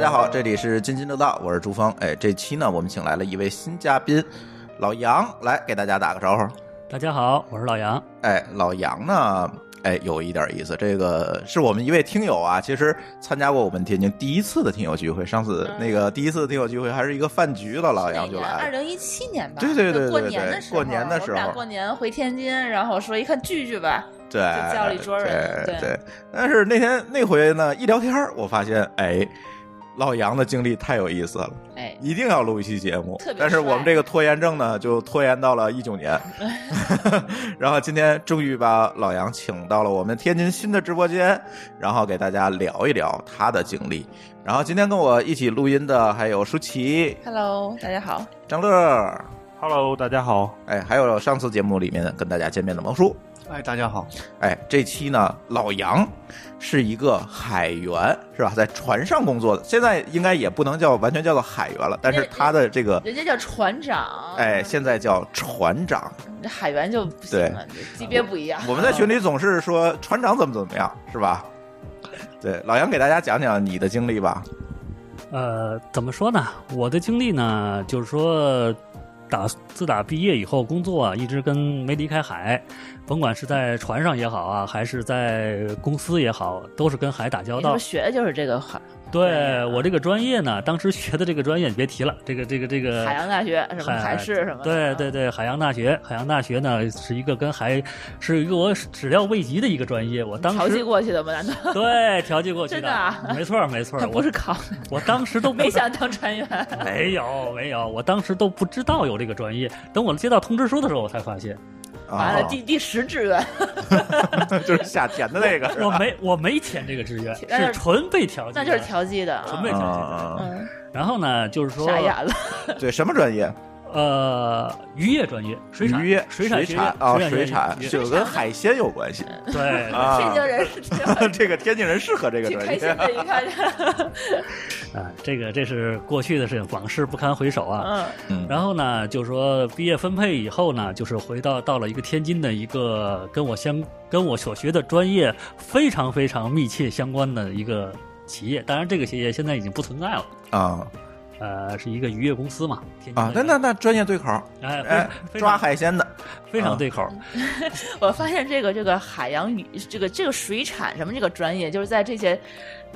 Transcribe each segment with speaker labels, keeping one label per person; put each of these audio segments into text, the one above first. Speaker 1: 家好，这里是津津乐道，我是朱峰。哎，这期呢，我们请来了一位新嘉宾，老杨，来给大家打个招呼。
Speaker 2: 大家好，我是老杨。
Speaker 1: 哎，老杨呢，哎，有一点意思，这个是我们一位听友啊，其实参加过我们天津第一次的听友聚会，上次
Speaker 3: 嗯
Speaker 1: 那个第一次的听友聚会还是一个饭局了，老杨就来
Speaker 3: 二
Speaker 1: 了。
Speaker 3: 零一七年吧，
Speaker 1: 对对对对对
Speaker 3: 过年的时候，
Speaker 1: 过年的时候
Speaker 3: 我们俩过年回天津，然后说一看聚聚吧，
Speaker 1: 对，
Speaker 3: 就叫了一桌人
Speaker 1: 对
Speaker 3: 对
Speaker 1: 对。但是那天那回呢，一聊天儿我发现，哎，老杨的经历太有意思了。
Speaker 3: 哎，
Speaker 1: 一定要录一期节目
Speaker 3: 特别，帅
Speaker 1: 但是我们这个拖延症呢，就拖延到了一九 年， 然后今天终于把老杨请到了我们天津新的直播间，然后给大家聊一聊他的经历。然后今天跟我一起录音的还有舒淇、
Speaker 3: Hello，大家好，
Speaker 1: 张乐，
Speaker 4: Hello，大家好。
Speaker 1: 哎，还有上次节目里面跟大家见面的毛叔。
Speaker 4: 哎，大家好。
Speaker 1: 哎，这期呢，老杨是一个海员，是吧？在船上工作的，现在应该也不能叫完全叫做海员了，但是他的这个。
Speaker 3: 人家叫船长，嗯
Speaker 1: 哎，现在叫船长，
Speaker 3: 海员就不行了，级别不一样，
Speaker 1: 我们在群里总是说船长怎么怎么样，是吧？对，老杨给大家讲讲你的经历吧。
Speaker 2: 呃，怎么说呢？我的经历呢，就是说，打自打毕业以后，工作啊，一直跟没离开海，甭管是在船上也好啊，还是在公司也好，都是跟海打交
Speaker 3: 你
Speaker 2: 道
Speaker 3: 说。学的就是啊这个海
Speaker 2: 对我这个专业呢，当时学的这个专业，你别提了，这个这个这个
Speaker 3: 海洋大学什么海事什么
Speaker 2: 呃对
Speaker 3: 的，啊
Speaker 2: 对对，海洋大学，海洋大学呢是一个跟海是一个我始料未及的一个专业。我当
Speaker 3: 调剂
Speaker 2: 时
Speaker 3: 过去的吗？难道
Speaker 2: 对调剂过去
Speaker 3: 真的啊
Speaker 2: 没错儿没错儿
Speaker 3: 他，
Speaker 2: 我
Speaker 3: 不是考，
Speaker 2: 我当时都
Speaker 3: 没想当船员，
Speaker 1: 啊
Speaker 2: 没有没有，我当时都不知道有这个专业。等我接到通知书的时候，我才发现
Speaker 3: 完
Speaker 1: 啊
Speaker 3: 了，第第十志愿，
Speaker 1: 就是下田的那个，是
Speaker 2: 我
Speaker 1: 吧？
Speaker 2: 没我没填这个志 愿，
Speaker 3: 那就是
Speaker 2: 是纯被调剂的，
Speaker 3: 那就是调剂的，
Speaker 2: 纯被
Speaker 1: 啊
Speaker 2: 调剂的。
Speaker 1: 啊，
Speaker 3: 嗯，
Speaker 2: 然后呢，就是说
Speaker 3: 傻眼了，
Speaker 1: 对，什么专业？
Speaker 2: 呃，渔业专业，水产
Speaker 1: 渔业、
Speaker 2: 水
Speaker 1: 产、
Speaker 2: 学
Speaker 1: 水
Speaker 2: 院
Speaker 1: 啊，
Speaker 2: 水
Speaker 1: 水
Speaker 2: 产
Speaker 1: 产
Speaker 2: 学院
Speaker 1: 就跟海鲜有关系
Speaker 2: 学 院对。
Speaker 1: 啊。
Speaker 3: 嗯天津人是这样
Speaker 1: 这个天津人适合这个
Speaker 3: 挺
Speaker 1: 专
Speaker 3: 开心
Speaker 1: 业。
Speaker 3: 的，你看，
Speaker 2: 啊，这个这是过去的事情，往事不堪回首啊。
Speaker 3: 嗯，
Speaker 1: 嗯
Speaker 2: 然后呢，就说毕业分配以后呢，就是回到到了一个天津的一个跟我相跟我所学的专业非常非常密切相关的一个企业，当然这个企业现在已经不存在了，
Speaker 1: 啊
Speaker 2: 呃，是一个渔业公司嘛，天津的
Speaker 1: 啊，那那那专业对口，
Speaker 2: 哎
Speaker 1: 哎，
Speaker 2: 非
Speaker 1: 抓啊
Speaker 2: 常
Speaker 1: 海鲜的
Speaker 2: 非常对口，
Speaker 3: 我发现这个这个海洋与这个这个水产什么这个专业，就是在这些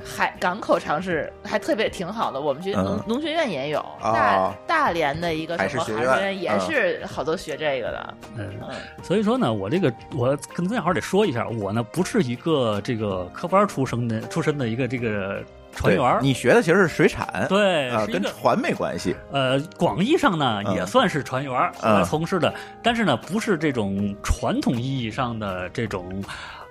Speaker 3: 海港口城市还特别挺好的。我们学农、
Speaker 1: 嗯
Speaker 3: 农学院也有，
Speaker 1: 哦
Speaker 3: 大大连的一个
Speaker 1: 海
Speaker 3: 什么
Speaker 1: 事学
Speaker 3: 海事
Speaker 1: 院
Speaker 3: 学院也
Speaker 1: 嗯
Speaker 3: 是好多学这个的。
Speaker 2: 嗯，
Speaker 3: 嗯，
Speaker 2: 所以说呢，我这个我跟正好得说一下，我呢不是一个这个科班出生的出身的一个这个船员
Speaker 1: 对
Speaker 2: 儿，
Speaker 1: 你学的其实是水产，
Speaker 2: 对，
Speaker 1: 啊，
Speaker 2: 是一
Speaker 1: 跟
Speaker 2: 个
Speaker 1: 船没关系。
Speaker 2: 呃，广义上呢
Speaker 1: 嗯
Speaker 2: 也算是船员儿，后
Speaker 1: 嗯
Speaker 2: 来从事的，但是呢不是这种传统意义上的这种。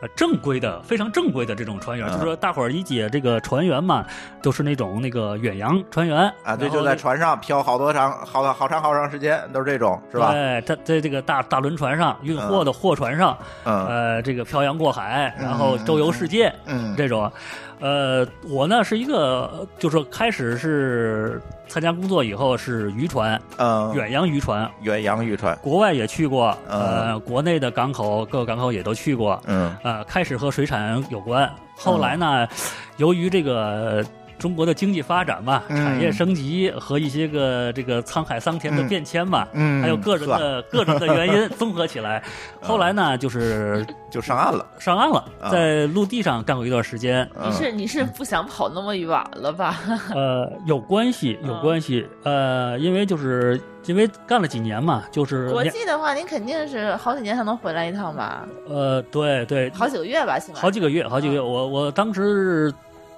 Speaker 2: 呃，正规的非常正规的这种船员儿，
Speaker 1: 嗯
Speaker 2: 就是说大伙儿理解这个船员嘛，都是那种那个远洋船员
Speaker 1: 啊，对，
Speaker 2: 然后
Speaker 1: 就在船上漂好多长好好长好长时间，都是这种，是吧？
Speaker 2: 对，他哎在这个大大轮船上运货的货船上，
Speaker 1: 嗯
Speaker 2: 呃，这个漂洋过海，然后周游世界，
Speaker 1: 嗯
Speaker 2: 这种，呃，我呢是一个，就说开始是参加工作以后是渔船，
Speaker 1: 嗯，
Speaker 2: 远洋渔船，
Speaker 1: 远洋渔船，
Speaker 2: 国外也去过，
Speaker 1: 嗯
Speaker 2: 呃，国内的港口各个港口也都去过，
Speaker 1: 嗯
Speaker 2: 呃，开始和水产有关，后来呢，由于这个。呃中国的经济发展嘛，
Speaker 1: 嗯
Speaker 2: 产业升级和一些个这个沧海桑田的
Speaker 1: 嗯
Speaker 2: 变迁嘛，
Speaker 1: 嗯
Speaker 2: 还有各种的各种的原 因综合起来，后来呢就是
Speaker 1: 就上岸了。
Speaker 2: 上岸了，
Speaker 3: 嗯
Speaker 1: 啊
Speaker 2: 在陆地上干过一段时 间，
Speaker 1: 嗯
Speaker 3: 你是你是不想跑那么远了吧？
Speaker 2: 呃，有关系，
Speaker 3: 嗯
Speaker 2: 有关系，呃，因为就是因为干了几年嘛，就是
Speaker 3: 国
Speaker 2: 两
Speaker 3: 际的话，您肯定是好几年才能回来一趟吧？
Speaker 2: 呃，对对，
Speaker 3: 好嗯几个月吧，起码
Speaker 2: 好几个月，好几个月。我我当时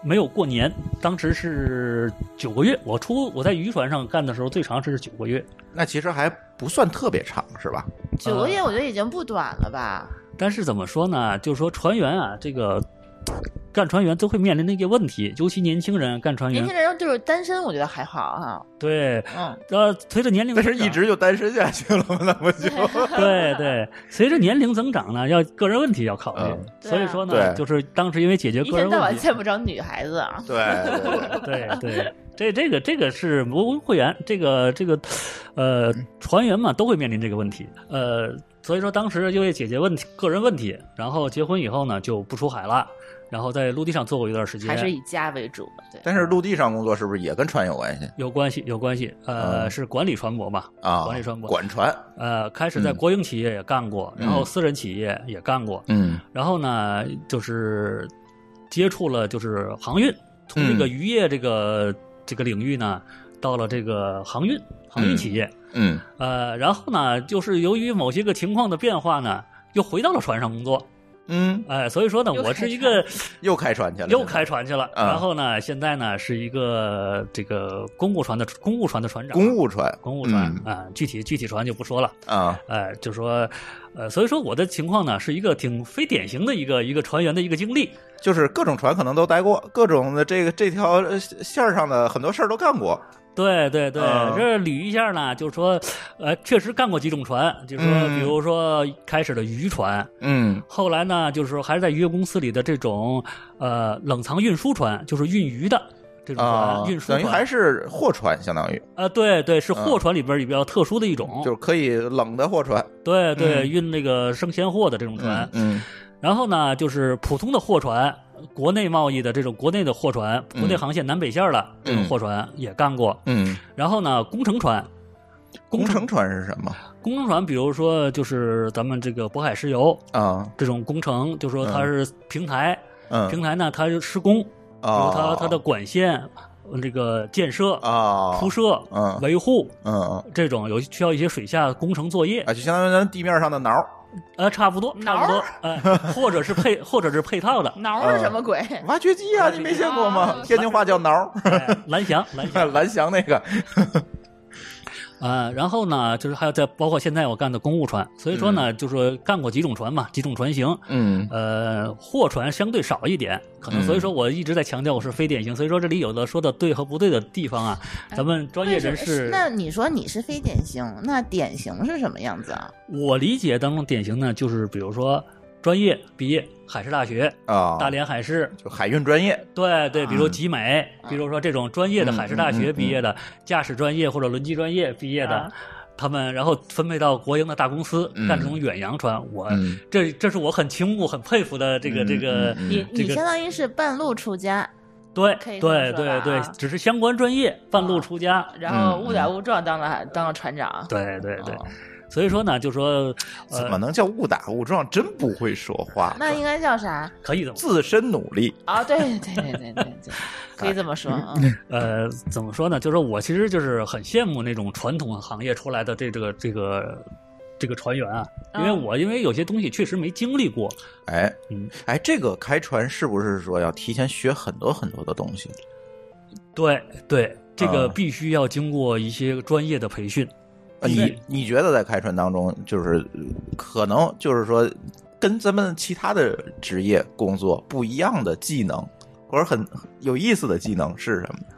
Speaker 2: 没有过年，当时是九个月。我出我在渔船上干的时候，最长是九个月。
Speaker 1: 那其实还不算特别长，是吧？
Speaker 3: 九个
Speaker 2: 嗯
Speaker 3: 月，我觉得已经不短了吧？
Speaker 2: 但是怎么说呢？就是说船员啊，这个干船员都会面临的一个问题，尤其年轻人干船
Speaker 3: 年
Speaker 2: 员
Speaker 3: 轻，人就是单身，我觉得还好哈、
Speaker 2: 对，
Speaker 3: 嗯，
Speaker 2: 呃，随着年龄
Speaker 1: 但
Speaker 2: 增
Speaker 1: 是
Speaker 2: 长，
Speaker 1: 一直就单身下去了 吗？那不就
Speaker 2: 对对，随着年龄增长呢，要个人问题要考虑。
Speaker 1: 嗯
Speaker 2: 所以说
Speaker 1: 对啊
Speaker 2: 呢，就是当时因为解决
Speaker 3: 一
Speaker 2: 个人
Speaker 3: 天到
Speaker 2: 问
Speaker 3: 晚
Speaker 2: 题，
Speaker 3: 见不着女孩子啊。
Speaker 1: 对对对，
Speaker 2: 对对，这这个这个是魔宫会员，这个这个，呃，船员嘛都会面临这个问题，呃，所以说当时就为解决问题个人问题，然后结婚以后呢就不出海了，然后在陆地上做过一段时间，
Speaker 5: 还是以家为主吧。对，
Speaker 1: 但是陆地上工作是不是也跟船有关系
Speaker 2: 有关系，有关系。呃，
Speaker 1: 嗯
Speaker 2: 是管理船舶嘛？
Speaker 1: 啊？
Speaker 2: 管理船舶
Speaker 1: 管船，
Speaker 2: 呃，开始在
Speaker 1: 嗯
Speaker 2: 国营企业也干过，然后
Speaker 1: 嗯
Speaker 2: 私人企业也干过，
Speaker 1: 嗯
Speaker 2: 然后呢，就是接触了就是航运，从这个
Speaker 1: 嗯
Speaker 2: 渔业这个、这个领域呢，到了这个航运航运企业。
Speaker 1: 嗯
Speaker 2: 呃，然后呢，就是由于某些个情况的变化呢，又回到了船上工作。
Speaker 1: 嗯，
Speaker 2: 哎、所以说呢，
Speaker 5: 又
Speaker 2: 我
Speaker 5: 开
Speaker 2: 是一
Speaker 5: 船，
Speaker 2: 个
Speaker 1: 又开船去了，
Speaker 2: 又开船去了。
Speaker 1: 啊
Speaker 2: 然后呢，现在呢是一个这个公务船的公务船的船长。
Speaker 1: 公务船
Speaker 2: 公务船
Speaker 1: 嗯
Speaker 2: 啊、具体具体船就不说了。
Speaker 1: 啊，
Speaker 2: 哎，就说，呃，所以说我的情况呢是一个挺非典型的一个一个船员的一个经历。
Speaker 1: 就是各种船可能都待过，各种的这个这条呃线儿上的很多事儿都干过，
Speaker 2: 对对对，
Speaker 1: 啊
Speaker 2: 这捋一下呢，就是说，呃，确实干过几种船，就是说，
Speaker 1: 嗯
Speaker 2: 比如说开始的渔船，
Speaker 1: 嗯
Speaker 2: 后来呢，就是说还是在渔业公司里的这种呃冷藏运输船，就是运鱼的这种船，
Speaker 1: 啊，
Speaker 2: 运输
Speaker 1: 等
Speaker 2: 船
Speaker 1: 于还是货船，相当于
Speaker 2: 呃，对对，是
Speaker 1: 嗯
Speaker 2: 货船里边儿里比较特殊的一种，
Speaker 1: 就是可以冷的货船，
Speaker 2: 对对，
Speaker 1: 嗯
Speaker 2: 运那个生鲜货的这种船。
Speaker 1: 嗯
Speaker 2: 然后呢，就是普通的货船，国内贸易的这种国内的货船，国内航线南北线儿的这种货船也干过。
Speaker 1: 嗯，嗯
Speaker 2: 然后呢，工程船，
Speaker 1: 工
Speaker 2: 工程
Speaker 1: 程船是什么
Speaker 2: 工程船，比如说就是咱们这个渤海石油
Speaker 1: 啊？
Speaker 2: 这种工程，就说它是平台，
Speaker 1: 嗯，
Speaker 2: 平台呢它是施工，比
Speaker 1: 啊
Speaker 2: 如它它的管线、呃这个建设、
Speaker 1: 啊，
Speaker 2: 铺设、
Speaker 1: 嗯
Speaker 2: 维护
Speaker 1: 嗯
Speaker 2: 这种有需要一些水下工程作业，
Speaker 1: 啊，就相当于咱地面上的挠儿，
Speaker 2: 呃，差不多，差不多，呃，或者是配 或者是配套 的
Speaker 5: 挠儿是什么鬼？
Speaker 3: 嗯
Speaker 1: 挖掘机啊，你没见过吗？
Speaker 5: 啊
Speaker 1: 天津话叫挠儿，
Speaker 2: 哎蓝翔蓝 翔，
Speaker 1: 蓝翔那个，
Speaker 2: 呃，然后呢，就是还有在包括现在我干的公务船，所以说呢，就是说干过几种船嘛，几种船型，
Speaker 1: 嗯
Speaker 2: 呃，货船相对少一点，可能
Speaker 1: 嗯
Speaker 2: 所以说我一直在强调我是非典型，所以说这里有的说的对和不对的地方啊，咱们专业人士，
Speaker 3: 那你说你是非典型，那典型是什么样子啊？
Speaker 2: 我理解当中典型呢，就是比如说专业毕业，海事大学、
Speaker 1: 啊，
Speaker 2: 大连海事，
Speaker 1: 就海运专业，
Speaker 2: 对对，比如
Speaker 1: 嗯
Speaker 2: 集美，比如说这种专业的海事大学毕业的、驾驶专业或者轮机专业毕业的。
Speaker 5: 啊
Speaker 2: 他们然后分配到国营的大公司
Speaker 1: 嗯
Speaker 2: 干这种远洋船，我
Speaker 1: 嗯，
Speaker 2: 这这是我很倾慕、很佩服的这个
Speaker 1: 嗯
Speaker 2: 这个
Speaker 1: 嗯嗯
Speaker 5: 你
Speaker 2: 这
Speaker 3: 你
Speaker 2: 个
Speaker 3: 相当于是半路出家，
Speaker 2: 对
Speaker 5: 可以这么
Speaker 2: 对
Speaker 5: 说
Speaker 2: 对
Speaker 5: 吧
Speaker 2: 对
Speaker 5: 啊，
Speaker 2: 只是相关专业半路出家，
Speaker 5: 然后
Speaker 1: 嗯
Speaker 5: 误打误撞当了当了船长。
Speaker 2: 对对对
Speaker 5: 哦，
Speaker 2: 所以说呢，就说
Speaker 1: 怎么
Speaker 2: 呃，
Speaker 1: 能叫误打误撞？真不会说话，
Speaker 3: 那应该叫啥？
Speaker 2: 可以怎么
Speaker 1: 自身努力，
Speaker 5: 啊，对对对对对 对，可以这么说啊。
Speaker 3: 嗯
Speaker 2: 呃怎么说呢？就是说我其实就是很羡慕那种传统行业出来的这这个这个这个船员啊，因为
Speaker 5: 嗯
Speaker 2: 我因为有些东西确实没经历过，
Speaker 1: 哎
Speaker 2: 嗯，
Speaker 1: 哎，这个开船是不是说要提前学很多很多的东西？
Speaker 2: 对对，这个
Speaker 1: 啊
Speaker 2: 必须要经过一些专业的培训。
Speaker 1: 呃你你觉得在开船当中，就是呃可能就是说，跟咱们其他的职业工作不一样的技能，或者很有意思的技能是什么？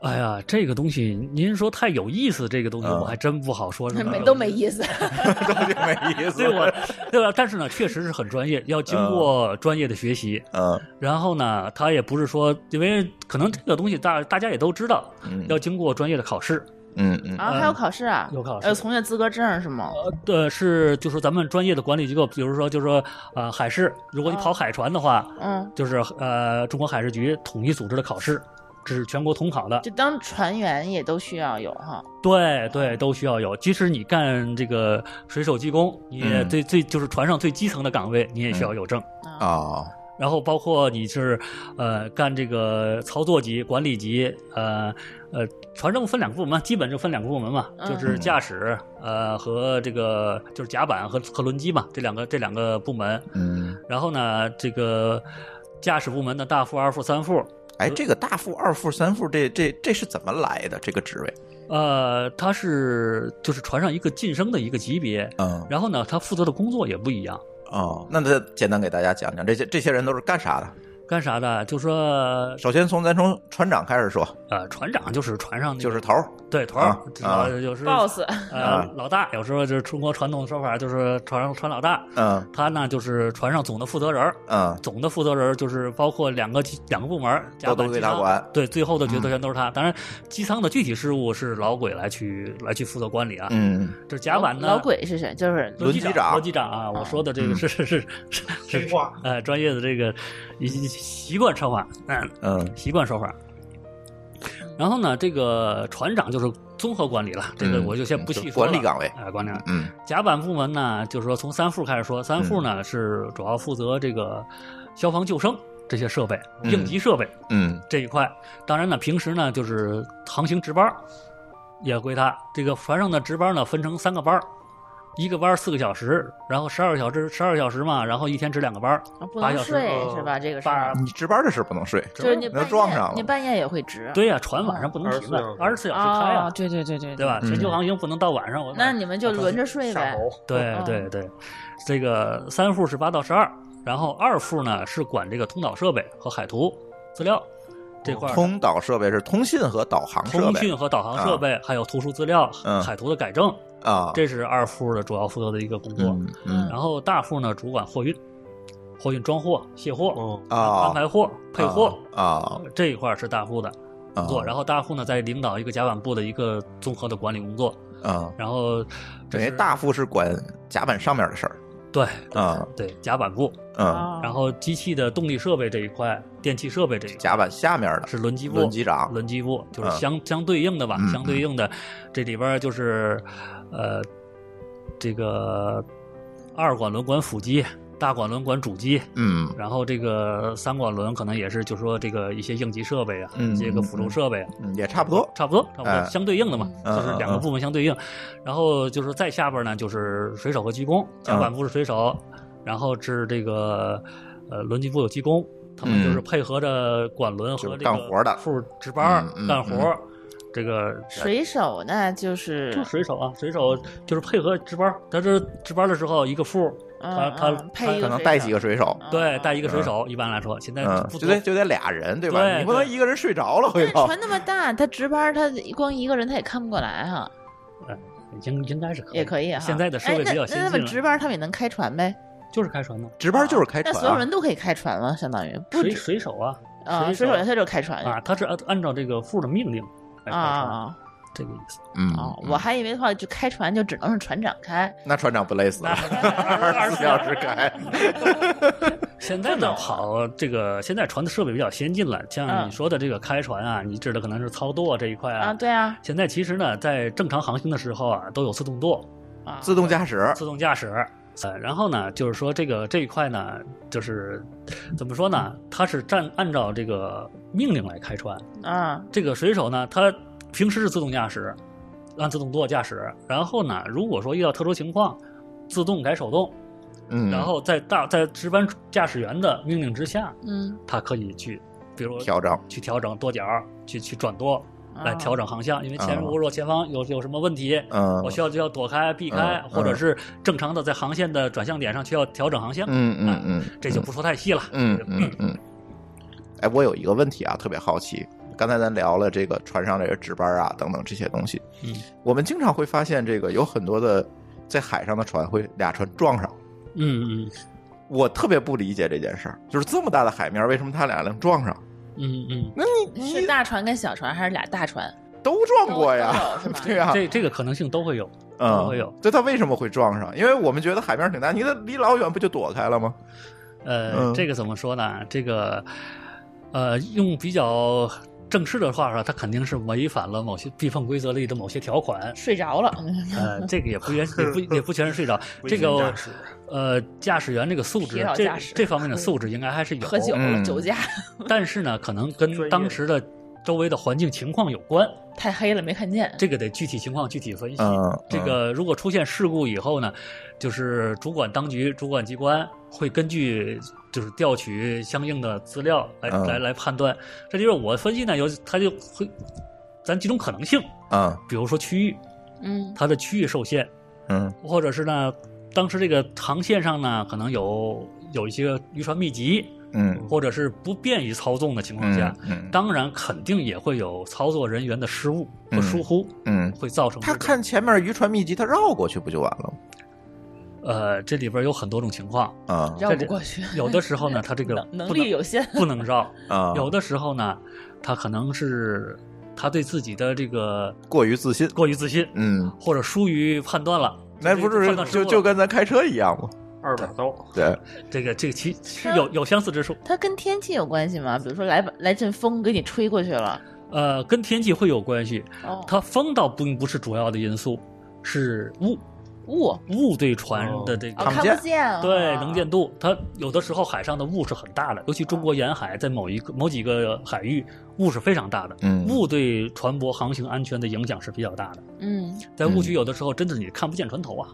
Speaker 2: 哎呀，这个东西您说太有意思，这个东西
Speaker 1: 嗯
Speaker 2: 我还真不好说什么
Speaker 5: 没
Speaker 2: 有
Speaker 5: 都没意思，
Speaker 1: 都挺没意思。
Speaker 2: 对我，对吧？但是呢，确实是很专业，要经过专业的学习。
Speaker 1: 嗯
Speaker 2: 然后呢，他也不是说，因为可能这个东西大大家也都知道，
Speaker 1: 嗯
Speaker 2: 要经过专业的考试。
Speaker 1: 嗯嗯
Speaker 3: 啊，还有考试啊？
Speaker 2: 有考试
Speaker 3: 呃，从业资格证是吗？
Speaker 2: 呃，是就是咱们专业的管理机构，比如说就是说呃海事，如果你跑海船的话，
Speaker 3: 嗯，
Speaker 2: 就是呃中国海事局统一组织的考试，这是全国统考的。
Speaker 3: 就当船员也都需要有哈。
Speaker 2: 对对，都需要有。即使你干这个水手技工，你也
Speaker 1: 嗯
Speaker 2: 最最就是船上最基层的岗位，你也需要有证。
Speaker 1: 哦，
Speaker 2: 然后包括你是呃干这个操作级、管理级，呃呃，船政分两个部门，基本就分两个部门嘛，
Speaker 3: 嗯
Speaker 2: 就是驾驶呃和这个就是甲板和和轮机嘛，这两个这两个部门。
Speaker 1: 嗯，
Speaker 2: 然后呢，这个驾驶部门的大副、二副、三副，
Speaker 1: 哎，这个大副、二副、三副，这这这是怎么来的？这个职位？
Speaker 2: 呃，它是就是船上一个晋升的一个级别。
Speaker 1: 嗯
Speaker 2: 然后呢，他负责的工作也不一样。
Speaker 1: 哦，那再简单给大家讲讲，这些这些人都是干啥的？
Speaker 2: 干啥的？就说
Speaker 1: 首先从咱从船长开始说，
Speaker 2: 呃，船长就是船上那个
Speaker 1: 就是头儿
Speaker 2: 对头儿
Speaker 1: 啊，啊
Speaker 2: 老有时候
Speaker 5: boss
Speaker 2: 呃
Speaker 1: 啊
Speaker 2: 老大，有时候就是中国传统说法就是船上船老大，
Speaker 1: 嗯
Speaker 2: 他呢就是船上总的负责人儿，
Speaker 1: 嗯，
Speaker 2: 总的负责人儿就是包括两个机两个部门儿，甲
Speaker 1: 都
Speaker 2: 板
Speaker 1: 都
Speaker 2: 机
Speaker 1: 归他
Speaker 2: 舱。
Speaker 1: 管。嗯
Speaker 2: 对，最后的决策权都是他。当然，机舱的具体事务是老鬼来去来去负责管理啊。
Speaker 1: 嗯，
Speaker 2: 这甲板呢，
Speaker 5: 老鬼是谁？就是
Speaker 1: 轮机长
Speaker 2: 轮机长啊，我说的这个
Speaker 1: 嗯
Speaker 2: 是是是是是
Speaker 6: 黑话
Speaker 2: 呃专业的这个一一习惯说法，嗯，
Speaker 1: 嗯
Speaker 2: 习惯说法。然后呢，这个船长就是综合管理了，这个
Speaker 1: 嗯
Speaker 2: 我就先不细
Speaker 1: 就
Speaker 2: 说了。
Speaker 1: 管理岗位
Speaker 2: 哎，管理岗位。
Speaker 1: 嗯
Speaker 2: 甲板部门呢，就是说从三副开始说，三副呢是主要负责这个消防救生这些设备、
Speaker 1: 嗯
Speaker 2: 应急设备
Speaker 1: 嗯
Speaker 2: 这一块。当然呢，平时呢就是航行值班儿也归他。这个船上的值班呢分成三个班儿，一个班儿四个小时，然后十二个小时，十二小时嘛，然后一天值两个班儿，
Speaker 3: 不
Speaker 2: 八
Speaker 3: 能
Speaker 2: 小时呃
Speaker 3: 睡是吧？这个是
Speaker 2: 八
Speaker 1: 你值班的事不能睡。
Speaker 3: 就是你
Speaker 1: 那
Speaker 3: 半夜
Speaker 1: 撞上了
Speaker 3: 你半夜也会值。
Speaker 2: 对呀、船晚上不能停的，哦二十四小时开
Speaker 3: 啊，
Speaker 2: 啊，
Speaker 3: 对对对对
Speaker 2: 对吧？
Speaker 1: 嗯
Speaker 2: 全球航行不能到晚上，我
Speaker 3: 那你们就轮着睡呗。
Speaker 2: 对
Speaker 3: 嗯
Speaker 2: 对对，这个三副是八到十二，然后二副呢是管这个通导设备和海图资料这块儿
Speaker 1: 哦
Speaker 2: 的。
Speaker 1: 通导设备是通信和导航设
Speaker 2: 通
Speaker 1: 备啊
Speaker 2: 讯和导航设备，还有图书资料、
Speaker 1: 嗯
Speaker 2: 海图的改正，
Speaker 1: 啊。
Speaker 2: 这是二副的主要负责的一个工作。
Speaker 1: 嗯嗯
Speaker 2: 然后大副呢，主管货运、货运装货、卸货、
Speaker 4: 哦，
Speaker 1: 啊
Speaker 2: 安排货、配货、
Speaker 1: 啊
Speaker 2: 这一块儿是大副的工作。然后大副呢，在领导一个甲板部的一个综合的管理工作。
Speaker 1: 啊，
Speaker 2: 然后这
Speaker 1: 等于
Speaker 2: 是
Speaker 1: 大副是管甲板上面的事儿。
Speaker 2: 对
Speaker 1: 啊
Speaker 2: 对甲板部，
Speaker 1: 嗯，
Speaker 3: 啊
Speaker 2: 哦然后机器的动力设备这一块、电气设备这一块
Speaker 1: 甲板下面的
Speaker 2: 是轮机部、
Speaker 1: 轮机长
Speaker 2: 轮机部就是
Speaker 1: 嗯
Speaker 2: 相、相对应的吧，
Speaker 1: 嗯
Speaker 2: 相对应的这里边就是呃这个二管轮管辅机，大管轮管主机。
Speaker 1: 嗯
Speaker 2: 然后这个三管轮可能也是，就说这个一些应急设备啊，
Speaker 1: 嗯
Speaker 2: 一些个辅助设备啊，
Speaker 1: 嗯也差不多。
Speaker 2: 差不多，差不多
Speaker 1: 哎
Speaker 2: 相对应的嘛，
Speaker 1: 嗯
Speaker 2: 就是两个部门相对应。然后就是再下边呢，就是水手和机工，
Speaker 1: 嗯
Speaker 2: 甲板部是水手，然后是这个呃轮机部有机工，他们就是配合着管轮和这
Speaker 1: 嗯就是干活
Speaker 2: 个
Speaker 1: 的
Speaker 2: 副值班
Speaker 1: 嗯嗯
Speaker 2: 干活，这个
Speaker 3: 水手呢，就是
Speaker 2: 就是水手啊，水手就是配合值班，他这值班的时候一个副，他
Speaker 3: 嗯
Speaker 2: 他
Speaker 3: 嗯配一
Speaker 1: 可
Speaker 3: 个
Speaker 1: 能
Speaker 3: 水
Speaker 1: 带
Speaker 3: 手
Speaker 1: 几个水手，
Speaker 3: 嗯
Speaker 2: 对带一个水手，一般来说现在
Speaker 1: 嗯，
Speaker 2: 哎不
Speaker 1: 就
Speaker 2: 多
Speaker 1: 得就得俩人，对吧？
Speaker 2: 对
Speaker 1: 你不能一个人睡着了回
Speaker 3: 但
Speaker 1: 头
Speaker 3: 船。那么大，他值班，他光一个人他也看不过来哈，
Speaker 2: 应应该是
Speaker 3: 也可以哈。
Speaker 2: 现在的设备比较先
Speaker 3: 哎、那那
Speaker 2: 进
Speaker 3: 那么值
Speaker 2: 了，
Speaker 3: 班他们也能开船呗？
Speaker 2: 就是开船呢，
Speaker 1: 值班就是开
Speaker 3: 那
Speaker 1: 船
Speaker 3: 所有
Speaker 1: 啊，
Speaker 3: 人都可以开船了，相当于不
Speaker 2: 水
Speaker 3: 止
Speaker 2: 水手啊
Speaker 3: 啊，水手他就是开船
Speaker 2: 啊，他是按按照这个副的命令来开
Speaker 3: 啊
Speaker 2: 船的。
Speaker 3: 啊
Speaker 2: 这个意思。
Speaker 1: 嗯
Speaker 3: 啊！我还以为的话，就开船就只能是船长开，
Speaker 1: 那船长不累死了，二十四小时开。
Speaker 2: 现在呢，好，这个现在船的设备比较先进了，像你说的这个开船啊，你指的可能是操舵这一块
Speaker 3: 嗯啊，
Speaker 2: 啊。
Speaker 3: 对啊，
Speaker 2: 现在其实呢，在正常航行的时候啊，都有自动舵、
Speaker 3: 啊
Speaker 1: 自动驾驶，
Speaker 2: 自动驾驶。呃，然后呢，就是说这个这一块呢，就是怎么说呢？它是按按照这个命令来开船。
Speaker 3: 啊
Speaker 2: 这个水手呢，他平时是自动驾驶，按自动舵驾驶。然后呢，如果说遇到特殊情况，自动改手动，
Speaker 1: 嗯，
Speaker 2: 然后在大在值班驾驶员的命令之下，
Speaker 3: 嗯
Speaker 2: 他可以去，比如
Speaker 1: 调整
Speaker 2: 去调整多角，去去转舵
Speaker 3: 啊
Speaker 2: 来调整航向，因为前
Speaker 1: 啊
Speaker 2: 如果前方有有什么问题，
Speaker 1: 嗯
Speaker 2: 我需要就要躲开、避开，
Speaker 1: 嗯
Speaker 2: 或者是正常的在航线的转向点上需要调整航向，
Speaker 1: 嗯嗯嗯，
Speaker 2: 啊这就不说太细了。
Speaker 1: 嗯嗯嗯。哎，我有一个问题啊，特别好奇。刚才咱聊了这个船上这个值班啊等等这些东西，
Speaker 2: 嗯，
Speaker 1: 我们经常会发现这个有很多的在海上的船会俩船撞上。
Speaker 2: 嗯嗯
Speaker 1: 我特别不理解这件事儿，就是这么大的海面，为什么他俩能撞上？
Speaker 2: 嗯嗯，
Speaker 1: 那你
Speaker 3: 是大船跟小船还是俩大船？
Speaker 1: 都撞过呀
Speaker 3: 都有是吧，
Speaker 1: 对呀，
Speaker 2: 这这个可能性都会有。
Speaker 1: 嗯，
Speaker 2: 都会有。
Speaker 1: 对，他为什么会撞上？因为我们觉得海面挺大，你得离老远不就躲开了吗？
Speaker 2: 呃，
Speaker 1: 嗯
Speaker 2: 这个怎么说呢？这个呃，用比较。正式的话说，它肯定是违反了某些避风规则里的某些条款，
Speaker 3: 睡着了，
Speaker 2: 呃，这个也不全也不也不全是睡着，这个呃，驾驶员这个素
Speaker 3: 疲
Speaker 2: 质
Speaker 3: 劳，
Speaker 2: 这
Speaker 3: 驾驶嗯
Speaker 2: 这 方面的素质应该还是有。
Speaker 3: 喝酒
Speaker 1: 嗯
Speaker 3: 了，酒驾
Speaker 2: 但是呢，可能跟当时的周围的环境情况有关，
Speaker 3: 太黑了没看见。
Speaker 2: 这个得具体情况具体分析。
Speaker 1: 嗯
Speaker 2: 这个如果出现事故以后呢，就是主管当局、主管机关会根据就是调取相应的资料来、
Speaker 1: 嗯
Speaker 2: 来来判断。这就是我分析呢，有它就会咱几种可能性，
Speaker 1: 嗯
Speaker 2: 比如说区域，
Speaker 3: 嗯
Speaker 2: 它的区域受限，
Speaker 1: 嗯
Speaker 2: 或者是呢，当时这个航线上呢，可能有有一些渔船密集，
Speaker 1: 嗯
Speaker 2: 或者是不便于操纵的情况下
Speaker 1: 嗯，嗯，
Speaker 2: 当然肯定也会有操作人员的失误和
Speaker 1: 嗯
Speaker 2: 疏忽，
Speaker 1: 嗯，
Speaker 2: 会造成
Speaker 1: 他
Speaker 2: 这种
Speaker 1: 看前面渔船密集，他绕过去不就完了吗？
Speaker 2: 呃，这里边有很多种情况，
Speaker 1: 啊
Speaker 5: 绕不过去。
Speaker 2: 有的时候呢，他这个
Speaker 5: 能能
Speaker 2: 不
Speaker 5: 力有限
Speaker 2: 不能绕；
Speaker 1: 啊，
Speaker 2: 有的时候呢，他可能是他对自己的这个
Speaker 1: 过于自信，
Speaker 2: 过于自信，
Speaker 1: 嗯，
Speaker 2: 或者疏于判断了。
Speaker 1: 那
Speaker 2: 这
Speaker 1: 不
Speaker 2: 个
Speaker 1: 是
Speaker 2: 判断失误
Speaker 1: 就
Speaker 2: 了
Speaker 1: 就跟咱开车一样吗？
Speaker 4: 二把刀，
Speaker 1: 对，
Speaker 2: 这个这个其是有有相似之处，
Speaker 3: 它跟天气有关系吗？比如说来吧来阵风给你吹过去了，
Speaker 2: 呃，跟天气会有关系。
Speaker 3: 哦，
Speaker 2: 它风倒并不是主要的因素，是雾
Speaker 3: 雾
Speaker 2: 雾对船的这个
Speaker 3: 哦
Speaker 1: 看不
Speaker 3: 看
Speaker 1: 见
Speaker 3: 不见啊，
Speaker 2: 对，能见度。它有的时候海上的雾是很大的，尤其中国沿海，在某一个某几个海域，雾是非常大的。
Speaker 1: 嗯
Speaker 2: 雾对船舶航行安全的影响是比较大的。
Speaker 3: 嗯，
Speaker 2: 在雾区，有的时候真的你看不见船头啊，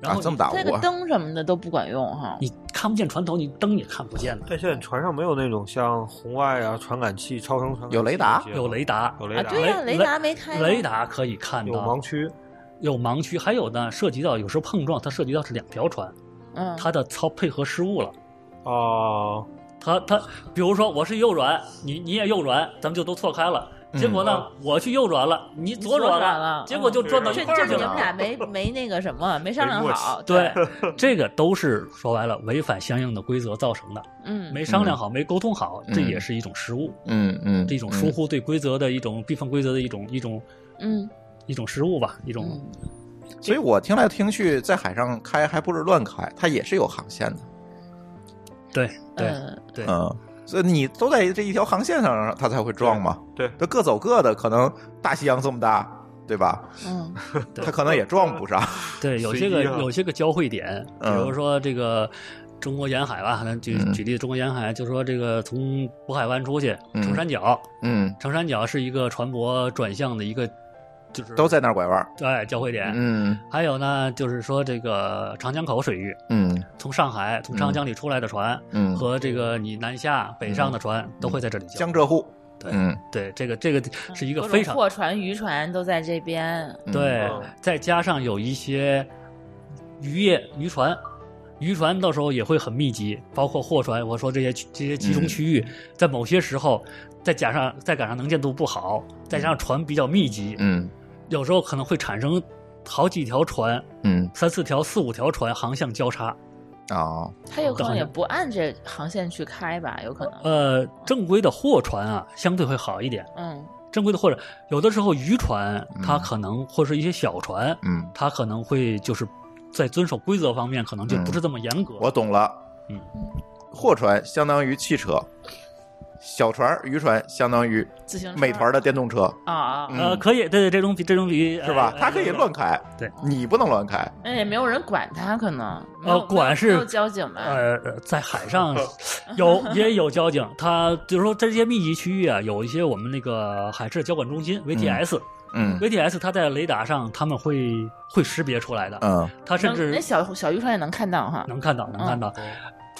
Speaker 2: 然
Speaker 1: 啊
Speaker 2: 后，
Speaker 1: 这么大
Speaker 3: 这
Speaker 1: 雾
Speaker 3: 个
Speaker 1: 啊，
Speaker 3: 灯什么的都不管用哈。
Speaker 2: 你看不见船头，你灯也看不见的。
Speaker 4: 但现在船上没有那种像红外啊、传感器、超声传感器
Speaker 1: 有雷达
Speaker 4: 这些
Speaker 2: 有雷达，
Speaker 4: 有雷
Speaker 3: 啊，
Speaker 4: 达，
Speaker 3: 对呀、
Speaker 2: 雷
Speaker 3: 雷达没开吗，
Speaker 2: 雷达可以看
Speaker 4: 有
Speaker 2: 到
Speaker 4: 盲，区，
Speaker 2: 有盲区，还有呢，涉及到有时候碰撞，它涉及到是两条船，
Speaker 3: 嗯，
Speaker 2: 它的操配合失误了。
Speaker 4: 啊，
Speaker 2: 他他，比如说我是右转，你你也右转，咱们就都错开了。
Speaker 1: 嗯
Speaker 2: 结果呢，我去右转了，你左
Speaker 3: 你
Speaker 2: 了，
Speaker 3: 左转了
Speaker 2: 结果就
Speaker 4: 嗯
Speaker 2: 转到一
Speaker 3: 这
Speaker 2: 块儿
Speaker 3: 这
Speaker 2: 去
Speaker 3: 你
Speaker 2: 了。
Speaker 3: 们俩没没那个什么，没商量
Speaker 4: 没默契
Speaker 3: 好，
Speaker 2: 对， 这个都是说白了违反相应的规则造成的，
Speaker 3: 嗯，
Speaker 2: 没商量好，没沟通好，
Speaker 1: 嗯
Speaker 2: 这也是一种失误，
Speaker 1: 嗯嗯，
Speaker 2: 这种疏忽对规则的一种避犯规则的一种一种
Speaker 3: 嗯
Speaker 2: 一种失误吧，一种
Speaker 3: 嗯，
Speaker 1: 嗯。所以我听来听去，在海上开还不是乱开，它也是有航线的。
Speaker 2: 对对
Speaker 3: 呃
Speaker 2: 对
Speaker 1: 嗯，所以你都在这一条航线上，它才会撞嘛。
Speaker 4: 对，
Speaker 1: 这各走各的，可能大西洋这么大，对吧？
Speaker 3: 嗯
Speaker 2: 对
Speaker 1: 它可能也撞不上。
Speaker 2: 对，有些个
Speaker 4: 随机啊
Speaker 2: 有些个交汇点，比
Speaker 1: 嗯
Speaker 2: 如说这个中国沿海吧，咱举
Speaker 1: 嗯
Speaker 2: 举例，中国沿海就说这个从渤海湾出去，
Speaker 1: 嗯
Speaker 2: 长三角，
Speaker 1: 嗯，
Speaker 2: 长三角是一个船舶转向的一个，就是
Speaker 1: 都在那儿拐弯儿。
Speaker 2: 哎交汇点。
Speaker 1: 嗯
Speaker 2: 还有呢，就是说这个长江口水域，
Speaker 1: 嗯
Speaker 2: 从上海从长江里出来的船、
Speaker 1: 嗯，
Speaker 2: 和这个你南下北上的船、都会在这里交。
Speaker 1: 江浙沪。
Speaker 2: 对
Speaker 1: 嗯
Speaker 2: 对，这个这个是一个
Speaker 3: 嗯各种
Speaker 2: 非常
Speaker 3: 货船、渔船都在这边，
Speaker 1: 嗯
Speaker 2: 对
Speaker 4: 嗯，
Speaker 2: 再加上有一些渔业渔船。渔船到时候也会很密集，包括货船。我说这些区这些集中区
Speaker 1: 嗯
Speaker 2: 域，在某些时候，再加上再赶上能见度不好，再加上船比较密集，
Speaker 1: 嗯
Speaker 2: 有时候可能会产生好几条船、
Speaker 1: 嗯
Speaker 2: 三四条、四五条船航向交叉。
Speaker 1: 哦
Speaker 3: 它有可
Speaker 2: 等
Speaker 3: 能
Speaker 2: 于
Speaker 3: 也不按这航线去开吧，有可能，
Speaker 2: 呃，正规的货船啊，相对会好一点。
Speaker 3: 嗯
Speaker 2: 正规的货船，有的时候渔船
Speaker 1: 嗯
Speaker 2: 它可能、或是一些小船，
Speaker 1: 嗯，
Speaker 2: 它可能会就是在遵守规则方面可能就
Speaker 1: 嗯
Speaker 2: 不是这么严格。
Speaker 1: 我懂了。
Speaker 2: 嗯，
Speaker 1: 货船相当于汽车，小船儿渔船相当于
Speaker 5: 自行车
Speaker 1: 美团的电动车。
Speaker 3: 啊啊，
Speaker 1: 嗯
Speaker 2: 呃，可以，对对，这种比这种比
Speaker 1: 是吧？它可以。
Speaker 2: 呃
Speaker 1: 乱开，
Speaker 2: 对
Speaker 1: 你不能乱开。
Speaker 3: 那哎也没有人管它，可能没
Speaker 2: 呃
Speaker 3: 有
Speaker 2: 管是
Speaker 3: 没有没有交警吧，
Speaker 1: 嗯
Speaker 2: 呃，呃在海上有也有交警，它就是说在这些密集区域啊，有一些我们那个海事交管中心 VTS，、
Speaker 1: 嗯
Speaker 2: VTS 它在雷达上他们会会识别出来的，
Speaker 1: 嗯
Speaker 2: 它甚
Speaker 3: 能那
Speaker 2: 至
Speaker 3: 小嗯小渔船也能看到哈，
Speaker 2: 能看到能看到，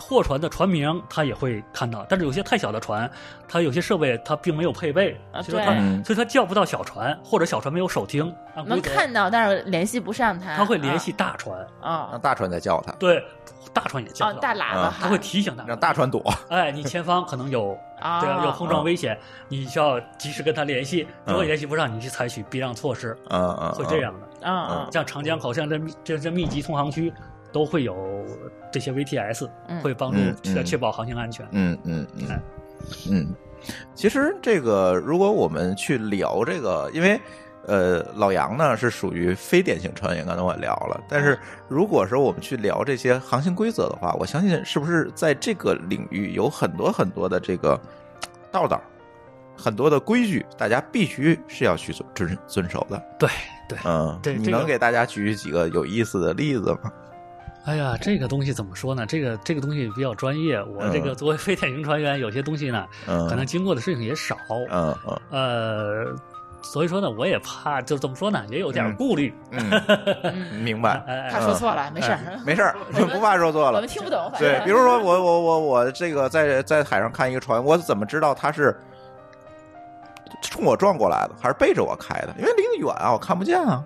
Speaker 2: 货船的船名它也会看到，但是有些太小的船，它有些设备它并没有配备，
Speaker 3: 啊
Speaker 2: 所以说
Speaker 3: 对
Speaker 2: 它
Speaker 1: 嗯
Speaker 2: 所以它叫不到小船，或者小船没有手听，按规
Speaker 3: 能
Speaker 2: 则
Speaker 3: 看到，但是联系不上它，
Speaker 2: 它会联系大船，
Speaker 3: 啊
Speaker 1: 让大船再叫它，
Speaker 2: 对，大船也叫
Speaker 3: 啊
Speaker 2: 不到
Speaker 3: 大喇叭
Speaker 1: 啊
Speaker 2: 它
Speaker 3: 喊
Speaker 2: 会提醒
Speaker 1: 让
Speaker 2: 大
Speaker 1: 大
Speaker 2: 船，
Speaker 1: 船躲。
Speaker 2: 哎，你前方可能 有。
Speaker 3: 啊，
Speaker 2: 对啊，有碰撞危险，你需要及时跟他联系。如果联系不上，你去采取避让措施，
Speaker 1: 嗯嗯，
Speaker 2: 会这样的。
Speaker 3: 啊啊，
Speaker 2: 像长江口，像这密这这密集通航区，都会有这些 VTS，
Speaker 3: 嗯
Speaker 2: 会帮助
Speaker 1: 嗯
Speaker 2: 确
Speaker 1: 嗯
Speaker 2: 确保航行安全。
Speaker 1: 嗯。嗯嗯嗯
Speaker 2: 哎
Speaker 1: 嗯，其实这个如果我们去聊这个，因为。呃，老杨呢是属于非典型船员，刚才我也聊了。但是如果说我们去聊这些航行规则的话，我相信是不是在这个领域有很多很多的这个道道，很多的规矩，大家必须是要去遵遵遵守的。
Speaker 2: 对对
Speaker 1: 嗯，
Speaker 2: 对
Speaker 1: 你
Speaker 2: 这个
Speaker 1: 能给大家举几个有意思的例子吗？
Speaker 2: 哎呀，这个东西怎么说呢？这个这个东西比较专业，我这个
Speaker 1: 嗯
Speaker 2: 作为非典型船员，有些东西呢，
Speaker 1: 嗯，
Speaker 2: 可能经过的事情也少。
Speaker 1: 嗯嗯
Speaker 2: 呃，所以说呢，我也怕，就怎么说呢，也有点
Speaker 1: 嗯
Speaker 2: 顾虑。
Speaker 1: 嗯，
Speaker 3: 嗯
Speaker 1: 明白，
Speaker 2: 哎哎
Speaker 3: 他说错了，没事儿，
Speaker 1: 没事 儿，不怕说错
Speaker 3: 我
Speaker 1: 了
Speaker 3: 们。听不懂，反
Speaker 1: 对
Speaker 3: 正，
Speaker 1: 比如说我我我我这个在在海上看一个船，我怎么知道它是冲我撞过来的，还是背着我开的？因为离得远啊，我看不见啊。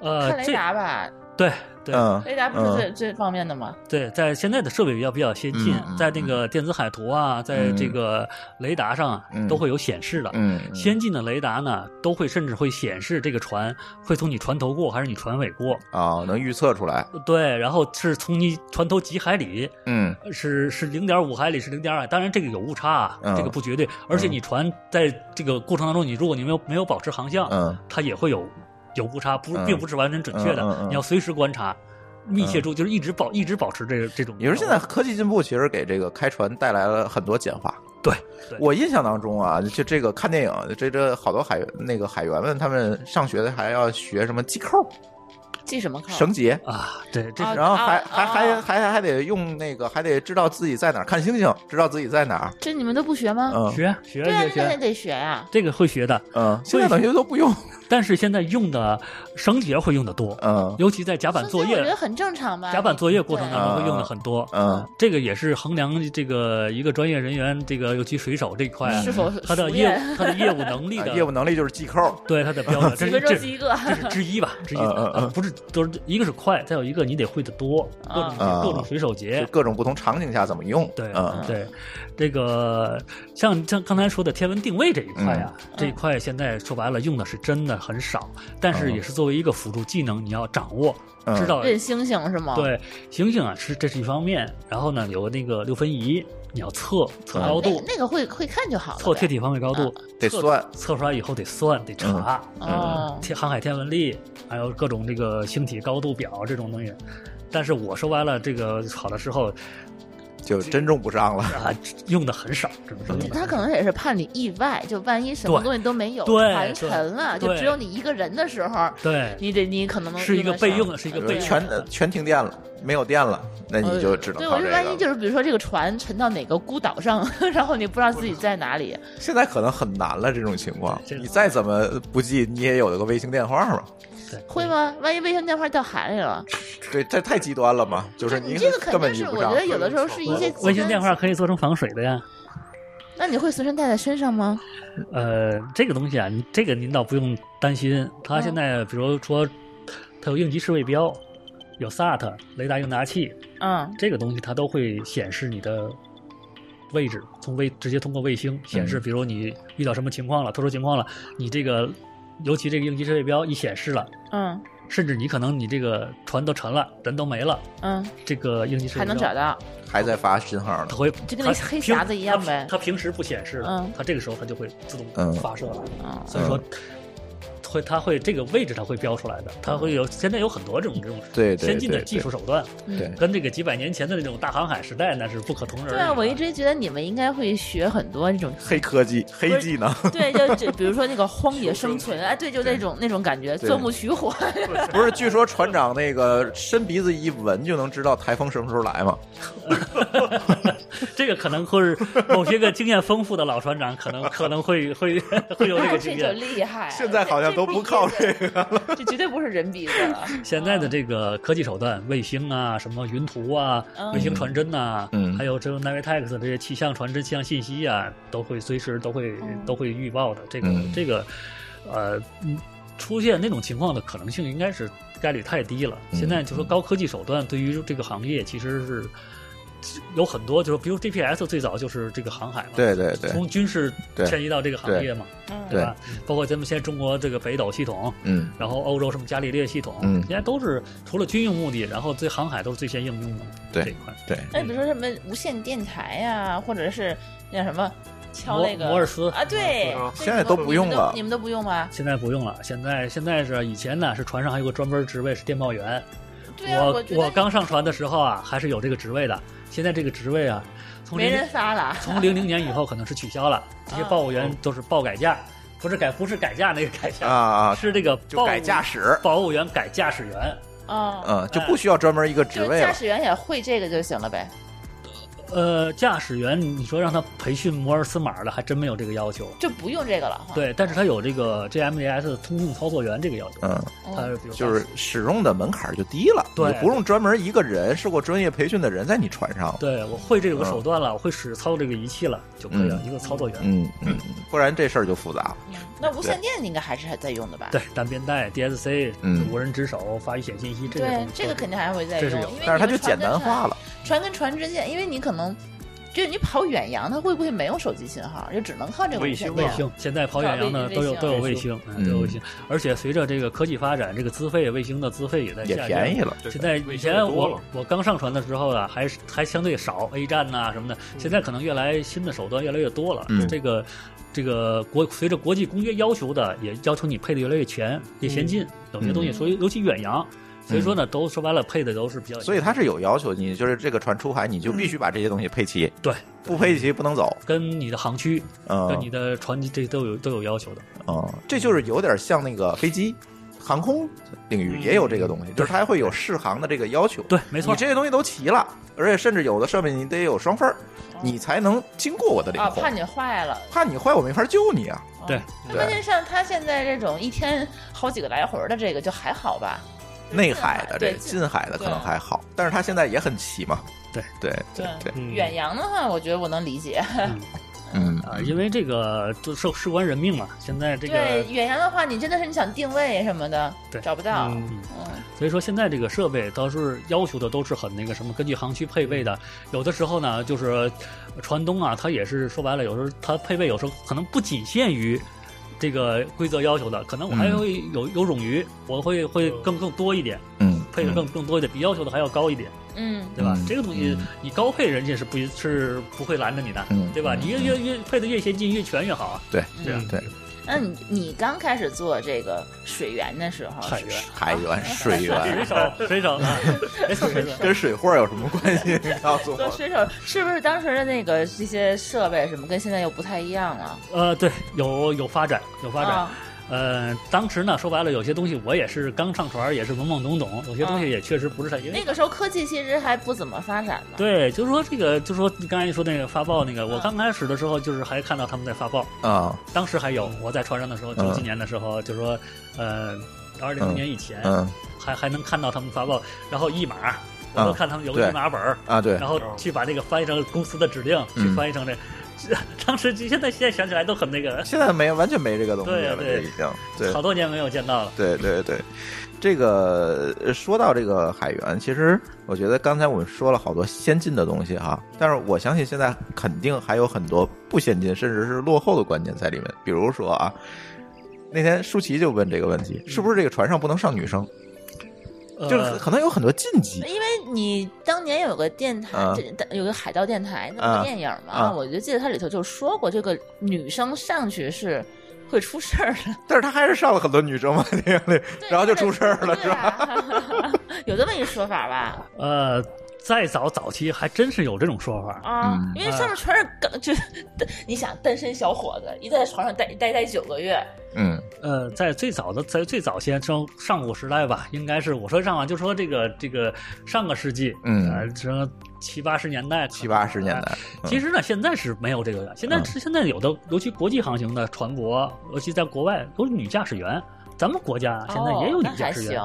Speaker 2: 呃
Speaker 3: 看，雷
Speaker 2: 这
Speaker 3: 达吧，
Speaker 2: 对对、
Speaker 1: 嗯，
Speaker 5: 雷达不是这这方面的吗？
Speaker 2: 对，在现在的设备比较比较先进，
Speaker 1: 嗯嗯
Speaker 2: 在那个电子海图啊，在这个雷达上啊、
Speaker 1: 嗯
Speaker 2: 都会有显示的。
Speaker 1: 嗯，嗯
Speaker 2: 先进的雷达呢，都会甚至会显示这个船会从你船头过还是你船尾过。
Speaker 1: 哦，能预测出来，
Speaker 2: 对，然后是从你船头几海里，
Speaker 1: 嗯
Speaker 2: 是是零点五海里，是零点二，当然这个有误差啊，
Speaker 1: 嗯
Speaker 2: 这个不绝对。而且你船在这个过程当中，你如果你没有没有保持航向，
Speaker 1: 嗯
Speaker 2: 它也会有有误差，不是
Speaker 1: 嗯
Speaker 2: 并不是完全准
Speaker 1: 嗯
Speaker 2: 确
Speaker 1: 嗯
Speaker 2: 的。
Speaker 1: 嗯
Speaker 2: 你要随时观察，密切注就是一直保一直保持这个这种。
Speaker 1: 你说现在科技进步其实给这个开船带来了很多简化。
Speaker 2: 对对
Speaker 1: 我印象当中啊，就这个看电影，这这好多海那个海员们，他们上学的还要学什么系扣、
Speaker 5: 系什么扣？
Speaker 1: 绳结，
Speaker 2: 啊，对，这
Speaker 5: 啊
Speaker 3: 哦
Speaker 2: 是
Speaker 1: 然后还
Speaker 5: 啊
Speaker 1: 还
Speaker 5: 啊
Speaker 1: 还还还得用那个，还得知道自己在哪儿看星星，知道自己在哪儿。
Speaker 5: 这你们都不学吗？
Speaker 1: 嗯
Speaker 2: 学学
Speaker 3: 对啊
Speaker 2: 学，
Speaker 3: 那也
Speaker 2: 学，
Speaker 3: 得学呀、
Speaker 2: 这个会学的，
Speaker 1: 嗯，现在等于都不用。
Speaker 2: 但是现在用的绳结会用的多，
Speaker 1: 嗯
Speaker 2: 尤其在甲
Speaker 3: 啊。
Speaker 2: 板作
Speaker 3: 我觉
Speaker 2: 业
Speaker 3: 得。很正常吧。
Speaker 2: 甲板作业过程
Speaker 3: 对
Speaker 2: 当中会用的很多，
Speaker 1: 嗯嗯，
Speaker 2: 这个也是衡量这个一个专业人员，这个尤其水手这一块啊，
Speaker 5: 是否
Speaker 2: 他的
Speaker 5: 熟
Speaker 2: 业
Speaker 5: 练
Speaker 2: 务他的业务能力
Speaker 1: 啊
Speaker 2: 的
Speaker 1: 业务能力就是系扣。
Speaker 2: 对他的标准，
Speaker 5: 几
Speaker 2: 这是
Speaker 5: 分
Speaker 2: 这
Speaker 5: 钟
Speaker 2: 是
Speaker 5: 记一个？
Speaker 2: 这是之一吧，之一
Speaker 1: 嗯嗯嗯
Speaker 2: 啊不是都是一个是快，再有一个你得会的多，各种
Speaker 1: 啊
Speaker 2: 各种水手
Speaker 1: 就
Speaker 2: 节。
Speaker 1: 各种不同场景下怎么用。
Speaker 2: 对
Speaker 1: 嗯
Speaker 2: 对，这个像像刚才说的天文定位这一块啊，
Speaker 5: 嗯
Speaker 2: 这一块现在说白了用的是真的很少，但是也是作为一个辅助技能，你要掌握，
Speaker 1: 嗯
Speaker 2: 知道
Speaker 3: 认星星是吗？，
Speaker 2: 对星星啊是这是一方面，然后呢有那个六分仪，你要测测高
Speaker 3: 那
Speaker 2: 度，
Speaker 3: 啊那个会会看就好了呗。啊
Speaker 2: 测天体方位高度，
Speaker 1: 得
Speaker 2: 测
Speaker 1: 算
Speaker 2: 测出来以后得算得查，
Speaker 3: 哦，
Speaker 2: 天航海天文历，还有各种这个星体高度表这种东西。但是我说白了，这个好的时候
Speaker 1: 就真用不上了。
Speaker 2: 啊，用的很少，只能说用的
Speaker 3: 他可能也是怕你意外，就万一什么
Speaker 2: 对
Speaker 3: 东西都没有，
Speaker 2: 对
Speaker 3: 船沉了，
Speaker 2: 对
Speaker 3: 就只有你一个人的时候，
Speaker 2: 对，
Speaker 3: 你得你可能能
Speaker 2: 是一个
Speaker 3: 得
Speaker 2: 备
Speaker 3: 上
Speaker 2: 用的，是一个备
Speaker 1: 对，
Speaker 2: 用的。
Speaker 1: 全全停电了，没有电了，那你就只能
Speaker 3: 呃对，
Speaker 1: 靠
Speaker 3: 我
Speaker 1: 这
Speaker 3: 就
Speaker 1: 个。
Speaker 3: 万一就是比如说这个船沉到哪个孤岛上， 然后你不知道自己在哪里，
Speaker 1: 现在可能很难了，这种情况
Speaker 2: 对这，个
Speaker 1: 你再怎么不济，你也有个卫星电话嘛。
Speaker 2: 对
Speaker 3: 会？吗？万一卫星电话掉海里了，
Speaker 1: 对，这太极端了嘛，就是
Speaker 3: 你
Speaker 1: 你
Speaker 3: 这个肯
Speaker 1: 根
Speaker 3: 定
Speaker 1: 本
Speaker 3: 是，
Speaker 1: 用不
Speaker 3: 我
Speaker 1: 上
Speaker 3: 觉。得有的时候是一些
Speaker 2: 卫星
Speaker 3: 极端
Speaker 2: 电话，可以做成防水的呀。
Speaker 3: 那你会随身带在身上吗？
Speaker 2: 呃，这个东西啊，你这个您倒不用担心。
Speaker 3: 嗯
Speaker 2: 它现在比如说，它有应急示卫标，有 SAT 雷达应答器，
Speaker 3: 嗯，
Speaker 2: 这个东西它都会显示你的位置，从卫直接通过卫星显示，
Speaker 1: 嗯
Speaker 2: 比如你遇到什么情况了，特殊情况了，你这个尤其这个应急设备标一显示了，
Speaker 3: 嗯
Speaker 2: 甚至你可能你这个船都沉了，人都没了，
Speaker 3: 嗯，
Speaker 2: 这个应急设
Speaker 3: 还
Speaker 2: 备标
Speaker 3: 能找到。
Speaker 1: 还在发信号呢
Speaker 2: 它。会
Speaker 3: 就跟那
Speaker 2: 它
Speaker 3: 黑
Speaker 2: 平
Speaker 3: 匣子一样呗
Speaker 2: 它它平时不显示的，
Speaker 3: 嗯
Speaker 2: 它这个时候它就会自
Speaker 1: 嗯
Speaker 2: 动发射了，
Speaker 3: 嗯
Speaker 2: 所以说。会，它会这个位置它会标出来的，它会有现在有很多这种这种
Speaker 1: 对对
Speaker 2: 先进的
Speaker 1: 对
Speaker 2: 技术手段，
Speaker 1: 对，
Speaker 2: 跟这个几百年前的那种大航海时代那是不可同日而语的。
Speaker 3: 对啊，我一直觉得你们应该会学很 多这种，
Speaker 1: 黑科技、黑技能，
Speaker 3: 对，就就比如说那个荒野 生存，哎，对，就那种那种感觉，
Speaker 1: 对
Speaker 3: 钻木取火，
Speaker 1: 不是？ 据说船长那个伸鼻子一闻就能知道台风什么时候来嘛？
Speaker 2: 啊这个可能会是某些个经验丰富的老船长，可能可能会会会有这个
Speaker 3: 那
Speaker 2: 经
Speaker 3: 这就
Speaker 2: 验。
Speaker 3: 厉害。
Speaker 1: 现在好像都不靠这个了。
Speaker 3: 哎 这绝对不是人比的，
Speaker 2: 现在的这个科技手段，卫星啊，什么云图啊，
Speaker 3: 嗯
Speaker 2: 卫星传真呐、
Speaker 1: 嗯
Speaker 2: 还有这种 Navitex 这些气象传真、气象信息啊，都会随时都会都会预报的。这个
Speaker 1: 嗯
Speaker 2: 这个，呃，嗯出现那种情况的可能性应该是概率太低了。
Speaker 1: 嗯
Speaker 2: 现在就说高科技手段对于这个行业其实是。有很多，就是比如 GPS 最早就是这个航海嘛，
Speaker 1: 对对对
Speaker 2: 从军事
Speaker 1: 对
Speaker 2: 迁移到这个行业嘛，
Speaker 1: 对
Speaker 2: 吧？包括咱们现在中国这个北斗系统，
Speaker 1: 嗯
Speaker 2: 然后欧洲什么伽利略系统，
Speaker 1: 嗯
Speaker 2: 现在都是除了军用目的，然后对航海都是最先应用的
Speaker 1: 对
Speaker 2: 这一块。
Speaker 1: 对，
Speaker 3: 哎，比如说什么无线电台呀，或者是那叫什么敲
Speaker 2: 摩
Speaker 3: 那个
Speaker 2: 摩尔斯
Speaker 3: 啊，对
Speaker 4: 摩尔，
Speaker 1: 斯现在都不用了
Speaker 3: 你们都你们都不用吗？
Speaker 2: 现在不用了，现在现在是以前呢是船上还有个专门职位是电报员，
Speaker 3: 对啊，
Speaker 2: 我
Speaker 3: 觉得
Speaker 2: 刚上船的时候啊还是有这个职位的，现在这个职位啊从
Speaker 3: 没
Speaker 2: 零
Speaker 3: 人啊 发了，
Speaker 2: 从零零年以后可能是取消了，这些报务员都是报改价，不是改不是改价那个改价，
Speaker 1: 啊啊，
Speaker 2: 是这个
Speaker 1: 就改驾
Speaker 2: 驶
Speaker 1: 驶，嗯
Speaker 2: 报务员改驾驶员，
Speaker 3: 啊，
Speaker 1: 嗯，就不需要专门一个职
Speaker 3: 就
Speaker 1: 位
Speaker 3: 驾
Speaker 1: 了。
Speaker 3: 驶员也会这个就行了呗。
Speaker 2: 呃，驾驶员，你说让他培训摩尔斯码的，还真没有这个要求。
Speaker 3: 就不用这个了哈。
Speaker 2: 对，但是他有这个 GMDS 的通用操作员这个要求，
Speaker 1: 嗯，
Speaker 3: 嗯，
Speaker 2: 他比如
Speaker 1: 就是使用的门槛就低了，
Speaker 2: 对
Speaker 1: 你不用专门一个人受过专业培训的人在你船上，
Speaker 2: 对我会这
Speaker 1: 嗯
Speaker 2: 个手段了，我会使操作这个仪器了就可以了，
Speaker 1: 嗯
Speaker 2: 一个操作员。
Speaker 1: 嗯嗯，嗯不然这事儿就复杂了。
Speaker 3: 那无线电应该还是还在用的吧？
Speaker 2: 对，单边带、DSC、
Speaker 1: 嗯
Speaker 2: 无人值守、发语显信息，这个
Speaker 3: 对
Speaker 2: 东西，
Speaker 3: 这个肯定还会在
Speaker 2: 这
Speaker 3: 用，
Speaker 2: 是有
Speaker 3: 因为
Speaker 1: 但是它
Speaker 3: 你
Speaker 1: 就
Speaker 3: 们
Speaker 1: 简
Speaker 3: 船
Speaker 1: 单
Speaker 3: 跟
Speaker 1: 化
Speaker 3: 船，
Speaker 1: 了，
Speaker 3: 船跟船之间，因为你可能就是你跑远洋，它会不会没有手机信号，就只能靠这个无
Speaker 4: 卫
Speaker 3: 线
Speaker 4: 星
Speaker 2: 卫
Speaker 3: 电哦
Speaker 4: 嘛？
Speaker 2: 星现在跑远洋的
Speaker 3: 卫
Speaker 2: 都有
Speaker 3: 卫星
Speaker 2: 都有卫
Speaker 4: 卫
Speaker 2: 星
Speaker 4: 星，
Speaker 2: 嗯都有卫
Speaker 1: 嗯
Speaker 2: 星，而且随着这个科技发展，这个资费卫星的资费也在
Speaker 1: 也
Speaker 2: 下降。
Speaker 1: 便宜了。
Speaker 4: 对
Speaker 2: 现在
Speaker 4: 卫
Speaker 2: 以
Speaker 4: 星
Speaker 2: 前
Speaker 4: 也多
Speaker 2: 我
Speaker 4: 了
Speaker 2: 我刚上船的时候啊，还是还相对少 A 站呐、什么
Speaker 4: 嗯
Speaker 2: 的，现在可能越来新的手段越来越多了。
Speaker 1: 嗯
Speaker 2: 这个这个国随着国际公约要求的，也要求你配的越来越全、越先进，有些东西，
Speaker 3: 嗯
Speaker 2: 所以尤其远洋，所以说呢，都说白了配的都是比较，
Speaker 1: 嗯所以它是有要求，你就是这个船出海，你就必须把这些东西配齐，
Speaker 2: 对
Speaker 1: 不配齐不能走。
Speaker 2: 跟你的航区、跟你
Speaker 1: 嗯
Speaker 2: 的船级这都有都有要求的。
Speaker 1: 嗯，这就是有点像那个飞机。航空领域也有这个东西，就是它会有适航的这个要求。
Speaker 2: 嗯对，没错
Speaker 1: 你，这些东西都齐了，而且甚至有的设备你得有双份儿，
Speaker 2: 哦
Speaker 1: 你才能经过我的领
Speaker 3: 啊，
Speaker 1: 空。
Speaker 3: 怕你坏了。
Speaker 1: 怕你坏，我没法救你啊。
Speaker 2: 对
Speaker 3: 啊那
Speaker 1: 对
Speaker 3: 关键像他现在这种一天好几个来回儿的，这个就还好吧？
Speaker 1: 内海的这
Speaker 3: 对
Speaker 1: 个近海的可能还好，但是它现在也很齐嘛。
Speaker 2: 对
Speaker 1: 对对对，
Speaker 3: 对
Speaker 2: 嗯
Speaker 3: 远洋的话，我觉得我能理解。
Speaker 2: 嗯
Speaker 1: 嗯
Speaker 2: 啊，因为这个就事事关人命嘛，现在这个
Speaker 3: 对远洋的话，你真的是你想定位什么的
Speaker 2: 对，
Speaker 3: 找不到。
Speaker 4: 嗯
Speaker 2: 嗯
Speaker 3: 嗯，
Speaker 2: 所以说现在这个设备倒是要求的都是很那个什么，根据航区配备的。有的时候呢，就是呃船东啊，他也是说白了，有时候他配备有时候可能不仅限于这个规则要求的，可能我还
Speaker 1: 嗯
Speaker 2: 会有有冗余，我会会更更多一点，
Speaker 1: 嗯，
Speaker 2: 配的更更多一点，比要求的还要高一点，
Speaker 3: 嗯，
Speaker 2: 对吧？
Speaker 1: 嗯
Speaker 2: 这个东西
Speaker 1: 嗯
Speaker 2: 你高配人家是不是不会拦着你的，
Speaker 1: 嗯
Speaker 2: 对吧？
Speaker 1: 嗯
Speaker 2: 你越越越配的越先进越全越好啊，
Speaker 1: 对
Speaker 2: 对啊
Speaker 4: 嗯
Speaker 1: 对，
Speaker 3: 那你你刚开始做这个水源的时候，
Speaker 2: 海员
Speaker 1: 海员、水
Speaker 2: 水
Speaker 1: 员
Speaker 2: 手水手 啊，没错没错。
Speaker 1: 跟水货有什么关系？你告诉
Speaker 3: 做
Speaker 1: 我。
Speaker 3: 水手是不是当时的那个这些设备什么跟现在又不太一样了？
Speaker 2: 呃，对，有有发展有发展。
Speaker 3: 啊
Speaker 2: 呃，当时呢，说白了，有些东西我也是刚上船，也是懵懵懂懂，有些
Speaker 1: 啊
Speaker 2: 东西也确实不是太因为。
Speaker 3: 那个时候科技其实还不怎么发展嘛。
Speaker 2: 对，就是说这个，就是说你刚才说那个发报那个，我
Speaker 3: 嗯
Speaker 2: 刚开始的时候就是还看到他们在发报，
Speaker 1: 啊，
Speaker 2: 当时还有我在船上的时候，
Speaker 1: 嗯
Speaker 2: 九七年的时候，就说，呃，二零
Speaker 1: 嗯
Speaker 2: 年以前
Speaker 1: 嗯
Speaker 2: 还还能看到他们发报，然后一码，我都
Speaker 1: 嗯
Speaker 2: 看他们有
Speaker 1: 对
Speaker 2: 个一码本儿，
Speaker 1: 啊，对
Speaker 2: 然，后去把那个翻译成公司的指令，去
Speaker 1: 嗯
Speaker 2: 翻译成这， 当时现在现在想起来都很那个，
Speaker 1: 现在没完全没这个东西了，这
Speaker 2: 对对
Speaker 1: 已经对
Speaker 2: 好多年没有见到了。
Speaker 1: 对对对，这个呃说到这个海员，其实我觉得刚才我们说了好多先进的东西哈，但是我相信现在肯定还有很多不先进，甚至是落后的观念在里面。比如说啊，那天舒淇就问这个问题，是不是这个船上不能上女生？
Speaker 2: 呃
Speaker 1: 就是可能有很多禁忌
Speaker 3: 因为你当年有个电台，
Speaker 1: 啊
Speaker 3: 这有个海盗电台那
Speaker 1: 啊
Speaker 3: 个电影嘛，
Speaker 1: 啊
Speaker 3: 我就记得它里头就说过，这个女生上去是会出事儿 的，
Speaker 1: 但是他还是上了很多女生嘛， 那个里，然后就出事儿了，是
Speaker 3: 对
Speaker 1: 吧？
Speaker 3: 吧？ 有这么一说法吧？
Speaker 2: 呃，再早早期还真是有这种说法。
Speaker 3: 啊，
Speaker 1: 嗯
Speaker 3: 因为上面全是梗，就是你想单身小伙子一在床上待待待九个月，
Speaker 1: 嗯
Speaker 2: 呃，在最早的在最早先上上古时代吧，应该是我说上啊，就说这个这个上个世纪，
Speaker 1: 嗯
Speaker 2: 呃，这七八十年代，呃
Speaker 1: 七八十年代。嗯
Speaker 2: 其实呢，现在是没有这个的。现在、
Speaker 1: 嗯
Speaker 2: 现在有的，尤其国际航行的船舶，尤其在国外都是女驾驶员。咱们国家现在也有
Speaker 3: 哦
Speaker 2: 女
Speaker 3: 那
Speaker 2: 驾
Speaker 3: 还
Speaker 2: 驶
Speaker 3: 行
Speaker 2: 员、，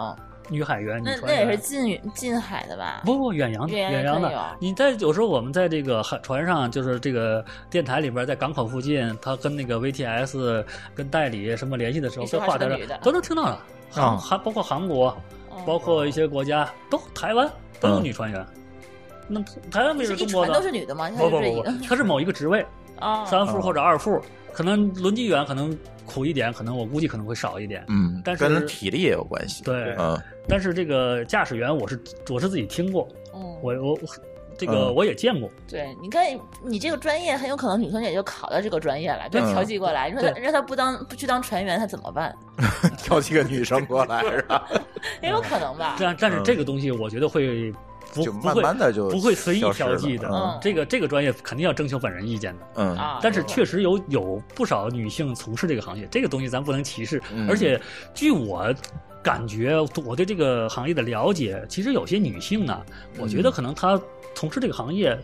Speaker 2: 女海员、女
Speaker 3: 那那
Speaker 2: 船
Speaker 3: 也是
Speaker 2: 员。
Speaker 3: 近近海的吧？
Speaker 2: 不不，远洋的，
Speaker 3: 远洋
Speaker 2: 远洋
Speaker 3: 也可以
Speaker 2: 的
Speaker 3: 哦。
Speaker 2: 你在有时候我们在这个海船上，就是这个电台里边，在港口附近，他跟那个 VTS、跟代理什么联系的时候，
Speaker 3: 你
Speaker 2: 在
Speaker 3: 说
Speaker 2: 话
Speaker 3: 话
Speaker 2: 台
Speaker 3: 是个
Speaker 2: 上
Speaker 3: 女的
Speaker 2: 都能听到了。
Speaker 1: 嗯
Speaker 2: 韩韩包括韩国，
Speaker 3: 嗯
Speaker 2: 包括一些国家，都台
Speaker 1: 嗯
Speaker 2: 湾都有女船员。那台湾为什
Speaker 3: 是
Speaker 2: 么
Speaker 3: 一
Speaker 2: 中国
Speaker 3: 船
Speaker 2: 的
Speaker 3: 都？是女的吗？你看
Speaker 2: 不不
Speaker 3: 就这一
Speaker 2: 不
Speaker 3: 个
Speaker 2: 不，它是某一个职位，
Speaker 3: 啊，
Speaker 2: 三
Speaker 1: 嗯
Speaker 2: 副或者二副，可能轮机员可能苦一点，可能我估计可能会少一点。
Speaker 1: 嗯，
Speaker 2: 但是
Speaker 1: 跟体力也有关系。
Speaker 2: 对，
Speaker 1: 嗯
Speaker 2: 但是这个驾驶员我是我是自己听过，
Speaker 3: 嗯
Speaker 2: 我我我这个
Speaker 1: 嗯
Speaker 2: 我也见过，
Speaker 3: 对，你看你这个专业，很有可能女生也就考到这个专业来，就
Speaker 1: 嗯
Speaker 3: 调剂过来。你说她
Speaker 2: 对
Speaker 3: 让她不当不去当船员，她怎么办？
Speaker 1: 挑几个女生过来是吧？
Speaker 3: 也有可能吧。
Speaker 2: 但但是
Speaker 1: 嗯
Speaker 2: 这个东西我觉得会不
Speaker 1: 就
Speaker 2: 不
Speaker 1: 慢
Speaker 2: 会
Speaker 1: 慢的就
Speaker 2: 不会随意
Speaker 1: 消失
Speaker 2: 调剂
Speaker 1: 了
Speaker 2: 的
Speaker 1: 嗯
Speaker 3: 嗯
Speaker 2: 这个这个专业肯定要征求本人意见的。
Speaker 1: 嗯
Speaker 3: 啊，
Speaker 2: 但是
Speaker 3: 有可
Speaker 2: 确实有有不少女性从事这个行业，这个东西咱不能歧视。
Speaker 1: 嗯
Speaker 2: 而且据我感觉，我对这
Speaker 1: 嗯
Speaker 2: 个行业的了解，其实有些女性呢，我觉得可能她从事这个行业。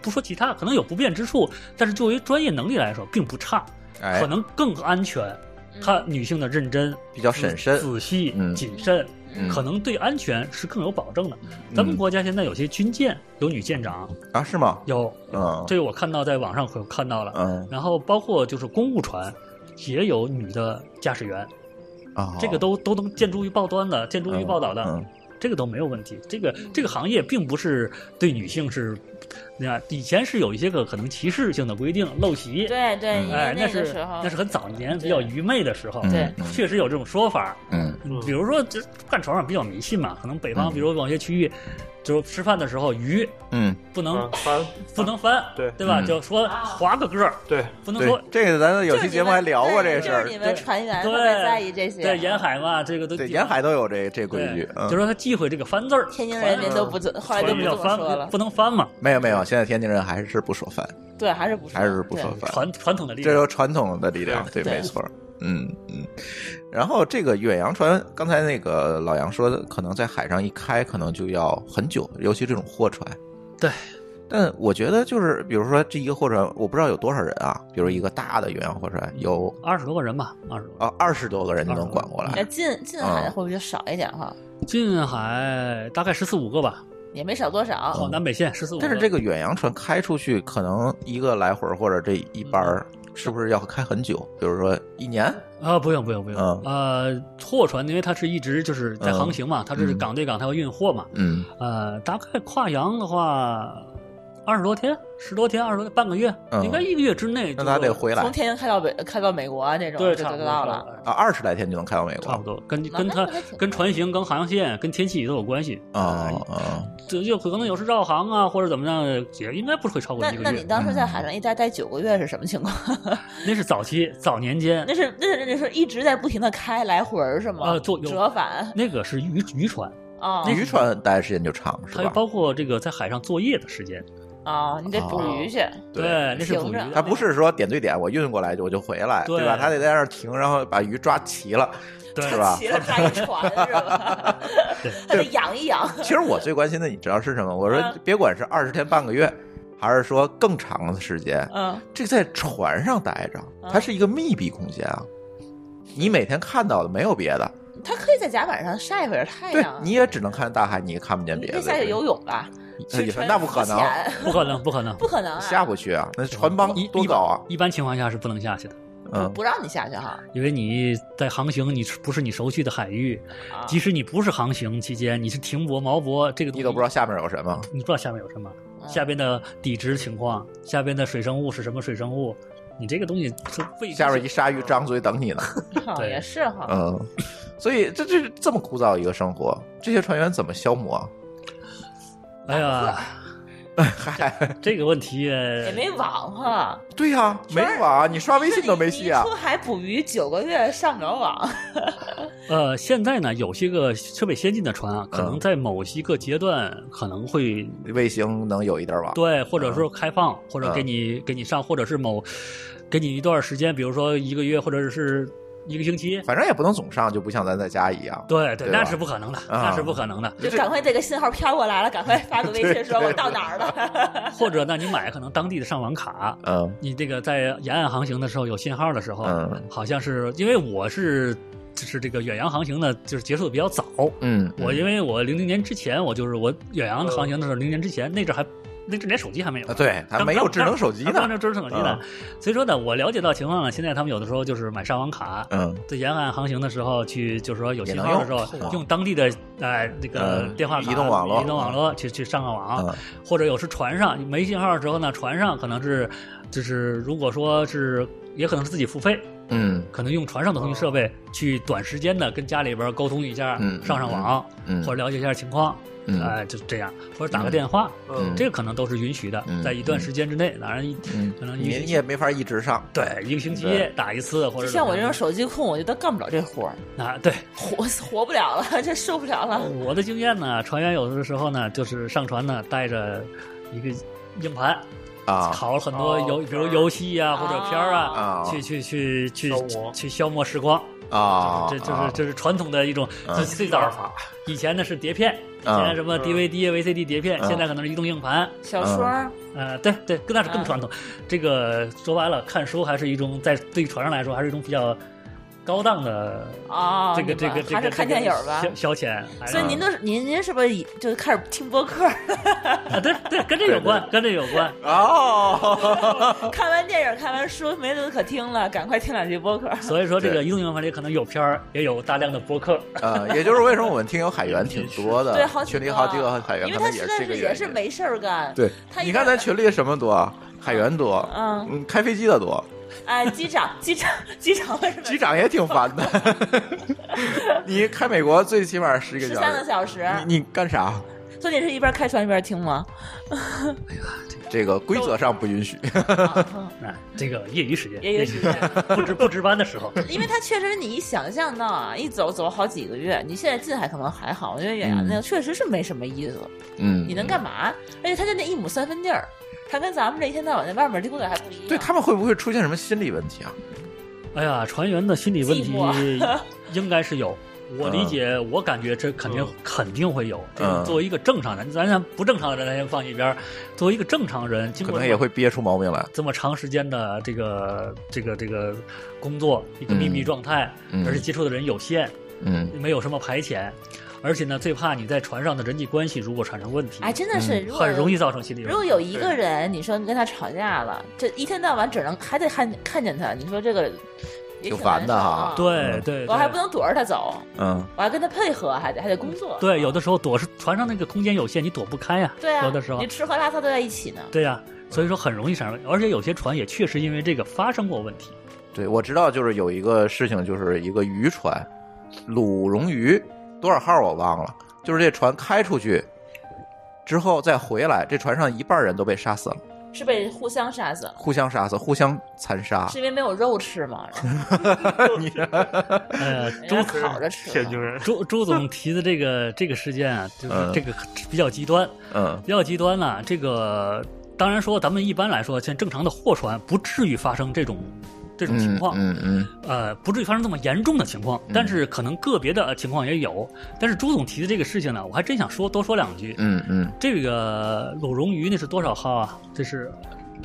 Speaker 2: 不说其他，可能有不便之处，但是作为专业能力来说，并不差，
Speaker 1: 哎
Speaker 2: 可，能更安全。她女性的认真、
Speaker 1: 比较审慎
Speaker 2: 仔细
Speaker 1: 嗯、
Speaker 2: 谨慎，
Speaker 1: 嗯
Speaker 2: 可能对安全是更有保证的。
Speaker 1: 嗯
Speaker 2: 咱们国家现在有些军舰有女舰长，
Speaker 1: 啊是吗？
Speaker 2: 有，
Speaker 1: 嗯
Speaker 2: 这个我看到在网上可看到了。
Speaker 1: 嗯
Speaker 2: 然后包括就是公务船，也有女的驾驶员，
Speaker 1: 啊，
Speaker 2: 这个都都能见诸于报端的，见诸于
Speaker 1: 嗯
Speaker 2: 报道的，
Speaker 1: 嗯
Speaker 2: 这个都没有问题。这个这个行业并不是对女性是，那样以前是有一些个可能歧视性的规定，陋习，
Speaker 3: 对对，
Speaker 1: 嗯
Speaker 3: 因
Speaker 2: 哎
Speaker 3: 为，
Speaker 2: 那
Speaker 3: 个
Speaker 2: 是
Speaker 3: 时候
Speaker 2: 那是很早年比较愚昧的时候，
Speaker 1: 对
Speaker 2: 确实有这种说法。
Speaker 1: 嗯
Speaker 2: 比如说，这干船上比较迷信嘛，可能北方，
Speaker 1: 嗯
Speaker 2: 比如某些区域，就是吃饭的时候鱼
Speaker 1: 嗯，
Speaker 2: 不能、
Speaker 4: 啊翻
Speaker 2: 不能翻，
Speaker 4: 对
Speaker 2: 对吧？
Speaker 1: 嗯
Speaker 2: 就说划个个儿，
Speaker 4: 对，
Speaker 2: 不能说
Speaker 1: 对，这个咱有期节目还聊过这个事
Speaker 3: 就
Speaker 1: 儿
Speaker 3: 是，你们船员特
Speaker 2: 对
Speaker 3: 别在意这些，啊
Speaker 2: 对沿海嘛，这个都
Speaker 1: 对沿海都有这这规
Speaker 2: 对
Speaker 1: 矩，嗯
Speaker 2: 就。说他忌讳这个翻字儿，
Speaker 3: 天津人民都不这，后来就
Speaker 2: 船
Speaker 3: 不
Speaker 2: 比
Speaker 3: 这
Speaker 2: 较
Speaker 3: 么
Speaker 2: 翻
Speaker 3: 说了，
Speaker 2: 不能翻嘛，
Speaker 1: 没有没有，现在天津人还是不说饭，
Speaker 3: 对，还是不说，
Speaker 1: 还是不说
Speaker 3: 对
Speaker 1: 饭。
Speaker 2: 传传统的力
Speaker 1: 这
Speaker 2: 量
Speaker 1: 有。传统的力量，对，
Speaker 3: 对
Speaker 1: 没错。嗯嗯，然后这个远洋船，刚才那个老杨说的，可能在海上一开，可能就要很久，尤其这种货船。
Speaker 2: 对，
Speaker 1: 但我觉得就是，比如说这一个货船，我不知道有多少人啊，比如一个大的远洋货船有
Speaker 2: 二十多个人吧，二十多个。
Speaker 1: 啊二十多个人就能管过
Speaker 3: 那
Speaker 1: 来，
Speaker 3: 哎近近海的
Speaker 1: 嗯
Speaker 3: 会不会就少一点哈？
Speaker 2: 近海大概十四五个吧，
Speaker 3: 也没少多少
Speaker 1: 嗯
Speaker 2: 哦，，南北线十四五。
Speaker 1: 但是这个远洋船开出去，可能一个来回或者这一班儿是不是要开很久？比如说一年，
Speaker 2: 啊，不用不用不用，
Speaker 1: 嗯
Speaker 2: 呃，货船因为它是一直就是在
Speaker 1: 嗯
Speaker 2: 航行嘛，它是
Speaker 1: 嗯
Speaker 2: 港对港，它要运货嘛，
Speaker 1: 嗯，
Speaker 2: 呃，大概跨洋的话，二十多天、十多天、二十多天半个月，
Speaker 1: 嗯
Speaker 2: 应该一个月之内就
Speaker 1: 那他得回来
Speaker 3: 从天津开到北开到美国啊这种
Speaker 2: 对，
Speaker 3: 就
Speaker 2: 差不
Speaker 3: 就
Speaker 2: 多
Speaker 3: 到
Speaker 2: 差不
Speaker 3: 了，
Speaker 2: 多
Speaker 1: 啊，二十来天就能开到美国，哦
Speaker 2: 差不多，跟
Speaker 3: 那
Speaker 2: 跟它
Speaker 3: 那还挺
Speaker 2: 跟船型、跟航线、跟天气都有关系
Speaker 1: 啊
Speaker 2: 呃
Speaker 1: 啊，
Speaker 2: 这就可能有时绕航啊，或者怎么样，也应该不会超过
Speaker 3: 那
Speaker 2: 一
Speaker 3: 那
Speaker 2: 个
Speaker 3: 你
Speaker 2: 月。
Speaker 3: 当时
Speaker 1: 嗯
Speaker 3: 在海上一待待九个月是什么情况？
Speaker 2: 那是早期早年间
Speaker 3: 那，是那是那是一直在不停的开来回儿是吗？
Speaker 2: 呃做有
Speaker 3: 折返
Speaker 2: 那个是渔渔船，
Speaker 3: 啊
Speaker 1: 渔船待的时间就长，是
Speaker 2: 它
Speaker 1: 吧？
Speaker 2: 包括这个在海上作业的时间，
Speaker 3: 啊，你得捕
Speaker 1: 哦
Speaker 3: 鱼去，
Speaker 2: 对，那是捕
Speaker 3: 停
Speaker 2: 鱼
Speaker 3: 着。
Speaker 1: 它不是说点对点，我运过来就我就回来，
Speaker 2: 对
Speaker 1: 对吧？它得在那儿停，然后把鱼抓齐了。
Speaker 2: 对
Speaker 1: 是吧
Speaker 3: 骑了他一船是 吧？
Speaker 2: 对
Speaker 3: 他得养一养，
Speaker 1: 其实我最关心的，你知道是什么？我说
Speaker 3: 嗯
Speaker 1: 别管是二十天半个月，还是说更长的时间，
Speaker 3: 嗯，
Speaker 1: 这在船上待着，它是一个密闭空间啊。你每天看到的没有别的，
Speaker 3: 他可以在甲板上晒着太
Speaker 1: 对
Speaker 3: 阳啊，，
Speaker 1: 你也只能看大海，你也看不见
Speaker 3: 你
Speaker 1: 别
Speaker 3: 可
Speaker 1: 的。呃
Speaker 3: 以下去游泳吧？
Speaker 1: 也
Speaker 3: 去船
Speaker 1: 那不可能
Speaker 3: 浮，潜
Speaker 2: 不可能，不可能，
Speaker 3: 不可能啊，
Speaker 1: 下不去啊！那船帮
Speaker 2: 一
Speaker 1: 多
Speaker 2: 一般
Speaker 1: 高啊？
Speaker 2: 一般情况下是不能下去的，
Speaker 3: 不
Speaker 1: 嗯，
Speaker 3: 不让你下 去哈。
Speaker 2: 因为你在航行，你是不是你熟悉的海域，
Speaker 3: 啊
Speaker 2: 即使你不是航行期间，你是停泊、锚泊，这个东西
Speaker 1: 你都不知道，下面有什么。
Speaker 2: 你不知道下面有什么，
Speaker 3: 嗯
Speaker 2: 下边的底质情况，下边的水生物是什么水生物，你这个东西是未
Speaker 1: 下面一鲨鱼张嘴等你 呢。
Speaker 3: 哈
Speaker 2: 对
Speaker 3: 也是哈，
Speaker 1: 嗯，所以这这这么枯燥一个生活，这些船员怎么消磨啊？
Speaker 2: 哎呀，
Speaker 1: 嗨，
Speaker 2: 这个问题呃
Speaker 3: 也没网哈，
Speaker 1: 对呀、没网，啊你刷微信都没戏啊
Speaker 3: 是你你一出海捕鱼九个月上不了网，
Speaker 2: 呃，现在呢，有些个设备先进的船啊，可能
Speaker 1: 嗯
Speaker 2: 在某一个阶段可能会
Speaker 1: 卫星能有一点网，
Speaker 2: 对，或者说开放，或
Speaker 1: 嗯
Speaker 2: 者给你给你上，或者是某给你一段时间，比如说一个月或者是一个星期。
Speaker 1: 反正也不能总上，就不像咱在家一样。
Speaker 2: 对对，
Speaker 1: 对吧
Speaker 2: 那是不可能的，
Speaker 1: 啊
Speaker 2: 那是不可能的。
Speaker 3: 就赶快这个信号飘过来 了，赶快发个微信说我到哪儿了。
Speaker 2: 或者呢，你买可能当地的上网卡，
Speaker 1: 嗯
Speaker 2: 你这个在沿岸航行的时候有信号的时候，
Speaker 1: 嗯
Speaker 2: 好像是因为我是就是这个远洋航行呢，就是结束的比较早。
Speaker 1: 嗯，
Speaker 2: 我因为我零零年之前，我就是我远洋
Speaker 4: 嗯
Speaker 2: 航行的时候，零年之前那阵儿还那阵儿连手机还没有
Speaker 1: 啊，。对，他
Speaker 2: 刚
Speaker 1: 没有智能手机
Speaker 2: 刚
Speaker 1: 呢
Speaker 2: 刚。这智能手机呢，所以说呢，我了解到情况呢，现在他们有的时候就是买上网卡，
Speaker 1: 嗯，
Speaker 2: 在沿岸航行的时候去，就是说有信
Speaker 1: 也
Speaker 2: 号
Speaker 1: 能
Speaker 2: 的时候
Speaker 1: 用嗯，
Speaker 2: 用当地的呃那个
Speaker 1: 嗯
Speaker 2: 电话卡、
Speaker 1: 移动网络啊
Speaker 2: 移动网络去去上个网，
Speaker 1: 嗯
Speaker 2: 或者有时船上没信号的时候呢，船上可能是就是如果说是也可能是自己付费，
Speaker 1: 嗯
Speaker 2: 可能用船上的通讯设备去短时间的跟家里边沟通一下，
Speaker 1: 哦嗯
Speaker 2: 上上网、
Speaker 1: 嗯，
Speaker 2: 或者了解一下情况，
Speaker 1: 嗯
Speaker 2: 哎、就这样，或者打个电话，
Speaker 1: 嗯
Speaker 2: 这个可能都是允许的，
Speaker 1: 嗯
Speaker 2: 在一段时间之内，当然一
Speaker 1: 嗯
Speaker 2: 可能一
Speaker 1: 你
Speaker 2: 个星
Speaker 1: 你
Speaker 2: 期
Speaker 1: 也没法一直上。
Speaker 2: 对一个星期
Speaker 1: 对
Speaker 2: 打一次，或者
Speaker 3: 就像我这种
Speaker 2: 怎
Speaker 3: 手机控，我觉得干不了这活儿，
Speaker 2: 么样啊，对。
Speaker 3: 活活不了了，这受不了了。
Speaker 1: 嗯
Speaker 2: 我的经验呢，船员有的时候呢，就是上船呢带着一个硬盘，
Speaker 1: 啊
Speaker 2: 拷了很多
Speaker 4: 哦
Speaker 2: 游，比如游戏啊或者片儿啊，
Speaker 1: 啊
Speaker 2: 去去去去
Speaker 4: 消磨
Speaker 2: 去消磨时光。
Speaker 1: 啊，
Speaker 2: 这这
Speaker 1: 啊
Speaker 2: 是这是传统的一种
Speaker 1: 嗯
Speaker 2: 最最早法，以前呢是碟片，以
Speaker 1: 嗯
Speaker 2: 前呢什么 DVD、VCD 碟片，
Speaker 1: 嗯
Speaker 2: 现在可能是移动硬盘。
Speaker 3: 小说儿，
Speaker 2: 呃，对对，更那是更传统。这个说白了，看书还是一种在对船上来说还是一种比较高档的
Speaker 1: 嗯
Speaker 3: 哦，
Speaker 2: 这个这
Speaker 3: 明白
Speaker 2: 个这个
Speaker 3: 还是看
Speaker 2: 这个
Speaker 3: 电影儿吧。
Speaker 2: 消消遣。啊还是
Speaker 3: 所以您都是您您是不是已就开始听播客？
Speaker 2: 啊，对对，跟这有关，跟这有关。
Speaker 1: 哦，
Speaker 3: 看完电影，看完书，没得可听了，赶快听两句播客。
Speaker 2: 所以说，这个
Speaker 1: 对
Speaker 2: 移动硬盘里可能有片儿，也有大量的播客。
Speaker 1: 呃，也就是为什么我们听友海员挺多的，
Speaker 3: 对，好几
Speaker 1: 群里
Speaker 3: 个
Speaker 1: 好几个海员，
Speaker 3: 因
Speaker 1: 可
Speaker 3: 为
Speaker 1: 能
Speaker 3: 他
Speaker 1: 也
Speaker 3: 实
Speaker 1: 是
Speaker 3: 在
Speaker 1: 这个
Speaker 3: 是
Speaker 1: 原
Speaker 3: 也
Speaker 1: 因
Speaker 3: 是没事儿干。
Speaker 1: 对
Speaker 3: 他，一
Speaker 1: 你看
Speaker 3: 般
Speaker 1: 咱群里什么多，啊海员多，
Speaker 3: 嗯
Speaker 1: 嗯，开飞机的多，
Speaker 3: 哎，机长，机长，机长为什么？
Speaker 1: 机长也挺烦的。 你开美国最起码十一
Speaker 3: 十
Speaker 1: 个小
Speaker 3: 三个
Speaker 1: 时，
Speaker 3: 小时，
Speaker 1: 你你干啥？
Speaker 3: 所以你是一边开船一边听 吗？
Speaker 1: 这个规则上不允许。
Speaker 2: 啊，这个业余时间，
Speaker 3: 嗯也有时间，
Speaker 2: 不值不值班的时 候，
Speaker 3: 因为它确实你一想象到啊，一走走好几个月。你现在近海可能还好，因为远洋那个确实是没什么意思，
Speaker 1: 嗯，
Speaker 3: 你能干嘛？而且它就那一亩三分地儿，它跟咱们这一天到晚在外面溜达还不一样。
Speaker 1: 对
Speaker 2: 啊
Speaker 1: 他们会不会出现什么心理问题啊？
Speaker 2: 哎呀，船员的心理问题
Speaker 3: 寂啊
Speaker 2: 应该 是有。我理解，我感觉这肯定
Speaker 4: 嗯
Speaker 2: 肯定会有。这
Speaker 1: 嗯
Speaker 2: 种作为一个正常人，咱咱不正常的人咱先放一边儿，作为一个正常人，经
Speaker 1: 可
Speaker 2: 过
Speaker 1: 能也会憋出毛病来。
Speaker 2: 这么长时间的这个这个这个工作，一个
Speaker 1: 嗯
Speaker 2: 秘密状态，
Speaker 1: 嗯
Speaker 2: 而且接触的人有限，
Speaker 1: 嗯，
Speaker 2: 没有什么排遣，而且呢，最怕你在船上的人际关系如果产生问题，
Speaker 3: 哎，真的是，如果
Speaker 2: 嗯很容易造成心理
Speaker 3: 如
Speaker 2: 问
Speaker 3: 果
Speaker 2: 题。
Speaker 3: 有一个人，你说你跟他吵架了，这一天到晚只能还得看看见他，你说这个也
Speaker 1: 挺
Speaker 3: 挺
Speaker 1: 烦
Speaker 3: 难
Speaker 1: 的
Speaker 3: 受啊
Speaker 1: 哈
Speaker 2: 对
Speaker 1: 嗯
Speaker 2: 对，
Speaker 3: 我还
Speaker 2: 对
Speaker 3: 不能躲着他走，
Speaker 1: 嗯，
Speaker 3: 我还跟他配合，还得还得工作。
Speaker 2: 对，有的时候躲是船上那个空间有限，你躲不开呀、
Speaker 3: 对啊，
Speaker 2: 有的时候
Speaker 3: 你，吃喝拉撒都在一起呢。
Speaker 2: 对呀、所以说很容易产生问题，而且有些船也确实因为这个发生过问题。
Speaker 1: 对，我知道，就是有一个事情，就是一个渔船，鲁荣渔多少号我忘了，就是这船开出去之后再回来，这船上一半人都被杀死了，
Speaker 3: 是被互相杀死了，
Speaker 1: 互相杀死，互相残
Speaker 2: 啊
Speaker 1: 杀
Speaker 3: 是。因为没有肉吃吗？
Speaker 1: 你
Speaker 2: 呃，
Speaker 3: 然
Speaker 2: 朱
Speaker 3: 后烤着吃
Speaker 4: 天
Speaker 3: 嘛。
Speaker 4: 津人，
Speaker 2: 朱朱总提的这个这个事件啊，就是
Speaker 1: 嗯
Speaker 2: 这个比较极端，
Speaker 1: 嗯
Speaker 2: 比较极端了、这个当然说，咱们一般来说，像正常的货船不至于发生这种这种情
Speaker 1: 嗯
Speaker 2: 况，
Speaker 1: 嗯嗯
Speaker 2: 呃，不至于发生这么严重的情况。但是可能个别的呃情况也有。但是朱总提的这个事情呢，我还真想说多说两句。
Speaker 1: 嗯嗯，
Speaker 2: 这个鲁荣鱼那是多少号啊？这是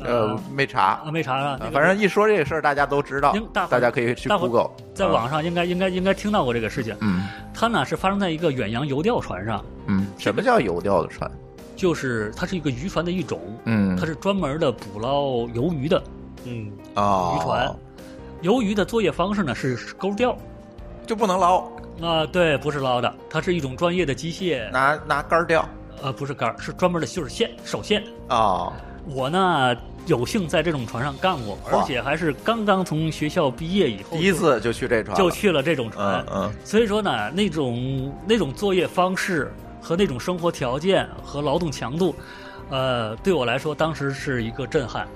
Speaker 1: 呃，没查
Speaker 2: 啊，，没查啊，那
Speaker 1: 啊
Speaker 2: 个
Speaker 1: 反正一说这个事儿，大家都知道
Speaker 2: 应大，伙
Speaker 1: 大家可以去
Speaker 2: 大伙
Speaker 1: Google，
Speaker 2: 在网上应该应该应该听到过这个事情。
Speaker 1: 嗯
Speaker 2: 它呢是发生在一个远洋游钓船上，
Speaker 1: 嗯，什么叫游钓的船？
Speaker 2: 就是它是一个渔船的一种，
Speaker 1: 嗯，
Speaker 2: 它是专门的捕捞鱿鱼的
Speaker 4: 嗯，
Speaker 1: 啊
Speaker 2: 渔船。鱿鱼的作业方式呢是是钩钓。
Speaker 1: 就不能捞，
Speaker 2: 啊、对，不是捞的，它是一种专业的机械，
Speaker 1: 拿拿杆儿钓
Speaker 2: 呃，不是杆儿，是专门的就是线手线。
Speaker 1: 啊，
Speaker 2: 我呢有幸在这种船上干过，
Speaker 1: 哇
Speaker 2: 而且还是刚刚从学校毕业以后，
Speaker 1: 第一次就去这船了，
Speaker 2: 就去了这种
Speaker 1: 嗯。
Speaker 2: 船
Speaker 1: 嗯
Speaker 2: 所以说呢，那种那种作业方式和那种生活条件和劳动强度，呃，对我来说当时是一个震撼。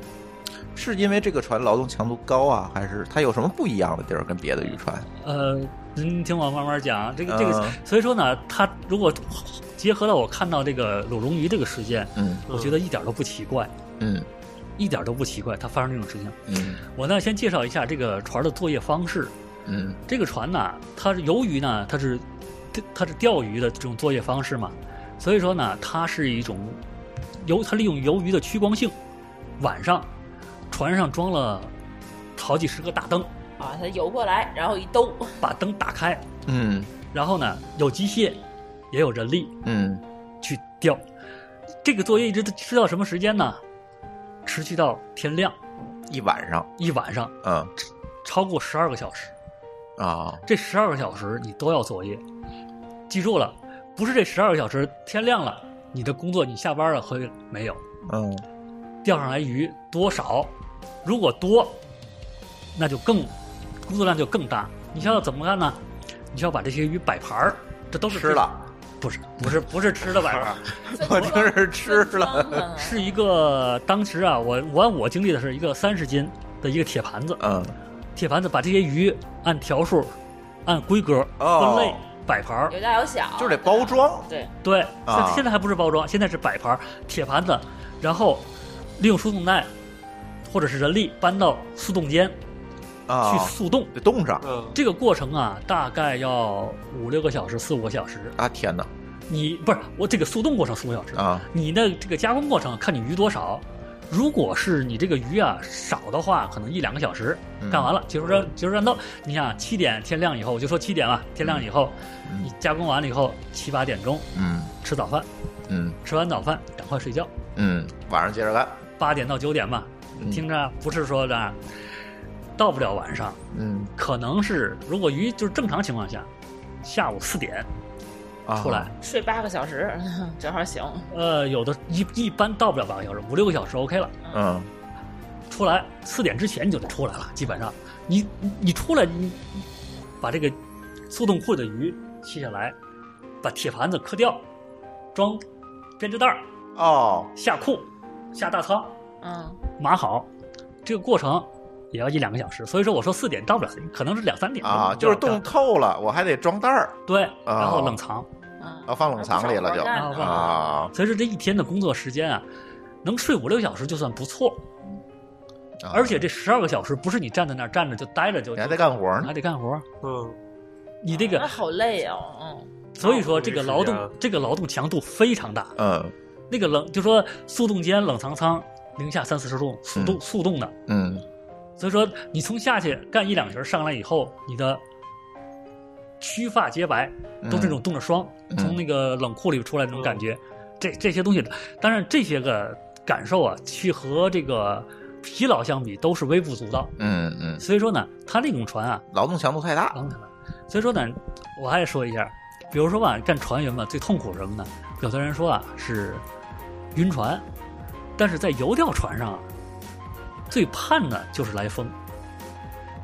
Speaker 1: 是因为这个船劳动强度高啊，还是它有什么不一样的地儿跟别的渔船？
Speaker 2: 呃，您听我慢慢讲，这个这个，
Speaker 1: 嗯
Speaker 2: 所以说呢，他如果结合到我看到这个鲁荣鱼这个事件，
Speaker 1: 嗯
Speaker 2: 我觉得一点都不奇怪，
Speaker 1: 嗯
Speaker 2: 一点都不奇怪，它发生这种事情。
Speaker 1: 嗯
Speaker 2: 我呢，先介绍一下这个船的作业方式。
Speaker 1: 嗯
Speaker 2: 这个船呢，它是由于呢，它是它是钓鱼的这种作业方式嘛，所以说呢，它是一种由它利用鱿鱼的趋光性，晚上船上装了好几十个大灯，
Speaker 3: 啊，他游过来，然后一兜，
Speaker 2: 把灯打开，
Speaker 1: 嗯
Speaker 2: 然后呢有机械也有人力
Speaker 1: 嗯，
Speaker 2: 去钓，这个作业一直持续到什么时间呢？持续到天亮，
Speaker 1: 一晚上，
Speaker 2: 一晚上
Speaker 1: 嗯
Speaker 2: 超过十二个小时。
Speaker 1: 啊，
Speaker 2: 这十二个小时你都要作业，记住了，不是这十二个小时天亮了，你的工作你下班了会没有？
Speaker 1: 嗯
Speaker 2: 钓上来鱼多少？如果多，那就更工作量就更大。你需要怎么干呢？你需要把这些鱼摆盘儿，这都是
Speaker 1: 吃了，
Speaker 2: 不是不是不是吃的摆盘 儿，
Speaker 1: 我听是吃了，
Speaker 3: 了
Speaker 2: 是一个当时啊，我我我经历的是一个三十斤的一个铁盘子，
Speaker 1: 嗯
Speaker 2: 铁盘子把这些鱼按条数、按规格分类
Speaker 1: 哦
Speaker 2: 摆盘儿，
Speaker 3: 有大有小，
Speaker 1: 就是得包装，
Speaker 3: 对，
Speaker 2: 对，
Speaker 1: 啊
Speaker 2: 现现在还不是包装，现在是摆盘儿、铁盘子，然后利用输送带或者是人力搬到速冻间，
Speaker 1: 啊
Speaker 2: 去速冻。
Speaker 1: 得冻上
Speaker 4: 嗯，
Speaker 2: 这个过程啊，大概要五六个小时、四五个小时。
Speaker 1: 啊！天哪
Speaker 2: 你不是我这个速冻过程四五个小时，
Speaker 1: 啊！
Speaker 2: 你的这个加工过程看你鱼多少。如果是你这个鱼啊少的话，可能一两个小时
Speaker 1: 嗯
Speaker 2: 干完了，结束战结束战斗。你想七点天亮以后，我就说七点吧，天亮以后，
Speaker 1: 嗯
Speaker 2: 你加工完了以后七八点钟
Speaker 1: 嗯
Speaker 2: 吃早饭，
Speaker 1: 嗯
Speaker 2: 吃完早饭赶快睡觉，
Speaker 1: 嗯，晚上接着干。
Speaker 2: 八点到九点吧。
Speaker 1: 嗯
Speaker 2: 听着啊，不是说的啊，到不了晚上，
Speaker 1: 嗯
Speaker 2: 可能是如果鱼就是正常情况下，下午四点
Speaker 1: 啊，
Speaker 2: 出来，
Speaker 3: 睡八个小时正好醒。
Speaker 2: 呃，有的一一般到不了八个小时，五六个小时 OK 了。
Speaker 1: 嗯
Speaker 2: 出来四点之前你就得出来了，基本上你你你出来，你你把这个速冻库的鱼切下来，把铁盘子磕掉，装编织袋儿
Speaker 1: 哦，
Speaker 2: 下库下大仓
Speaker 3: 嗯，
Speaker 2: 码好，这个过程也要一两个小时。所以说我说四点到不了，可能是两三点
Speaker 1: 啊，就是冻透了，我还得装袋儿，
Speaker 2: 对，
Speaker 1: 啊
Speaker 2: 然后冷藏。
Speaker 3: 嗯
Speaker 1: 啊，放冷藏里了就
Speaker 3: 还
Speaker 2: 不少
Speaker 1: 啊
Speaker 2: 所以说这一天的工作时间啊，能睡五六个小时就算不错。
Speaker 1: 啊
Speaker 2: 而且这十二个小时不是你站在那儿站着就待着就，
Speaker 1: 你还得干活
Speaker 2: 你
Speaker 1: 呢
Speaker 2: 还，得干活儿。
Speaker 4: 嗯，
Speaker 2: 你这
Speaker 3: 那
Speaker 2: 个，
Speaker 3: 好累哦，嗯，
Speaker 2: 所以说这个劳
Speaker 4: 那我
Speaker 2: 动
Speaker 4: 回去啊
Speaker 2: 这个劳动强度非常大。
Speaker 1: 嗯
Speaker 2: 那个冷就说速冻间冷藏舱零下三四十度，速冻速冻的，
Speaker 1: 嗯
Speaker 2: 所以说你从下去干一两个小时上来以后，你的须发皆白，都是那种冻着霜，
Speaker 1: 嗯
Speaker 2: 从那个冷库里出来的那种感觉。这这些东西，当然这些个感受啊，去和这个疲劳相比，都是微不足道。
Speaker 1: 嗯嗯，
Speaker 2: 所以说呢，它那种船啊，
Speaker 1: 劳动强度太大，
Speaker 2: 当然了，所以说呢，我还说一下，比如说吧，干船员嘛，最痛苦是什么呢？有的人说啊是晕船，但是在游钓船上啊，最盼的就是来风。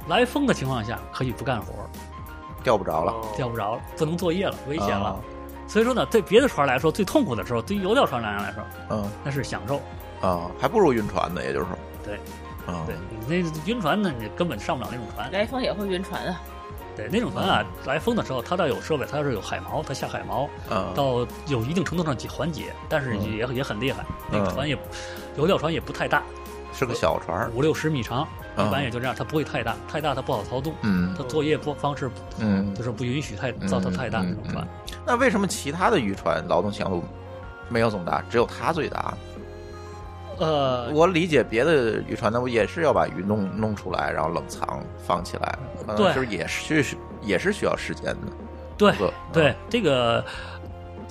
Speaker 2: 来风的情况下，可以不干活，嗯
Speaker 1: 钓不着了，
Speaker 4: 哦
Speaker 2: 钓不着了，不能作业了，危险了。
Speaker 1: 啊
Speaker 2: 所以说呢，对别的船来说，最痛苦的时候，对于游钓船来来说，
Speaker 1: 嗯
Speaker 2: 那是享受。
Speaker 1: 啊，还不如晕船呢，也就是说，
Speaker 2: 对，
Speaker 1: 啊
Speaker 2: 对，你那晕船呢，你根本上不了那种船。
Speaker 3: 雷锋也会晕船啊。
Speaker 2: 对，那种船啊，来风的时候，它倒有设备，它是有海锚，它下海锚，
Speaker 1: 啊
Speaker 2: 到有一定程度上解缓解，但是
Speaker 1: 嗯
Speaker 2: 也、也很厉害。那个
Speaker 1: 嗯
Speaker 2: 船也，游钓船也不太大，
Speaker 1: 是个小船儿，
Speaker 2: 五六十米长，
Speaker 1: 嗯
Speaker 2: 一般也就这样，它不会太大，太大它不好操纵，
Speaker 1: 嗯
Speaker 2: 它作业不方式
Speaker 1: 嗯
Speaker 2: 就是不允许太
Speaker 1: 嗯
Speaker 2: 造它太大
Speaker 1: 嗯
Speaker 2: 那种船。
Speaker 1: 那为什么其他的渔船劳动强度没有这么大，只有它最大？嗯
Speaker 2: 呃，
Speaker 1: 我理解别的渔船，那不也是要把鱼弄弄出来，然后冷藏放起来，可能
Speaker 2: 对
Speaker 1: 是不是也是也是需要时间的？
Speaker 2: 对
Speaker 1: 这个
Speaker 2: 对，这个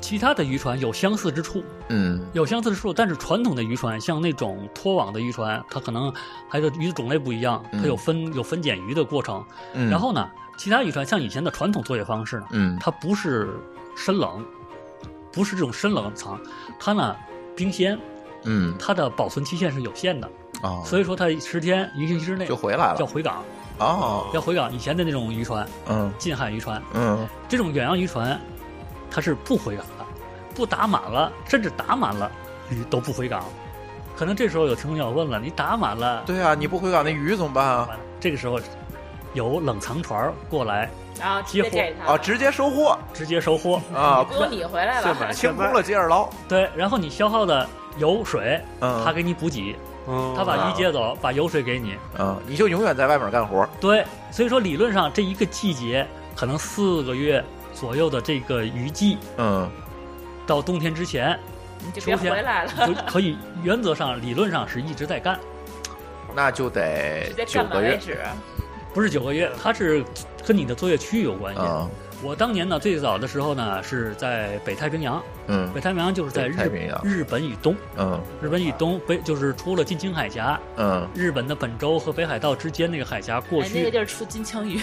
Speaker 2: 其他的渔船有相似之处，
Speaker 1: 嗯
Speaker 2: 有相似之处，但是传统的渔船，像那种拖网的渔船，它可能还有鱼的种类不一样，它
Speaker 1: 嗯
Speaker 2: 有分有分拣鱼的过程。
Speaker 1: 嗯，
Speaker 2: 然后呢，其他渔船像以前的传统作业方式呢，
Speaker 1: 嗯
Speaker 2: 它不是深冷，不是这种深冷藏，它呢冰鲜，
Speaker 1: 嗯
Speaker 2: 它的保存期限是有限的，
Speaker 1: 啊，
Speaker 2: 所以说它十天一个星期之内
Speaker 1: 就回来了
Speaker 2: 要回港，
Speaker 1: 哦，
Speaker 2: 要回港。以前的那种渔船，
Speaker 1: 嗯
Speaker 2: 近海渔船，
Speaker 1: 嗯
Speaker 2: 这种远洋渔船，它是不回港的，不打满了，甚至打满了鱼都不回港。可能这时候有听众要问了，你打满了，
Speaker 1: 对啊，你不回港那鱼怎么办啊？
Speaker 2: 完了这个时候有冷藏船儿过来
Speaker 3: 然后直接给他
Speaker 1: 啊，直接收获
Speaker 2: 直接收获，
Speaker 1: 啊，
Speaker 3: 不用你回来
Speaker 4: 现
Speaker 3: 了，
Speaker 4: 买
Speaker 1: 清
Speaker 4: 现
Speaker 1: 空
Speaker 4: 卖，
Speaker 1: 了接着捞，
Speaker 2: 对，然后你消耗的油水，
Speaker 1: 嗯
Speaker 2: 他给你补给，
Speaker 4: 嗯，
Speaker 2: 他把鱼接走，把油水给你。
Speaker 1: 嗯，你就永远在外面干活，
Speaker 2: 对，所以说理论上这一个季节，可能四个月左右的这个雨季，
Speaker 1: 嗯
Speaker 2: 到冬天之前，
Speaker 3: 你就别回来了，
Speaker 2: 就可以原则上理论上是一直在干，
Speaker 1: 那就得
Speaker 3: 直接
Speaker 1: 九
Speaker 3: 干满
Speaker 1: 个
Speaker 3: 为
Speaker 1: 月，
Speaker 3: 止。
Speaker 2: 不是九个
Speaker 3: 嗯
Speaker 2: 月，它是跟你的作业区域有关系。
Speaker 3: 啊
Speaker 1: 嗯
Speaker 2: 我当年呢，最早的时候呢是在北太平洋，
Speaker 1: 嗯
Speaker 2: 北太平洋就是在
Speaker 1: 北
Speaker 2: 日
Speaker 1: 太平洋
Speaker 2: 日本以东，
Speaker 1: 嗯
Speaker 2: 日本以东北就是出了近青海峡，
Speaker 1: 嗯
Speaker 2: 日本的本州和北海道之间那个海峡过
Speaker 3: 哎，那个
Speaker 2: 去，
Speaker 3: 地儿出金枪鱼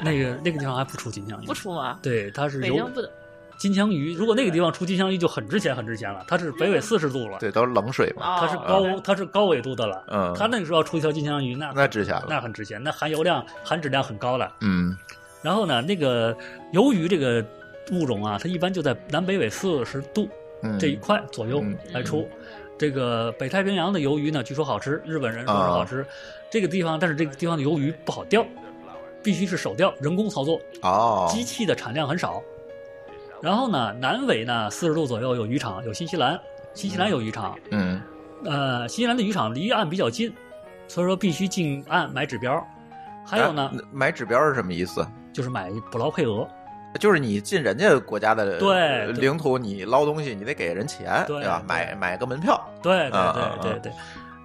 Speaker 2: 那个那个地方还不出金枪鱼
Speaker 3: 不，出吗？
Speaker 2: 对，它是
Speaker 3: 北
Speaker 2: 由
Speaker 3: 京不能
Speaker 2: 金枪鱼，如果那个地方出金枪鱼就很值钱很值钱了，它是北纬四十度了，
Speaker 1: 对，都是冷水嘛，
Speaker 3: 嗯哦，
Speaker 2: 它是高它是高纬度的了，
Speaker 1: 嗯
Speaker 2: 它那个时候要出一条金枪鱼，那
Speaker 1: 那值钱了，
Speaker 2: 那很值钱，那含油量含质量很高的。
Speaker 1: 嗯
Speaker 2: 然后呢，那个由于这个物种啊，它一般就在南北纬四十度
Speaker 1: 嗯，
Speaker 2: 这一块左右
Speaker 1: 嗯
Speaker 2: 来出。这个北太平洋的鱿鱼呢，据说好吃，日本人说是好
Speaker 1: 啊
Speaker 2: 吃。这个地方，但是这个地方的鱿鱼不好钓，必须是手钓，人工操作，
Speaker 1: 哦，
Speaker 2: 机器的产量很少。然后呢，南纬呢四十度左右有渔场，有新西兰，新西兰有渔场，
Speaker 1: 嗯
Speaker 2: 呃，新西兰的渔场离岸比较近，所以说必须近岸买指标。还有呢，
Speaker 1: 哎那买指标是什么意思？
Speaker 2: 就是买捕捞配额，
Speaker 1: 就是你进人家国家的
Speaker 2: 对对
Speaker 1: 领土，你捞东西，你得给人钱，
Speaker 2: 对
Speaker 1: 吧？
Speaker 2: 对
Speaker 1: 买买个门票，
Speaker 2: 对
Speaker 1: 啊
Speaker 2: 对
Speaker 1: 啊啊
Speaker 2: 对对对。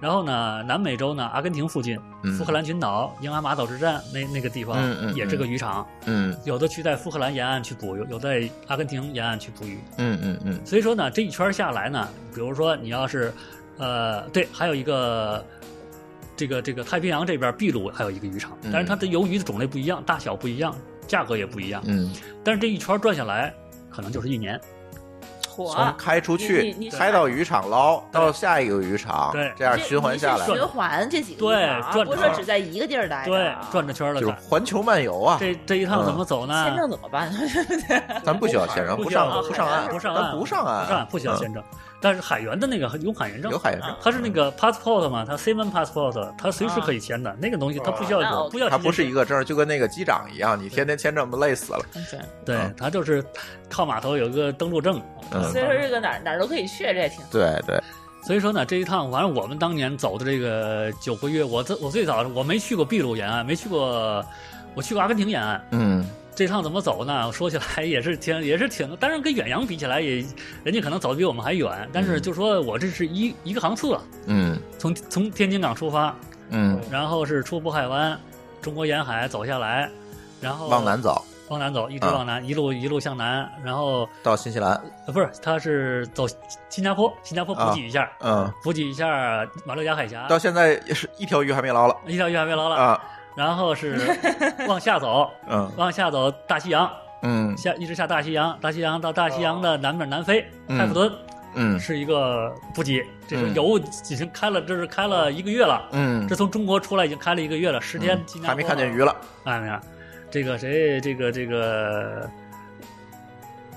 Speaker 2: 然后呢，南美洲呢，阿根廷附近
Speaker 1: 嗯，
Speaker 2: 富克兰群岛、英阿马岛之战那那个地方
Speaker 1: 嗯嗯
Speaker 2: 也是个渔场，
Speaker 1: 嗯
Speaker 2: 有的去在富克兰沿岸去捕，有有在阿根廷沿岸去捕鱼。
Speaker 1: 嗯嗯嗯
Speaker 2: 所以说呢，这一圈下来呢，比如说你要是，呃，对，还有一个，这个这个太平洋这边秘鲁还有一个渔场
Speaker 1: 嗯，
Speaker 2: 但是它的鱿鱼的种类不一样，大小不一样，价格也不一样。
Speaker 1: 嗯，
Speaker 2: 但是这一圈转下来，可能就是一年。
Speaker 1: 从
Speaker 3: 火，
Speaker 1: 开出去
Speaker 3: 你你，
Speaker 1: 开到渔场捞，到下一个渔场
Speaker 2: 对，
Speaker 1: 这样循环下来
Speaker 3: 你是，循环这几个
Speaker 2: 对
Speaker 3: 地方啊
Speaker 2: 转
Speaker 3: 不是
Speaker 2: 着
Speaker 3: 说只在一个地儿待着
Speaker 2: 对
Speaker 3: 啊，
Speaker 2: 转着圈儿了
Speaker 1: 哎就是
Speaker 2: 转。
Speaker 1: 环球漫游啊。
Speaker 2: 这这一趟怎么走呢？
Speaker 3: 签证怎么办？
Speaker 4: 嗯
Speaker 1: 咱不需要签证，
Speaker 2: 不需要
Speaker 1: 上不上岸，
Speaker 2: 不上
Speaker 1: 咱
Speaker 2: 岸，
Speaker 1: 不上岸，
Speaker 2: 不上岸，不需要签证。但是海员的那个有海员
Speaker 1: 啊嗯
Speaker 2: 证啊
Speaker 1: 有，海员证，嗯
Speaker 2: 它是那个 passport 嘛，它 seven passport，它随时可以签的。那个东西它不需要
Speaker 3: 啊啊那
Speaker 2: 有，
Speaker 3: OK
Speaker 2: 不要
Speaker 1: 嗯它
Speaker 2: 提前
Speaker 1: 不是一
Speaker 2: 签
Speaker 1: 个证，就跟那个机长一样，你天天签证不累死了。
Speaker 2: 对
Speaker 1: 嗯，
Speaker 2: 它就是靠码头有一个登陆证。
Speaker 1: 嗯
Speaker 3: 所以说这个哪儿哪儿都可以去，这也挺好。
Speaker 1: 对对，
Speaker 2: 所以说呢，这一趟反正我们当年走的这个九个月，我最我最早我没去过秘鲁沿岸，没去过，我去过阿根廷沿岸。
Speaker 1: 嗯
Speaker 2: 这趟怎么走呢？说起来也是挺也是挺，当然跟远洋比起来也，人家可能走的比我们还远，但是就说我这是一一个航次，
Speaker 1: 嗯
Speaker 2: 从从天津港出发，
Speaker 1: 嗯，
Speaker 2: 然后是出渤海湾，中国沿海走下来，然后
Speaker 1: 往南走
Speaker 2: 往南走，一直
Speaker 1: 啊
Speaker 2: 往南，一路一路向南，然后
Speaker 1: 到新西兰，
Speaker 2: 呃，不是，他是走新加坡，新加坡补给一下，
Speaker 1: 嗯，
Speaker 2: 补给一下马六甲海峡，
Speaker 1: 到现在也是一条鱼还没捞了
Speaker 2: 一条鱼还没捞了，
Speaker 1: 啊，
Speaker 2: 然后是往下走，
Speaker 1: 嗯
Speaker 2: 往下走大西洋，
Speaker 1: 嗯
Speaker 2: 下一直下大西洋，大西洋到大西洋的南边南非，
Speaker 1: 嗯
Speaker 2: 开普敦
Speaker 1: 嗯
Speaker 2: 是一个补给，这是
Speaker 1: 嗯
Speaker 2: 油已经开了，这是开了一个月了，
Speaker 1: 嗯
Speaker 2: 这，从中国出来已经开了一个月了，十天，新加坡
Speaker 1: 还没看见鱼了，
Speaker 2: 哎呀，这个谁，这个这个，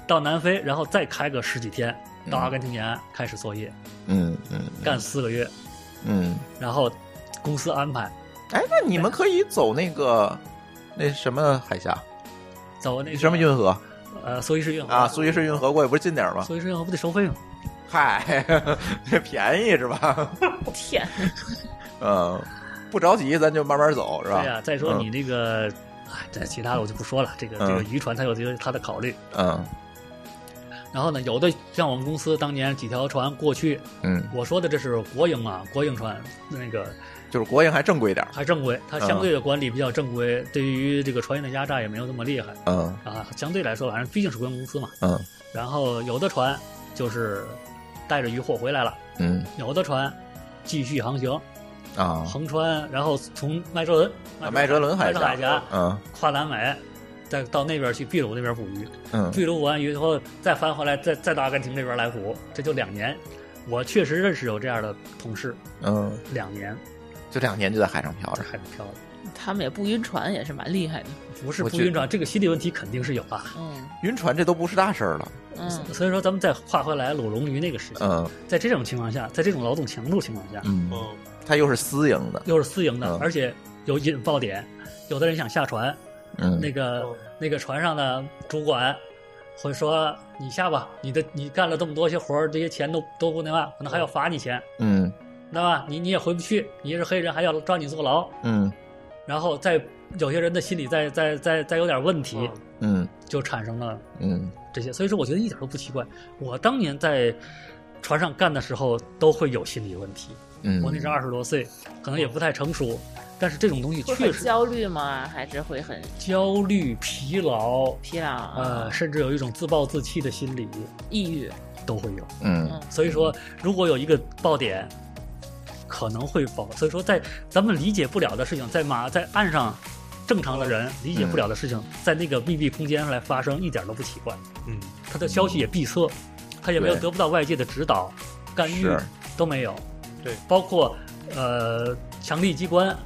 Speaker 2: 到南非，然后再开个十几天，到阿根廷沿岸开始作业，
Speaker 1: 嗯嗯
Speaker 2: 干四个月，
Speaker 1: 嗯，
Speaker 2: 然后公司安排
Speaker 1: 哎，那你们可以走那个那什么海峡，
Speaker 2: 走那个
Speaker 1: 什么运河
Speaker 2: 呃苏伊士运河
Speaker 1: 啊，苏伊士运河过去不是近点吗？
Speaker 2: 苏伊士运河不得收费吗？
Speaker 1: 嗨，这便宜是吧？
Speaker 3: 天，
Speaker 1: 嗯，不着急，咱就慢慢走是吧？
Speaker 2: 对呀、再说
Speaker 1: 嗯
Speaker 2: 你那个。哎，这其他的我就不说了。这个
Speaker 1: 嗯
Speaker 2: 这个渔船它有这个它的考虑。
Speaker 1: 嗯
Speaker 2: 然后呢，有的像我们公司当年几条船过去，
Speaker 1: 嗯，
Speaker 2: 我说的这是国营嘛，国营船那个
Speaker 1: 就是国营还正规点儿，
Speaker 2: 还正规，它相对的管理比较正规，对于这个船员的压榨也没有那么厉害
Speaker 1: 嗯
Speaker 2: 啊。相对来说，反正毕竟是国营公司嘛。
Speaker 1: 嗯
Speaker 2: 然后有的船就是带着渔获回来了，
Speaker 1: 嗯
Speaker 2: 有的船继续航行，
Speaker 1: 啊
Speaker 2: 横穿，然后从麦哲伦、
Speaker 1: 啊麦哲伦海
Speaker 2: 麦
Speaker 1: 峡
Speaker 2: 哲海峡
Speaker 1: 嗯
Speaker 2: 跨南美，再到那边去秘鲁那边捕鱼，
Speaker 1: 嗯
Speaker 2: 秘鲁捕完鱼以后再翻回来，再再到阿根廷这边来捕，这就两年。我确实认识有这样的同事，
Speaker 1: 嗯，
Speaker 2: 两年
Speaker 1: 就两年就在海上漂着。
Speaker 2: 还不漂亮，
Speaker 3: 他们也不晕船，也是蛮厉害的。
Speaker 2: 不是
Speaker 1: 我
Speaker 2: 不
Speaker 1: 觉
Speaker 2: 晕船，这个心理问题肯定是有啊。
Speaker 3: 嗯
Speaker 1: 晕船这都不是大事儿了，
Speaker 3: 嗯，
Speaker 2: 所以说，咱们再划回来鲁荣鱼那个事情，
Speaker 1: 嗯
Speaker 2: 在这种情况下，在这种劳动强度情况下，
Speaker 1: 嗯，
Speaker 4: 嗯，
Speaker 1: 它又是私营的，
Speaker 2: 又是私营的
Speaker 1: 嗯，
Speaker 2: 而且有引爆点，有的人想下船，
Speaker 1: 嗯，
Speaker 2: 那个
Speaker 4: 嗯
Speaker 2: 那个船上的主管会说：“你下吧，你的你干了这么多些活儿，这些钱都都不那嘛，可能还要罚你钱，
Speaker 1: 嗯
Speaker 2: 那么你你也回不去，你是黑人还要抓你坐牢。
Speaker 1: 嗯”
Speaker 2: 然后再有些人的心理再再再再有点问题，
Speaker 1: 嗯
Speaker 2: 就产生了
Speaker 1: 嗯
Speaker 2: 这些。所以说，我觉得一点都不奇怪。我当年在船上干的时候，都会有心理问题。
Speaker 1: 嗯，
Speaker 2: 我那时候二十多岁，可能也不太成熟，但是这种东西
Speaker 3: 会很
Speaker 2: 确实
Speaker 3: 焦虑吗？还是会很
Speaker 2: 焦虑、疲劳，
Speaker 3: 疲劳啊
Speaker 2: 呃，？甚至有一种自暴自弃的心理
Speaker 3: 抑郁？
Speaker 2: 都会有。
Speaker 1: 嗯
Speaker 2: 所以说，如果有一个爆点，可能会爆。所以说，在咱们理解不了的事情，在马在岸上。正常的人理解不了的事情，在那个密闭空间来发生，一点都不奇怪。
Speaker 4: 嗯，
Speaker 2: 他的消息也闭塞，他也没有
Speaker 1: 对
Speaker 2: 得不到外界的指导、干预
Speaker 1: 是，
Speaker 2: 都没有。
Speaker 4: 对，
Speaker 2: 包括呃强力机关，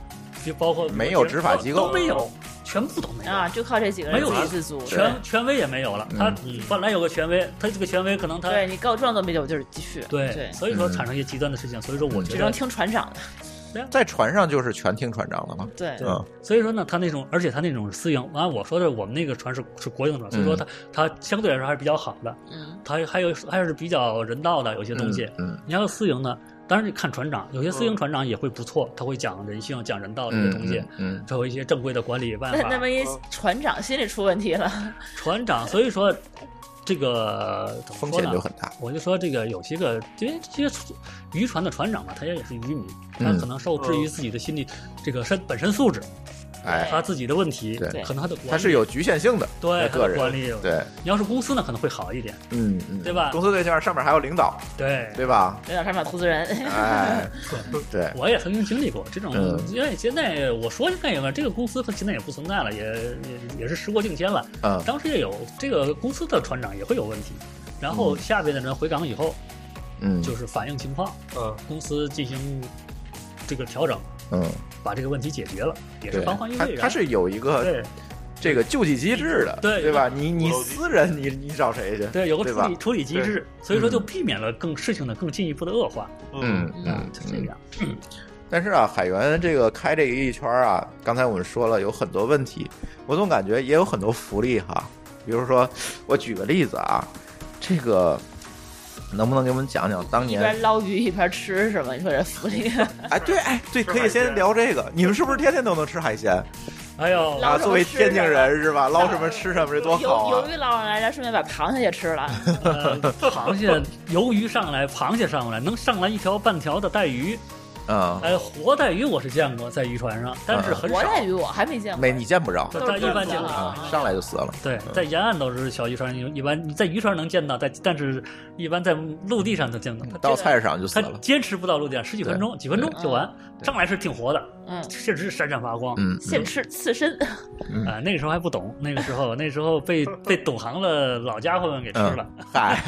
Speaker 2: 就包括
Speaker 1: 没有执法机构
Speaker 2: 都没有，全部都没有
Speaker 3: 啊，就靠这几个
Speaker 2: 没
Speaker 3: 人
Speaker 2: 有
Speaker 3: 自
Speaker 2: 人
Speaker 3: 给自足。
Speaker 2: 权权威也没有了。
Speaker 1: 嗯
Speaker 2: 他本来有个权威，他这个权威可能他
Speaker 3: 对你告状都没有地儿继续。对，
Speaker 2: 所以说
Speaker 1: 嗯
Speaker 2: 产生一些极端的事情。所以说我觉
Speaker 3: 只
Speaker 2: 得
Speaker 3: 能，听船长的。
Speaker 1: 在船上就是全听船长的了，
Speaker 3: 对，
Speaker 2: 对
Speaker 1: 嗯
Speaker 2: 所以说呢，他那种，而且他那种私营，完、我说的我们那个船是是国营船，所以说
Speaker 1: 嗯
Speaker 2: 他他相对来说还是比较好的，
Speaker 3: 嗯
Speaker 2: 他还有还是比较人道的有些东西。
Speaker 1: 嗯
Speaker 2: 你要是私营呢，当然你看船长，有些私营船长也会不错，他会讲人性、讲人道这些
Speaker 1: 嗯
Speaker 2: 东西，
Speaker 1: 嗯
Speaker 2: 还有一些正规的管理 办
Speaker 5: 那
Speaker 2: 法。
Speaker 5: 那万一船长心里出问题了，
Speaker 2: 船长，所以说这个怎么
Speaker 1: 风
Speaker 2: 说
Speaker 1: 险
Speaker 2: 呢
Speaker 1: 就？很大。
Speaker 2: 我就说这个有些个，因为这些渔船的船长嘛，他也是渔民，他
Speaker 1: 嗯
Speaker 2: 可能受制于自己的心理、这个身本身素质，
Speaker 1: 哎，
Speaker 2: 他自己的问题，
Speaker 1: 对
Speaker 2: 可能他的管理
Speaker 1: 它是有局限性的，
Speaker 2: 对
Speaker 1: 他个
Speaker 2: 他的管理
Speaker 1: 人
Speaker 2: 有
Speaker 1: 对，
Speaker 2: 你要是公司呢，可能会好一点，
Speaker 1: 嗯嗯，
Speaker 2: 对吧
Speaker 1: 公司对象上面还有领导，
Speaker 2: 对。
Speaker 1: 对 吧？
Speaker 5: 有点上马投资人，
Speaker 1: 哎，对，
Speaker 2: 我也曾经经历过这种
Speaker 1: 嗯，
Speaker 2: 因为现在我说那个这个公司它现在也不存在了，也也也是时过境迁了。
Speaker 1: 嗯
Speaker 2: 当时也有这个公司的船长也会有问题，然后下边的人回港以后
Speaker 1: 嗯，
Speaker 2: 就是反映情况，
Speaker 4: 嗯，
Speaker 2: 公司进行这个调整，
Speaker 1: 嗯，
Speaker 2: 把这个问题解决了，也是
Speaker 1: 对，
Speaker 2: 防患于
Speaker 1: 它
Speaker 2: 未然。
Speaker 1: 它是有一个
Speaker 2: 啊对
Speaker 1: 这个救济机制的，
Speaker 2: 对
Speaker 1: 对吧？你你
Speaker 4: 我都
Speaker 1: 私人，你你找谁去？
Speaker 2: 对，有个处
Speaker 1: 吧
Speaker 2: 理处理机制，所以说就避免了更事情的更进一步的恶化
Speaker 1: 嗯
Speaker 2: 啊
Speaker 1: 嗯，
Speaker 2: 就这样。
Speaker 1: 但是啊，海员这个开这个一圈儿啊，刚才我们说了有很多问题，我总感觉也有很多福利哈。比如说，我举个例子啊，这个能不能给我们讲讲当
Speaker 5: 一
Speaker 1: 年？
Speaker 5: 边捞鱼一边吃是吗？你说这福利，
Speaker 1: 哎，对，哎，对，
Speaker 4: 吃
Speaker 1: 可以
Speaker 4: 海鲜
Speaker 1: 先聊这个。你们是不是天天都能吃海鲜
Speaker 2: 哎 呦，
Speaker 5: 捞
Speaker 1: 啊？
Speaker 5: 什么
Speaker 1: 作为
Speaker 5: 吃
Speaker 1: 天津
Speaker 5: 什么
Speaker 1: 人是吧？捞什么吃什么，这多好
Speaker 5: 鱿
Speaker 1: 啊
Speaker 5: 鱿！鱼捞上来，然后顺便把螃蟹也吃了，
Speaker 2: 呃螃蟹、鱿鱼上来，螃蟹上来，能上来一条半条的带鱼，
Speaker 1: 嗯，
Speaker 2: 哎，活带鱼我是见过在渔船上，但是很
Speaker 1: 啊
Speaker 5: 活
Speaker 2: 少。
Speaker 5: 带鱼我还没见过。
Speaker 1: 没你见不着
Speaker 2: 在
Speaker 5: 都是
Speaker 2: 在一般
Speaker 5: 这
Speaker 2: 见
Speaker 5: 样
Speaker 2: 不
Speaker 5: 的
Speaker 2: 着
Speaker 5: 啊。
Speaker 1: 上来就死了。
Speaker 2: 对，在沿岸都是小渔船，一般你在渔船能见到，在但是一般在陆地上能见到。它
Speaker 1: 嗯到
Speaker 2: 坚
Speaker 1: 菜市场就死
Speaker 2: 它
Speaker 1: 了。
Speaker 2: 坚持不到陆地上，十几分钟、几分钟
Speaker 1: 对啊
Speaker 2: 就完。
Speaker 1: 对
Speaker 2: 上来是挺活的，
Speaker 5: 嗯
Speaker 2: 确实是闪闪发光。
Speaker 1: 嗯，
Speaker 5: 现吃刺身，
Speaker 1: 嗯
Speaker 2: 啊、那个时候还不懂，那个时候那时 候被被懂行了老家伙们给吃了。
Speaker 1: 嗯嗨，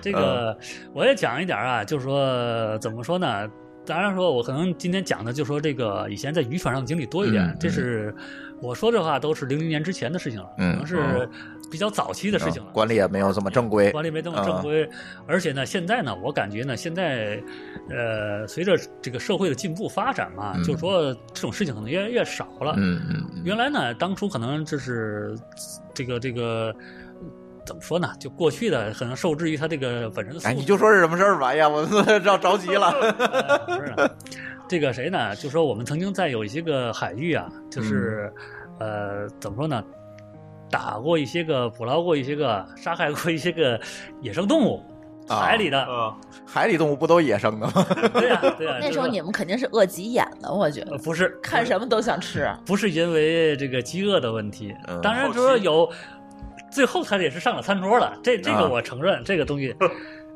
Speaker 2: 这个我也讲一点啊，就是说怎么说呢？当然说，我可能今天讲的就说这个以前在渔船上的经历多一点，
Speaker 1: 嗯嗯
Speaker 2: 这是我说这话都是零零年之前的事情了，
Speaker 1: 嗯哦
Speaker 2: 可能是比较早期的事情了。
Speaker 1: 管理也没有这么正规。
Speaker 2: 管理没那么正规，而且呢，现在呢，我感觉呢，现在，呃，随着这个社会的进步发展嘛，
Speaker 1: 嗯
Speaker 2: 就是说这种事情可能越来越少了。
Speaker 1: 嗯嗯嗯，
Speaker 2: 原来呢，当初可能就是这个这个怎么说呢？就过去的可能受制于他这个本身的 素质。啊
Speaker 1: 哎，你就说是什么事儿吧？哎呀，我 着着急了。
Speaker 2: 哎不是呢 这个谁呢？就说我们曾经在有一些个海域啊，就是、
Speaker 1: 嗯
Speaker 2: 呃，怎么说呢？打过一些个，捕捞过一些个，杀害过一些个野生动物，
Speaker 1: 啊
Speaker 2: 海里的。
Speaker 4: 啊，
Speaker 1: 海里动物不都野生的 吗？
Speaker 2: 对呀、对呀、
Speaker 3: 哦
Speaker 2: 啊
Speaker 3: 那时
Speaker 2: 哎就
Speaker 3: 候
Speaker 2: 是
Speaker 3: 你们肯定是饿急眼了，我觉
Speaker 2: 呃
Speaker 3: 得
Speaker 2: 不是
Speaker 5: 看什么都想吃。
Speaker 2: 不是因为这个饥饿的问题
Speaker 1: 嗯，
Speaker 2: 当然就是有，最后他也是上了餐桌了，这这
Speaker 1: 啊
Speaker 2: 个我承认，这个东西，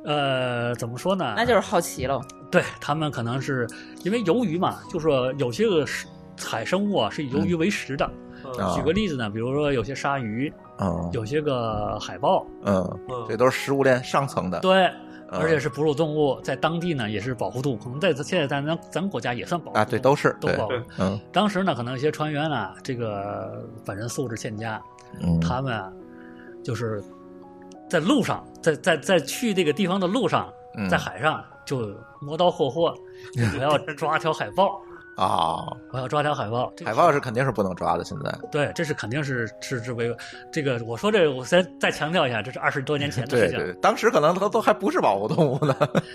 Speaker 2: 呃，怎么说呢？
Speaker 5: 那就是好奇喽，
Speaker 2: 对他们可能是因为鱿鱼嘛，就说有些个是海生物啊是以鱿鱼为食的。
Speaker 4: 嗯
Speaker 1: 啊
Speaker 2: 举个例子呢，比如说有些鲨鱼，
Speaker 1: 嗯
Speaker 2: 有些个海豹，
Speaker 1: 嗯，
Speaker 4: 嗯
Speaker 1: 这都是食物链上层的。嗯
Speaker 2: 对。而且是哺乳动物，在当地呢也是保护动物，可能在现在咱咱咱国家也算保护
Speaker 1: 啊，对，都
Speaker 2: 是
Speaker 1: 是
Speaker 2: 都
Speaker 1: 对
Speaker 2: 保，护
Speaker 4: 对。
Speaker 1: 嗯
Speaker 2: 当时呢，可能有些船员啊，这个本身素质欠佳，
Speaker 1: 嗯，
Speaker 2: 他们啊，就是在路上，在在在去这个地方的路上，
Speaker 1: 嗯
Speaker 2: 在海上就磨刀霍霍，我要抓条海豹，
Speaker 1: 啊，
Speaker 2: 我要抓条海豹。这个
Speaker 1: 海豹是肯定是不能抓的，现在。
Speaker 2: 对，这是肯定是是是违这个。我说这个，我再再强调一下，这是二十多年前的
Speaker 1: 对
Speaker 2: 事情。
Speaker 1: 对，当时可能它都还不是保护动 物呢。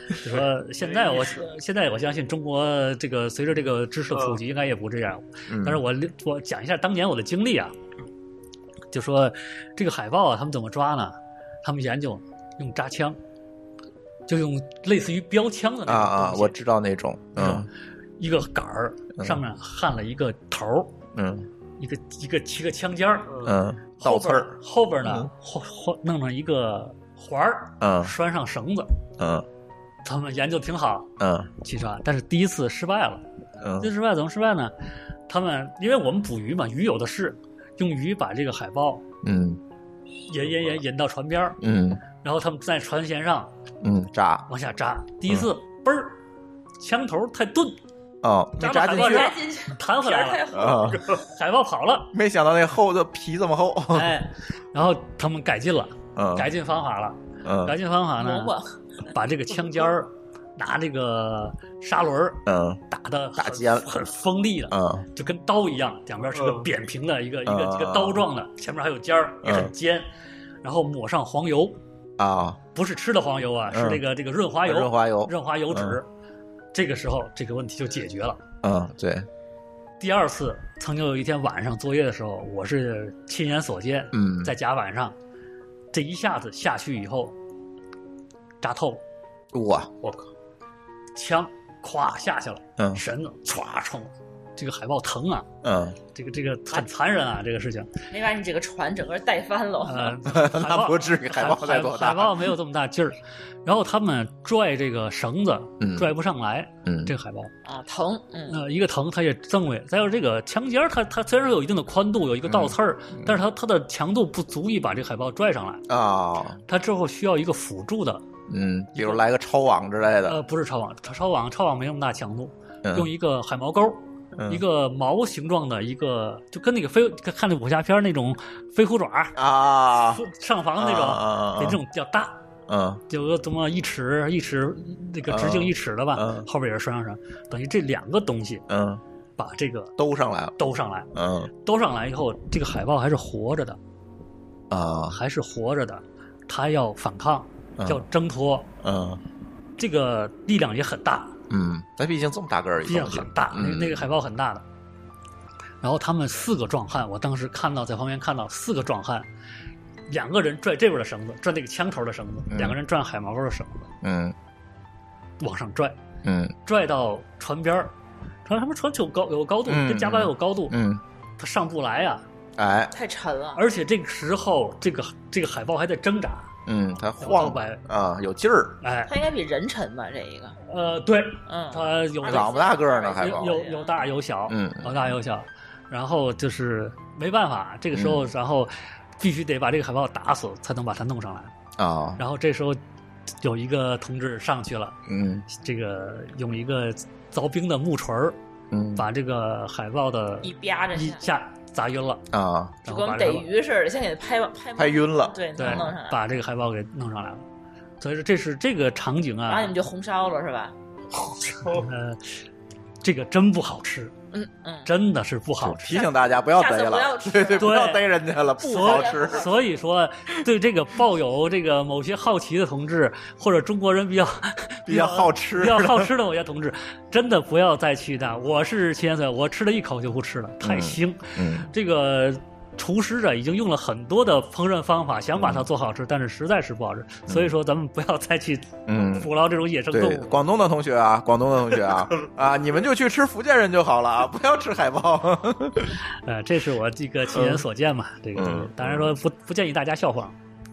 Speaker 2: 就说现在我现在我相信中国这个随着这个知识的普及，应该也不这样。
Speaker 1: 嗯
Speaker 2: 但是我我讲一下当年我的经历啊，就说这个海豹啊，他们怎么抓呢？他们研究用扎枪，就用类似于标枪的那
Speaker 1: 啊
Speaker 2: 种
Speaker 1: 啊，
Speaker 2: 东西
Speaker 1: 我嗯知道那种，嗯
Speaker 2: 一个杆儿上面焊了一个头儿，
Speaker 1: 嗯
Speaker 2: 一个一个七个枪尖儿，
Speaker 1: 嗯，倒刺儿，
Speaker 2: 后边儿后边儿呢或或弄上一个环儿，
Speaker 1: 嗯
Speaker 2: 拴上绳子。
Speaker 1: 嗯
Speaker 2: 他们研究挺好，
Speaker 1: 嗯
Speaker 2: 其实啊，但是第一次失败了。这
Speaker 1: 嗯
Speaker 2: 失败怎么失败呢？他们因为我们捕鱼嘛，鱼有的是，用鱼把这个海豹
Speaker 1: 嗯
Speaker 2: 引引引引到船边儿，
Speaker 1: 嗯
Speaker 2: 然后他们在船舷上
Speaker 1: 嗯，扎
Speaker 2: 往下扎。第一次嘣儿，枪头太钝，
Speaker 1: 哦，没
Speaker 2: 扎
Speaker 1: 扎
Speaker 2: 到
Speaker 1: 进去
Speaker 2: 海豹身上
Speaker 5: 进去
Speaker 2: 弹回来了，
Speaker 1: 啊，
Speaker 2: 海豹跑了。
Speaker 1: 没想到那厚的皮这么厚。
Speaker 2: 哎，然后他们改进了，
Speaker 1: 嗯
Speaker 2: 改进方法了，改
Speaker 1: 嗯
Speaker 2: 进方法
Speaker 5: 蘑
Speaker 2: 呢，
Speaker 5: 菇，
Speaker 2: 把这个枪尖儿拿这个砂轮儿
Speaker 1: 嗯
Speaker 2: 打的
Speaker 1: 打结了
Speaker 2: 很锋利的，
Speaker 1: 嗯
Speaker 2: 就跟刀一样，两边是个
Speaker 4: 嗯
Speaker 2: 扁平的一个、一
Speaker 1: 啊嗯
Speaker 2: 个一个刀状的，前面还有尖儿，也很尖。然后抹上黄油，
Speaker 1: 啊，
Speaker 2: 不是吃的黄油啊，是
Speaker 1: 嗯
Speaker 2: 这个这个润滑油、
Speaker 1: 润滑油，
Speaker 2: 润滑油脂。这个时候，这个问题就解决了。
Speaker 1: 嗯，对，
Speaker 2: 第二次，曾经有一天晚上作业的时候，我是亲眼所见，
Speaker 1: 嗯，
Speaker 2: 在甲板上，这一下子下去以后，扎透了，
Speaker 1: 哇，
Speaker 2: 我靠，枪咵下去了，
Speaker 1: 嗯
Speaker 2: 绳子歘冲了，这个海豹疼啊，
Speaker 1: 嗯，
Speaker 2: 这个这个很残忍啊，这个事情，
Speaker 3: 没把你整个船整个带翻了。
Speaker 2: 呃，海
Speaker 1: 嗯那
Speaker 2: 豹
Speaker 1: 不至于，海
Speaker 2: 海
Speaker 1: 豹才多大？
Speaker 2: 海豹没有这么大劲儿，然后他们拽这个绳子
Speaker 1: 嗯
Speaker 2: 拽不上来，
Speaker 1: 嗯，
Speaker 2: 这个海豹，
Speaker 3: 啊，疼，嗯，
Speaker 2: 呃，一个疼它也挣位，再有这个枪尖儿，它它虽然说有一定的宽度，有一个倒刺儿，
Speaker 1: 嗯
Speaker 2: 但是它它的强度不足以把这个海豹拽上来，
Speaker 1: 啊，
Speaker 2: 它之后需要一个辅助的，
Speaker 1: 嗯，比如来个抄网之类
Speaker 2: 呃，
Speaker 1: 的，
Speaker 2: 不是抄网，抄抄网抄网没那么大强度，
Speaker 1: 嗯
Speaker 2: 用一个海毛钩。
Speaker 1: 嗯
Speaker 2: 一个毛形状的一个，就跟那个飞看那武侠片儿那种飞虎爪儿
Speaker 1: 啊，
Speaker 2: 上房那
Speaker 1: 啊
Speaker 2: 种，
Speaker 1: 啊啊啊
Speaker 2: 那种比较大，
Speaker 1: 嗯
Speaker 2: 有个怎么一尺一尺那个直径一尺的吧，
Speaker 1: 嗯
Speaker 2: 后边也是拴上绳，等于这两个东西
Speaker 1: 嗯，
Speaker 2: 把这个
Speaker 1: 兜上来了，
Speaker 2: 兜上来，
Speaker 1: 嗯
Speaker 2: 兜上来以后，这个海豹还是活着的，
Speaker 1: 啊，
Speaker 2: 还是活着的，它要反抗，
Speaker 1: 嗯
Speaker 2: 要挣脱，
Speaker 1: 嗯
Speaker 2: 这个力量也很大，
Speaker 1: 嗯，那毕竟这么大个儿，
Speaker 2: 力量很大，那
Speaker 1: 嗯
Speaker 2: 那个海豹很大的。然后他们四个壮汉，我当时看到在旁边看到四个壮汉，两个人拽这边的绳子，拽那个枪头的绳子，
Speaker 1: 嗯
Speaker 2: 两个人拽海毛的绳子
Speaker 1: 嗯
Speaker 2: 往上拽，
Speaker 1: 嗯
Speaker 2: 拽到船边儿，船他们船有高有高度，
Speaker 1: 嗯
Speaker 2: 跟甲板有高度，
Speaker 1: 嗯，
Speaker 2: 它上不来啊！
Speaker 1: 哎，
Speaker 3: 太沉了。
Speaker 2: 而且这个时候，这个这个海豹还在挣扎，
Speaker 1: 嗯，它晃
Speaker 2: 摆，
Speaker 1: 啊，有劲儿，
Speaker 2: 哎，
Speaker 3: 它应该比人沉吧？这一个，
Speaker 2: 呃，对，
Speaker 3: 嗯，
Speaker 2: 它有
Speaker 1: 长不大个儿呢，海
Speaker 2: 有
Speaker 1: 豹，哎
Speaker 2: 有有大有小，
Speaker 1: 嗯
Speaker 2: 有大有小，然后就是没办法，这个时
Speaker 1: 嗯
Speaker 2: 候，然后必须得把这个海豹打死，才能把它弄上来。
Speaker 1: 啊，
Speaker 2: 然后这时候有一个同志上去了，
Speaker 1: 嗯
Speaker 2: 这个用一个凿冰的木锤儿
Speaker 1: 嗯，
Speaker 2: 把这个海豹的
Speaker 3: 一啪着
Speaker 2: 一
Speaker 3: 下，
Speaker 2: 下砸晕了，
Speaker 1: 啊，
Speaker 2: 然
Speaker 3: 就跟
Speaker 2: 后
Speaker 3: 我
Speaker 2: 把
Speaker 3: 们
Speaker 2: 这
Speaker 3: 逮
Speaker 2: 个
Speaker 3: 鱼似的，先给它拍拍
Speaker 1: 拍晕了
Speaker 3: 对，
Speaker 2: 对
Speaker 3: 能弄上来，
Speaker 2: 把这个海豹给弄上来了。所以说这是这个场景
Speaker 3: 然后
Speaker 2: 啊
Speaker 3: 你们，就红烧了是吧？
Speaker 2: 呃，这个真不好吃，
Speaker 3: 嗯嗯，
Speaker 2: 真的是不好吃。
Speaker 1: 提醒大家不要逮
Speaker 3: 下次不
Speaker 1: 了
Speaker 3: 要，吃
Speaker 1: 对对，不要
Speaker 2: 对
Speaker 1: 逮人家了，不
Speaker 2: 所
Speaker 1: 好
Speaker 2: 以
Speaker 1: 吃。
Speaker 2: 所以说，对这个抱有这个某些好奇的同志，或者中国人比较
Speaker 1: 比较好吃
Speaker 2: 比较好吃的某些同志，真的不要再去那。我是秦先生，我吃了一口就不吃了，太腥。
Speaker 1: 嗯
Speaker 2: 这个厨师啊，已经用了很多的烹饪方法，想把它做好吃，但是实在是不好吃。所以说，咱们不要再去
Speaker 1: 嗯，
Speaker 2: 捕捞这种野生动
Speaker 1: 对，
Speaker 2: 物。
Speaker 1: 广东的同学 啊，广东的同学啊啊，你们就去吃福建人就好了 啊，不要吃海豹。
Speaker 2: 呃，这是我这个亲眼所见嘛。这个这个
Speaker 1: 嗯
Speaker 2: 当然说不不建议大家啊效仿。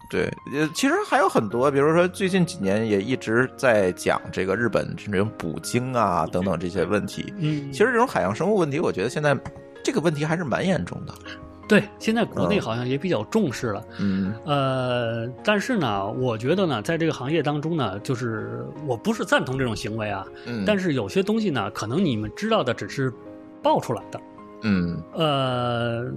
Speaker 1: 对，呃，其实还有很多，比如说最近几年也一直在讲这个日本这种捕鲸啊等等这些问题。
Speaker 2: 嗯，
Speaker 1: 其实这种海洋生物问题，我觉得现在这个问题还是蛮严重的。
Speaker 2: 对，现在国内
Speaker 1: 嗯
Speaker 2: 好像也比较重视了。
Speaker 1: 嗯
Speaker 2: 呃，但是呢，我觉得呢，在这个行业当中呢，就是我不是赞同这种行为啊，
Speaker 1: 嗯，
Speaker 2: 但
Speaker 1: 是
Speaker 2: 是有些东西呢，可能你们知道的只是爆出来的，
Speaker 1: 嗯
Speaker 2: 呃，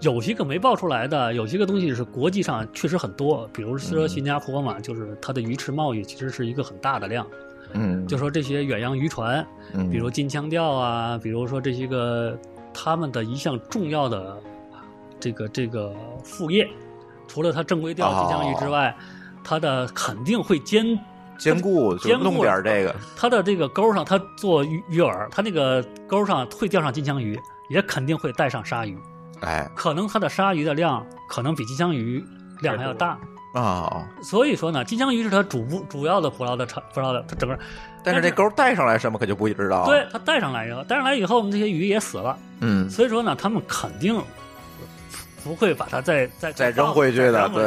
Speaker 2: 有些个没爆出来的，有些个东西是国际上确实很多，比如说
Speaker 1: 嗯
Speaker 2: 新加坡嘛，就是它的鱼翅贸易其实是一个很大的量，
Speaker 1: 嗯，
Speaker 2: 就说这些远洋渔船，
Speaker 1: 嗯
Speaker 2: 比如金枪钓啊，比如说这些个他们的一项重要的这个这个副业，除了它正规钓金枪鱼之外，它的肯定会兼
Speaker 1: 兼顾就
Speaker 2: 兼顾
Speaker 1: 弄点儿这个，
Speaker 2: 它的这个钩上，它做鱼鱼饵，它那个钩上会钓上金枪鱼，也肯定会带上鲨鱼，
Speaker 1: 哎
Speaker 2: 可能它的鲨鱼的量可能比金枪鱼量还要大。
Speaker 1: 啊，
Speaker 2: 所以说呢，金枪鱼是它主不主要的捕捞的产捕捞的，它整个
Speaker 1: 但是这钩带上来什么可就不知道了。
Speaker 2: 对，它带上来以后，带上来以后，我们这些鱼也死了。
Speaker 1: 嗯，
Speaker 2: 所以说呢，他们肯定不会把它再再
Speaker 1: 再扔回去
Speaker 2: 再
Speaker 1: 的，
Speaker 2: 扔回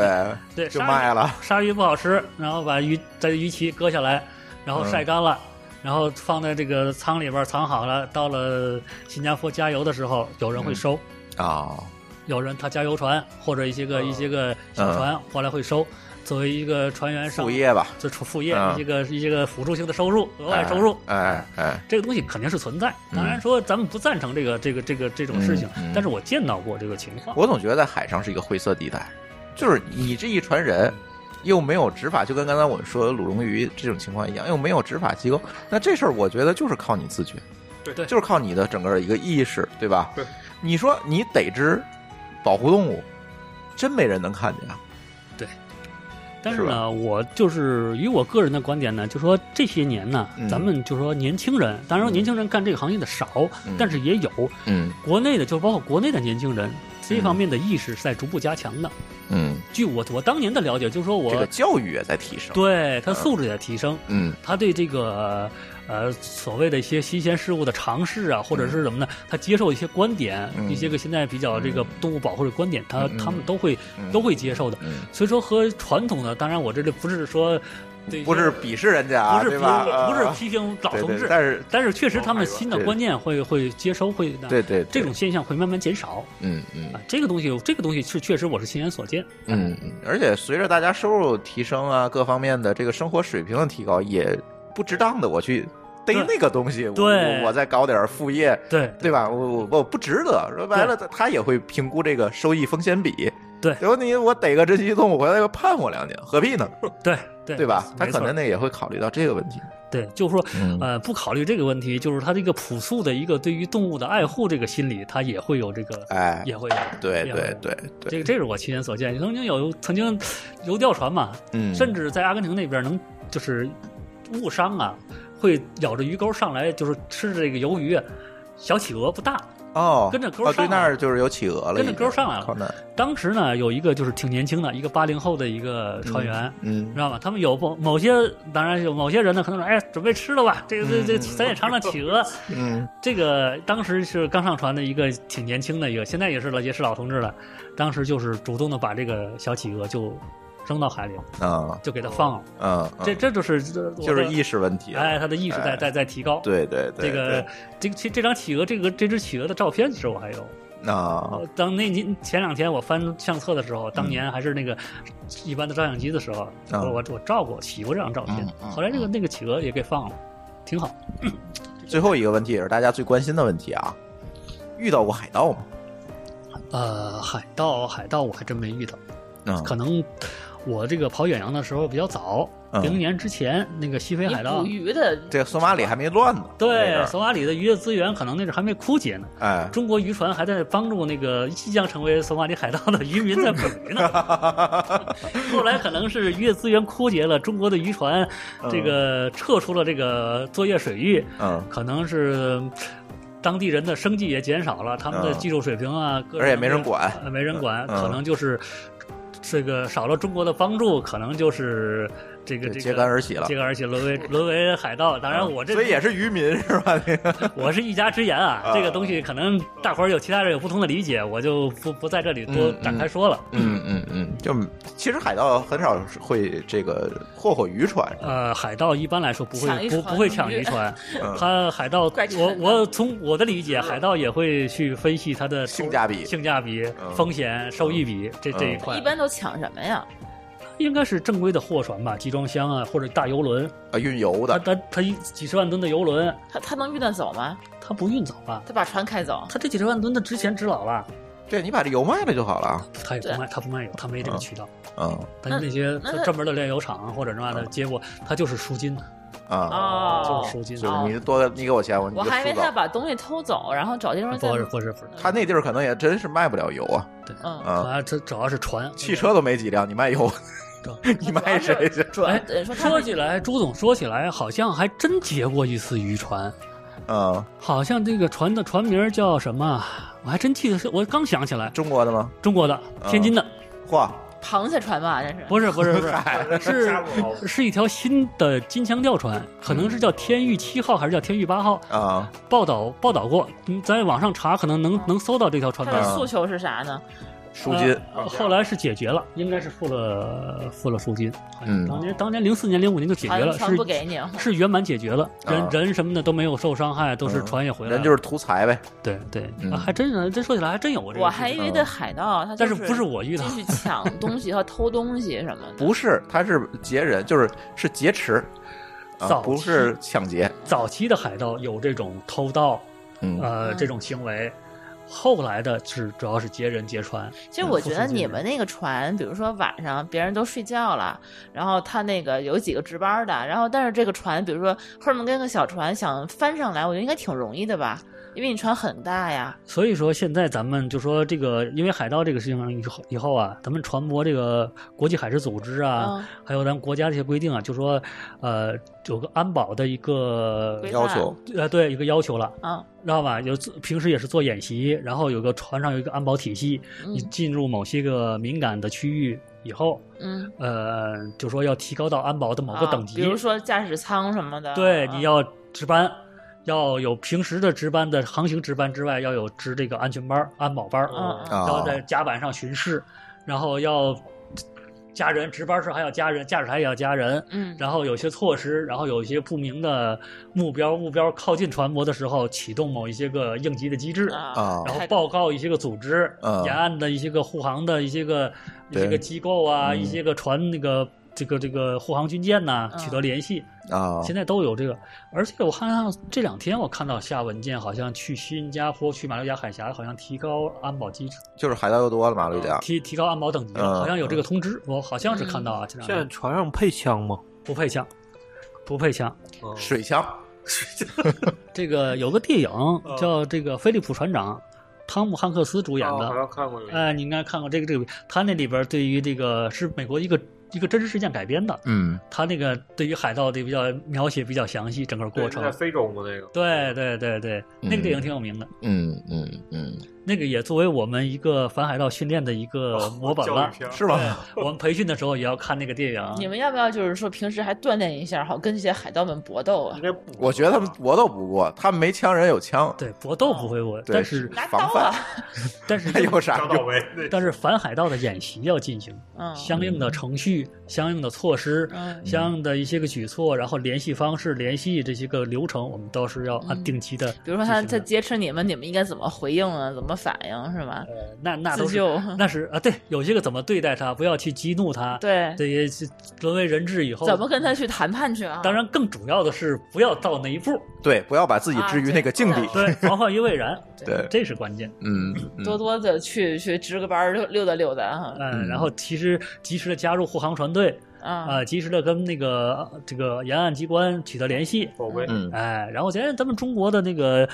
Speaker 1: 对，
Speaker 2: 对，
Speaker 1: 就
Speaker 2: 鲨鱼
Speaker 1: 卖了。
Speaker 2: 鲨鱼不好吃，然后把鱼在鱼鳍割下来，然后
Speaker 1: 嗯
Speaker 2: 晒干了，然后放在这个仓里边藏好了。到了新加坡加油的时候，有人会收，
Speaker 1: 啊，
Speaker 2: 有人他加油船或者一些个、
Speaker 1: 嗯
Speaker 2: 一些个小船回来会收，作为一个船员上
Speaker 1: 副，业吧，
Speaker 2: 这副业、
Speaker 1: 嗯
Speaker 2: 一些个一些个辅助性的收入，额外收入，
Speaker 1: 哎哎哎，
Speaker 2: 这个东西肯定是存在。
Speaker 1: 嗯
Speaker 2: 当然说咱们不赞成这个这个这个这种事情，
Speaker 1: 嗯嗯
Speaker 2: 但是我见到过这个情况。
Speaker 1: 我总觉得在海上是一个灰色地带，就是你这一船人。
Speaker 2: 嗯
Speaker 1: 又没有执法，就跟刚才我们说的鲁龙鱼这种情况一样，又没有执法机构，那这事儿我觉得就是靠你自觉，
Speaker 2: 对
Speaker 1: 就是靠你的整个一个意识，对吧？
Speaker 4: 对，
Speaker 1: 你说你逮只保护动物，真没人能看见啊。
Speaker 2: 但是
Speaker 1: 是吧
Speaker 2: 呢，我就是以我个人的观点呢，就说这些年呢，
Speaker 1: 嗯
Speaker 2: 咱们就说年轻人，当然说年轻人干这个行业的少，
Speaker 1: 嗯
Speaker 2: 但是也有
Speaker 1: 嗯
Speaker 2: 国内的，就是包括国内的年轻人这方面的意识是在逐步加强的。
Speaker 1: 嗯，
Speaker 2: 据我我当年的了解，就是说我、
Speaker 1: 这个教育也在提升。，
Speaker 2: 对他素质也提升，
Speaker 1: 嗯
Speaker 2: 他对这个呃所谓的一些新鲜事物的尝试啊，或者是什么呢？他接受一些观点，
Speaker 1: 嗯
Speaker 2: 一些个现在比较这个
Speaker 1: 嗯
Speaker 2: 动物保护的观点，他、
Speaker 1: 嗯嗯
Speaker 2: 他们都会、
Speaker 1: 嗯
Speaker 2: 都会接受的。
Speaker 1: 嗯，
Speaker 2: 所以说和传统的，当然我这里不是说对
Speaker 1: 不是鄙视人家啊，
Speaker 2: 不是
Speaker 1: 对
Speaker 2: 批
Speaker 1: 吧？
Speaker 2: 不是
Speaker 1: 啊
Speaker 2: 批评老
Speaker 1: 对
Speaker 2: 同
Speaker 1: 对
Speaker 2: 志，嗯
Speaker 1: 但是
Speaker 2: 但是确实他们新的
Speaker 1: 对
Speaker 2: 观念会会接收会的，
Speaker 1: 对对对
Speaker 2: 这种现象会慢慢减少
Speaker 1: 嗯嗯
Speaker 2: 啊。这个东西，这个东西是确实我是亲眼所见，
Speaker 1: 嗯，嗯而且随着大家收入提升啊，各方面的这个生活水平的提高，也不值当的我去逮
Speaker 2: 对
Speaker 1: 那个东西，我
Speaker 2: 对
Speaker 1: 我我再搞点副业，
Speaker 2: 对
Speaker 1: 对吧？我我我不值得。说白了，他他也会评估这个收益风险比。
Speaker 2: 对
Speaker 1: 然后你我逮个珍稀动物回来又判我两年，何必呢？
Speaker 2: 对对
Speaker 1: 对吧？他
Speaker 2: 没错
Speaker 1: 可能那也会考虑到这个问题。
Speaker 2: 对，就是说
Speaker 1: 嗯
Speaker 2: 呃，不考虑这个问题，就是他这个朴素的一个对于动物的爱护这个心理，他也会有这个，
Speaker 1: 哎，
Speaker 2: 也会有。
Speaker 1: 对
Speaker 2: 也
Speaker 1: 对
Speaker 2: 会
Speaker 1: 对对，
Speaker 2: 这个这是我亲眼所见，曾经有曾经游钓船嘛，
Speaker 1: 嗯，
Speaker 2: 甚至在阿根廷那边能就是误伤啊，会咬着鱼钩上来，就是吃这个鱿鱼，小企鹅不大。
Speaker 1: 哦，
Speaker 2: 跟着钩
Speaker 1: 哦，对
Speaker 2: 上来
Speaker 1: 那儿就是有企鹅了，
Speaker 2: 跟着钩上来了
Speaker 1: 靠那儿，
Speaker 2: 当时呢，有一个就是挺年轻的一个八零后的一个船员。
Speaker 1: 嗯
Speaker 2: 知，道吧？他们有某某些，当然有某些人呢，可能说，哎，准备吃了吧，这个这这，咱也尝尝企鹅，
Speaker 1: 嗯
Speaker 2: 这个当时是刚上船的一个挺年轻的一个，现在也是了，也是老同志了。当时就是主动的把这个小企鹅就扔到海里了，
Speaker 1: 啊
Speaker 2: 就给它放了。
Speaker 1: 嗯，
Speaker 2: 这
Speaker 1: 嗯
Speaker 2: 这就是这我
Speaker 1: 就是
Speaker 2: 的
Speaker 1: 意识问题了，
Speaker 2: 哎，他的意识在
Speaker 1: 哎
Speaker 2: 在在提高。
Speaker 1: 对对对，
Speaker 2: 这个
Speaker 1: 对
Speaker 2: 这个其这张企鹅，这个这只企鹅的照片，其实我还有。呃
Speaker 1: 啊，
Speaker 2: 当那年前两天我翻相册的时候，当年还是那个一般的照相机的时候，
Speaker 1: 嗯
Speaker 2: 我我我照过洗过这张照片
Speaker 1: 嗯。嗯
Speaker 2: 后来这个那个企鹅也给放了，挺好。
Speaker 1: 最后一个问题也是大家最关心的问题啊，遇到过海盗吗？
Speaker 2: 呃，海盗海盗我还真没遇到。
Speaker 1: 嗯，
Speaker 2: 可能我这个跑远洋的时候比较早，
Speaker 1: 嗯
Speaker 2: 零、年之前那个西非海
Speaker 5: 你捕
Speaker 2: 盗，
Speaker 5: 鱼的
Speaker 1: 这个索马里还没乱呢，那阵
Speaker 2: 对
Speaker 1: 儿
Speaker 2: 索马里的渔业资源可能那阵还没枯竭呢，
Speaker 1: 哎，
Speaker 2: 中国渔船还在帮助那个即将成为索马里海盗的渔民在捕 鱼呢。后来可能是渔业资源枯竭了，中国的渔船这个撤出了这个作业水域，
Speaker 1: 嗯，
Speaker 2: 可能是。当地人的生计也减少了，他们的
Speaker 1: 嗯
Speaker 2: 技术水平啊，各
Speaker 1: 而且
Speaker 2: 种
Speaker 1: 没人
Speaker 2: 的
Speaker 1: 管，
Speaker 2: 呃，没人管，
Speaker 1: 嗯
Speaker 2: 可能就是这个少了中国的帮助，可能就是这个
Speaker 1: 就
Speaker 2: 这个
Speaker 1: 揭竿而起了嗯
Speaker 2: 揭竿而起，沦为沦为海盗。当然，我这
Speaker 1: 所以也是渔民是吧？那 个
Speaker 2: 我是一家之言啊
Speaker 1: 啊，
Speaker 2: 这个东西可能大伙儿有其他人有不同的理解，我就不不在这里多
Speaker 1: 嗯嗯
Speaker 2: 展开说了。
Speaker 1: 嗯嗯嗯，就其实海盗很少会这个霍霍渔船，
Speaker 2: 呃，海盗一般来说不
Speaker 5: 抢
Speaker 2: 会
Speaker 5: 一
Speaker 2: 不
Speaker 5: 船
Speaker 2: 不会抢 渔船，
Speaker 1: 嗯
Speaker 2: 他海盗
Speaker 5: 怪沉
Speaker 2: 我
Speaker 5: 的
Speaker 2: 我从我的理解，海盗也会去分析他的
Speaker 1: 性价比
Speaker 2: 性价比
Speaker 1: 嗯、
Speaker 2: 风险、收益比这这一
Speaker 1: 嗯
Speaker 2: 块
Speaker 3: 一，般都抢什么呀？
Speaker 2: 应该是正规的货船吧，集装箱啊或者大游轮，
Speaker 1: 啊，运油
Speaker 2: 他
Speaker 1: 的，
Speaker 2: 他他一几十万吨的游轮，
Speaker 3: 他他能运得走吗？
Speaker 2: 他不运走吧？
Speaker 3: 他把船开走，
Speaker 2: 他这几十万吨的值钱值老了，
Speaker 1: 对你把这油卖了就好了啊
Speaker 2: 他也不卖，他不卖油，他没这个渠道。
Speaker 1: 嗯
Speaker 2: 但是那些
Speaker 3: 那那
Speaker 2: 专门的炼油厂或者什么的，结果他就是赎金，
Speaker 1: 啊，
Speaker 3: 哦
Speaker 2: 就是赎金。
Speaker 1: 就是你多你给我钱，我你
Speaker 3: 我
Speaker 1: 就
Speaker 3: 还以为
Speaker 1: 出走
Speaker 3: 他把东西偷走，然后找地方再
Speaker 2: 不是不是不是，
Speaker 1: 他那地儿可能也真是卖不了油啊，
Speaker 3: 嗯，
Speaker 2: 好
Speaker 1: 啊，
Speaker 2: 像这主要是船
Speaker 1: 汽。车都没几辆，你卖油， 你卖谁去？
Speaker 3: 主要
Speaker 2: 哎
Speaker 3: 呃对说他
Speaker 2: 说起来，朱总说起来，好像还真劫过一次渔船，
Speaker 1: 嗯，
Speaker 2: 好像这个船的船名叫什么？我还真记得是，我刚想起来，
Speaker 1: 中国的吗？
Speaker 2: 中国的
Speaker 1: 啊
Speaker 2: 天津的，
Speaker 1: 嚯，
Speaker 3: 螃蟹船吧，这是
Speaker 2: 不是不是 不是，是是一条新的金枪钓船，可能是叫天域七号还是叫天域八号？
Speaker 1: 啊，
Speaker 2: 报道报道过，你在网上查可能能能搜到这条船
Speaker 3: 他
Speaker 2: 名。
Speaker 1: 啊
Speaker 3: 的诉求是啥呢？
Speaker 1: 赎金，
Speaker 2: 呃后来是解决了，应该是付了付了赎金。
Speaker 1: 嗯
Speaker 2: 当年当年零四年零五年就解
Speaker 3: 好
Speaker 2: 决
Speaker 3: 像
Speaker 2: 了，
Speaker 3: 船不
Speaker 2: 是
Speaker 3: 给你，
Speaker 2: 是圆满解决了，人、
Speaker 1: 啊
Speaker 2: 人什么的都没有受伤害，都是
Speaker 1: 嗯
Speaker 2: 船也回来了。
Speaker 1: 人就是图财呗，
Speaker 2: 对对、
Speaker 1: 嗯
Speaker 2: 啊，还真是这说起来还真有过这个
Speaker 3: 我
Speaker 2: 事
Speaker 3: 还
Speaker 2: 情
Speaker 3: 以为这海盗他
Speaker 2: 啊但
Speaker 3: 是
Speaker 2: 是不是我遇到
Speaker 3: 进去抢东西和偷东西什么的。
Speaker 1: 不是，他是劫人，就是是劫持，啊，
Speaker 2: 早
Speaker 1: 不是抢劫，
Speaker 2: 早期的海盗有这种偷盗
Speaker 1: 嗯
Speaker 2: 呃、这种行为，后来的是主要是劫人劫船。
Speaker 3: 其实我
Speaker 2: 嗯
Speaker 3: 觉
Speaker 2: 不
Speaker 3: 得
Speaker 2: 是这
Speaker 3: 你
Speaker 2: 样
Speaker 3: 们那个船，比如说晚上别人都睡觉了，然后他那个有几个值班的，然后但是这个船，比如说赫尔蒙根那个小船想翻上来，我觉得应该挺容易的吧？
Speaker 5: 因为你船很大呀，
Speaker 2: 所以说现在咱们就说这个，因为海盗这个事情以后以后啊，咱们传播这个国际海事组织啊，
Speaker 5: 嗯
Speaker 2: 还有咱们国家这些规定啊，就说呃有个安保的一个
Speaker 5: 规范
Speaker 1: 要求
Speaker 2: 呃对一个要求了，
Speaker 5: 嗯
Speaker 2: 知道吧？有平时也是做演习，然后有个船上有一个安保体系，你
Speaker 5: 嗯
Speaker 2: 进入某些个敏感的区域以后，
Speaker 5: 嗯，
Speaker 2: 呃，就说要提高到安保的某
Speaker 5: 啊
Speaker 2: 个等级，
Speaker 5: 比如说驾驶舱什么的，
Speaker 2: 对，
Speaker 5: 啊
Speaker 2: 你要值班，要有平时的值班的航行值班之外，要有值这个安全班儿、安保班儿，
Speaker 5: 嗯嗯
Speaker 2: 然
Speaker 1: 啊
Speaker 2: 后在甲板上巡视，然后要加人，值班室还要加人，驾驶台也要加人。
Speaker 5: 嗯
Speaker 2: 然后有些措施，然后有一些不明的目标，目标靠近船舶的时候，启动某一些个应急的机制，
Speaker 5: 啊
Speaker 1: 啊
Speaker 2: 然后
Speaker 5: 太
Speaker 2: 报告一些个组织、
Speaker 1: 嗯
Speaker 2: 沿岸的一些个护航的一些个一
Speaker 1: 对
Speaker 2: 些个机构啊，
Speaker 1: 嗯
Speaker 2: 一些个船那个这个这个护航军舰呐、
Speaker 5: 嗯
Speaker 2: 取得联系。
Speaker 1: 啊
Speaker 2: 现在都有这个，而且我看到这两天我看到下文件，好像去新加坡、去马六甲海峡，好像提高安保机制，
Speaker 1: 就是海盗又多了，马六甲
Speaker 2: 提提高安保等级了，
Speaker 1: 啊嗯
Speaker 2: 好像有这个通知，我好像是看到啊，这两
Speaker 4: 嗯现在
Speaker 2: 天
Speaker 4: 船上配枪吗？
Speaker 2: 不配枪，不配枪。
Speaker 4: 嗯
Speaker 1: 水枪
Speaker 2: 这个有个电影
Speaker 4: 嗯
Speaker 2: 叫这个《菲利普船长》，汤姆汉克斯主演
Speaker 4: 哦
Speaker 2: 的
Speaker 4: 好，像看过有一个。
Speaker 2: 哎，你应该看过这个这个，他那里边对于这个是美国一个一个真实事件改编的，
Speaker 1: 嗯
Speaker 2: 他那个对于海盗的比较描写比较详细，整个
Speaker 4: 对
Speaker 2: 过程
Speaker 4: 是在。非洲吗？那个
Speaker 2: 对对对对，那个电影挺有名的，
Speaker 1: 嗯嗯嗯，
Speaker 2: 那个也作为我们一个反海盗训练的一个呃模板
Speaker 4: 哦教
Speaker 2: 了
Speaker 4: 育。片儿
Speaker 1: 是吗？
Speaker 2: 我们培训的时候也要看那个电
Speaker 5: 你
Speaker 2: 影。
Speaker 5: 们要不要就是说平时还锻炼一下，好跟这些海盗们搏斗啊
Speaker 4: 应？该不
Speaker 1: 我觉得他们搏斗不过，他们没枪，人有枪，
Speaker 2: 对搏斗不会我，
Speaker 1: 对
Speaker 2: 但是
Speaker 5: 拿刀
Speaker 1: 防
Speaker 5: 啊
Speaker 1: 范，
Speaker 2: 但是
Speaker 1: 那有啥
Speaker 4: 张
Speaker 1: 用
Speaker 4: 到位。 那
Speaker 2: 但是反海盗的演习要进行
Speaker 5: 嗯
Speaker 2: 相应的程序、相应的措施、
Speaker 5: 嗯
Speaker 2: 相应的一些个举措，然后联系方式、联系这些个流程，我们都是要按
Speaker 5: 嗯
Speaker 2: 定期的。
Speaker 5: 比如说他他
Speaker 2: 这
Speaker 5: 劫持你们，你们应该怎么回应啊？怎么反应是吧？
Speaker 2: 那那都
Speaker 5: 自
Speaker 2: 是
Speaker 5: 救，
Speaker 2: 那是啊，对，有些个怎么对待他，不要去激怒他，
Speaker 5: 对，
Speaker 2: 这也是沦为人质以后
Speaker 5: 怎么跟他去谈判去啊？
Speaker 2: 当然，更主要的是不要到那一步，
Speaker 1: 对，不要把自己置于那个境地
Speaker 5: 啊。
Speaker 2: 对，防患于未 然，
Speaker 1: 对
Speaker 2: 这是关键。
Speaker 1: 嗯，嗯
Speaker 5: 多多的去去值个班儿，溜溜达溜达哈。
Speaker 2: 嗯，
Speaker 1: 嗯
Speaker 2: 然后及时及时的加入护航船队，
Speaker 5: 啊
Speaker 2: 啊，及时的跟那个呃这个沿岸机关取得联系，
Speaker 4: 宝贝，
Speaker 1: 嗯
Speaker 2: 哎，然后现在咱们中国的那个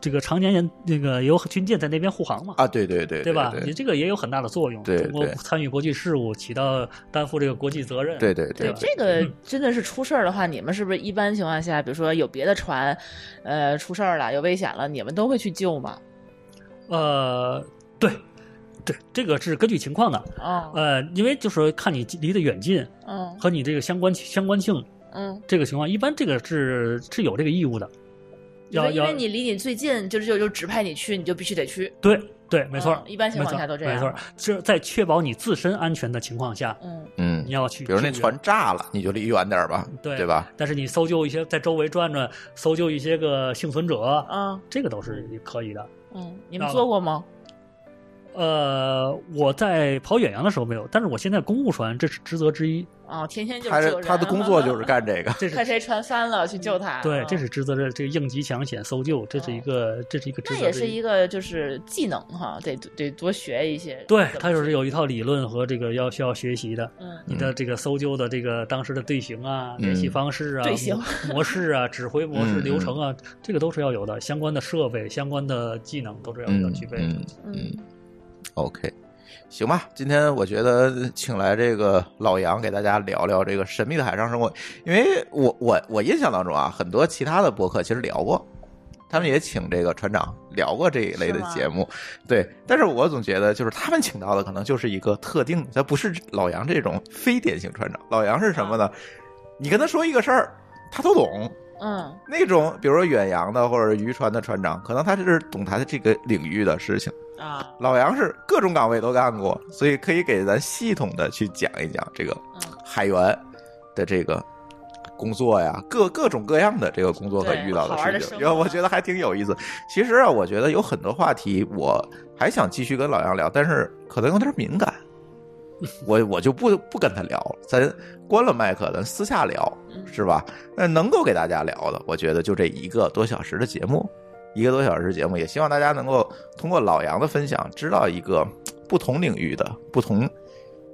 Speaker 2: 这个常年沿那个有军舰在那边护航嘛。
Speaker 1: 啊，对对对
Speaker 2: 对吧？你
Speaker 1: 对
Speaker 2: 这个也有很大的作用。
Speaker 1: 对
Speaker 2: 中国
Speaker 1: 对
Speaker 2: 参与国际事务，起到担负这个国际责任。
Speaker 1: 对对对
Speaker 2: 吧，
Speaker 5: 这个真的是出事儿的话，你们是不是一般情况下，比如说有别的船，呃，出事儿了，有危险了，你们都会去救吗？
Speaker 2: 呃，对，对，这个是根据情况的。
Speaker 5: 啊，
Speaker 2: 呃，因为就是说看你离得远近
Speaker 5: 嗯
Speaker 2: 和你这个相关相关性
Speaker 5: 嗯，
Speaker 2: 这个情况，一般这个是是有这个义务的，
Speaker 5: 因
Speaker 2: 要
Speaker 5: 为因
Speaker 2: 要
Speaker 5: 为你离你最近，就是就就指派你去，你就必须得去。
Speaker 2: 对对，没错儿，
Speaker 5: 嗯一般情况下都这样啊
Speaker 2: 没错儿，没错儿是在确保你自身安全的情况下，
Speaker 5: 嗯
Speaker 1: 嗯
Speaker 2: 你，要去，
Speaker 1: 比如那船，炸了，你就离远点儿吧，
Speaker 2: 对
Speaker 1: 对吧？
Speaker 2: 但是你搜救一些在周围转转，搜救一些个幸存者，
Speaker 5: 啊
Speaker 2: 这个都是可以的。
Speaker 5: 嗯，你们
Speaker 2: 到
Speaker 5: 做
Speaker 2: 了
Speaker 5: 过吗？
Speaker 2: 呃，我在跑远洋的时候没有，但是我现在公务船这是职责之一，
Speaker 5: 啊，天天就
Speaker 1: 他
Speaker 5: 救
Speaker 1: 这
Speaker 5: 人。
Speaker 1: 他的工作就是干这个，
Speaker 2: 这是
Speaker 5: 看谁船翻了去救他。
Speaker 2: 对
Speaker 5: 嗯，
Speaker 2: 这是职责的这个应急抢险搜救，这是一个这是一个职
Speaker 5: 啊那
Speaker 2: 责之一。
Speaker 5: 也是一个就是技能哈，得得多学一些。
Speaker 2: 对，
Speaker 5: 怎么
Speaker 2: 它就是
Speaker 5: 去
Speaker 2: 有一套理论和这个要需要学习的。
Speaker 5: 嗯
Speaker 2: 你的这个搜救的这个当时的队形啊、
Speaker 1: 嗯
Speaker 2: 联系方式啊、
Speaker 5: 队形
Speaker 2: 模模式 啊、指挥模式、
Speaker 1: 嗯
Speaker 2: 流程啊，这个都是要有的，相关的设备、相关的技能都是要要
Speaker 1: 嗯
Speaker 2: 具备的。
Speaker 1: 嗯嗯，OK，行吧。今天我觉得请来这个老杨给大家聊聊这个神秘的海上生活，因为我我我印象当中啊，很多其他的博客其实聊过。他们也请这个船长聊过这一类的
Speaker 5: 是吗
Speaker 1: 节目，对。但是我总觉得，就是他们请到的可能就是一个特定，他不是老杨这种非典型船长。老杨是什么呢？你跟他说一个事儿，他都懂，
Speaker 5: 嗯
Speaker 1: 那种，比如说远洋的或者渔船的船长，可能他就是懂他的这个领域的事情。
Speaker 5: 啊
Speaker 1: 老杨是各种岗位都干过，所以可以给咱系统的去讲一讲这个
Speaker 5: 嗯
Speaker 1: 海员的这个工作呀，各各种各样的这个工作和
Speaker 5: 对
Speaker 1: 遇到
Speaker 5: 好玩的
Speaker 1: 事情，
Speaker 5: 生
Speaker 1: 因为我
Speaker 5: 活
Speaker 1: 觉得还挺有意思。其实啊，我觉得有很多话题我还想继续跟老杨聊，但是可能有点敏感，我我就不不跟他聊了，咱关了麦克，咱私下聊，
Speaker 5: 嗯
Speaker 1: 是吧？那能够给大家聊的，我觉得就这一个多小时的节目，一个多小时节目，也希望大家能够通过老杨的分享，知道一个不同领域的不同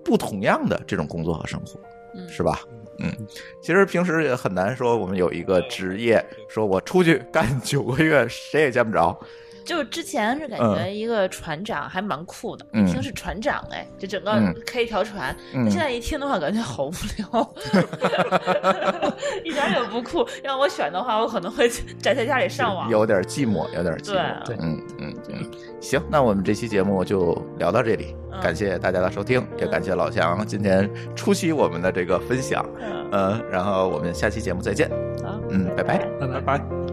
Speaker 1: 不同样的这种工作和生活，
Speaker 5: 嗯
Speaker 1: 是吧？其实平时也很难说我们有一个职业，说我出去干九个月，谁也见不着。
Speaker 3: 就之前是感觉一个船长还蛮酷的，
Speaker 1: 嗯
Speaker 3: 一听是船长哎，就整个
Speaker 1: 嗯
Speaker 3: 开一条船。
Speaker 1: 嗯
Speaker 3: 现在一听的话，感觉好无聊， 一点儿也不酷。让我选的话，我可能会宅在家里上网。
Speaker 1: 有点寂寞，有点寂寞。
Speaker 3: 对啊
Speaker 1: 嗯嗯嗯，行，那我们这期节目就聊到这里，
Speaker 3: 嗯
Speaker 1: 感谢大家的收听，也感谢老乡今天出席我们的这个分享，呃
Speaker 3: 嗯
Speaker 1: 嗯，然后我们下期节目再见，
Speaker 3: 好
Speaker 1: 嗯，拜拜。
Speaker 2: 拜拜
Speaker 4: 拜。拜。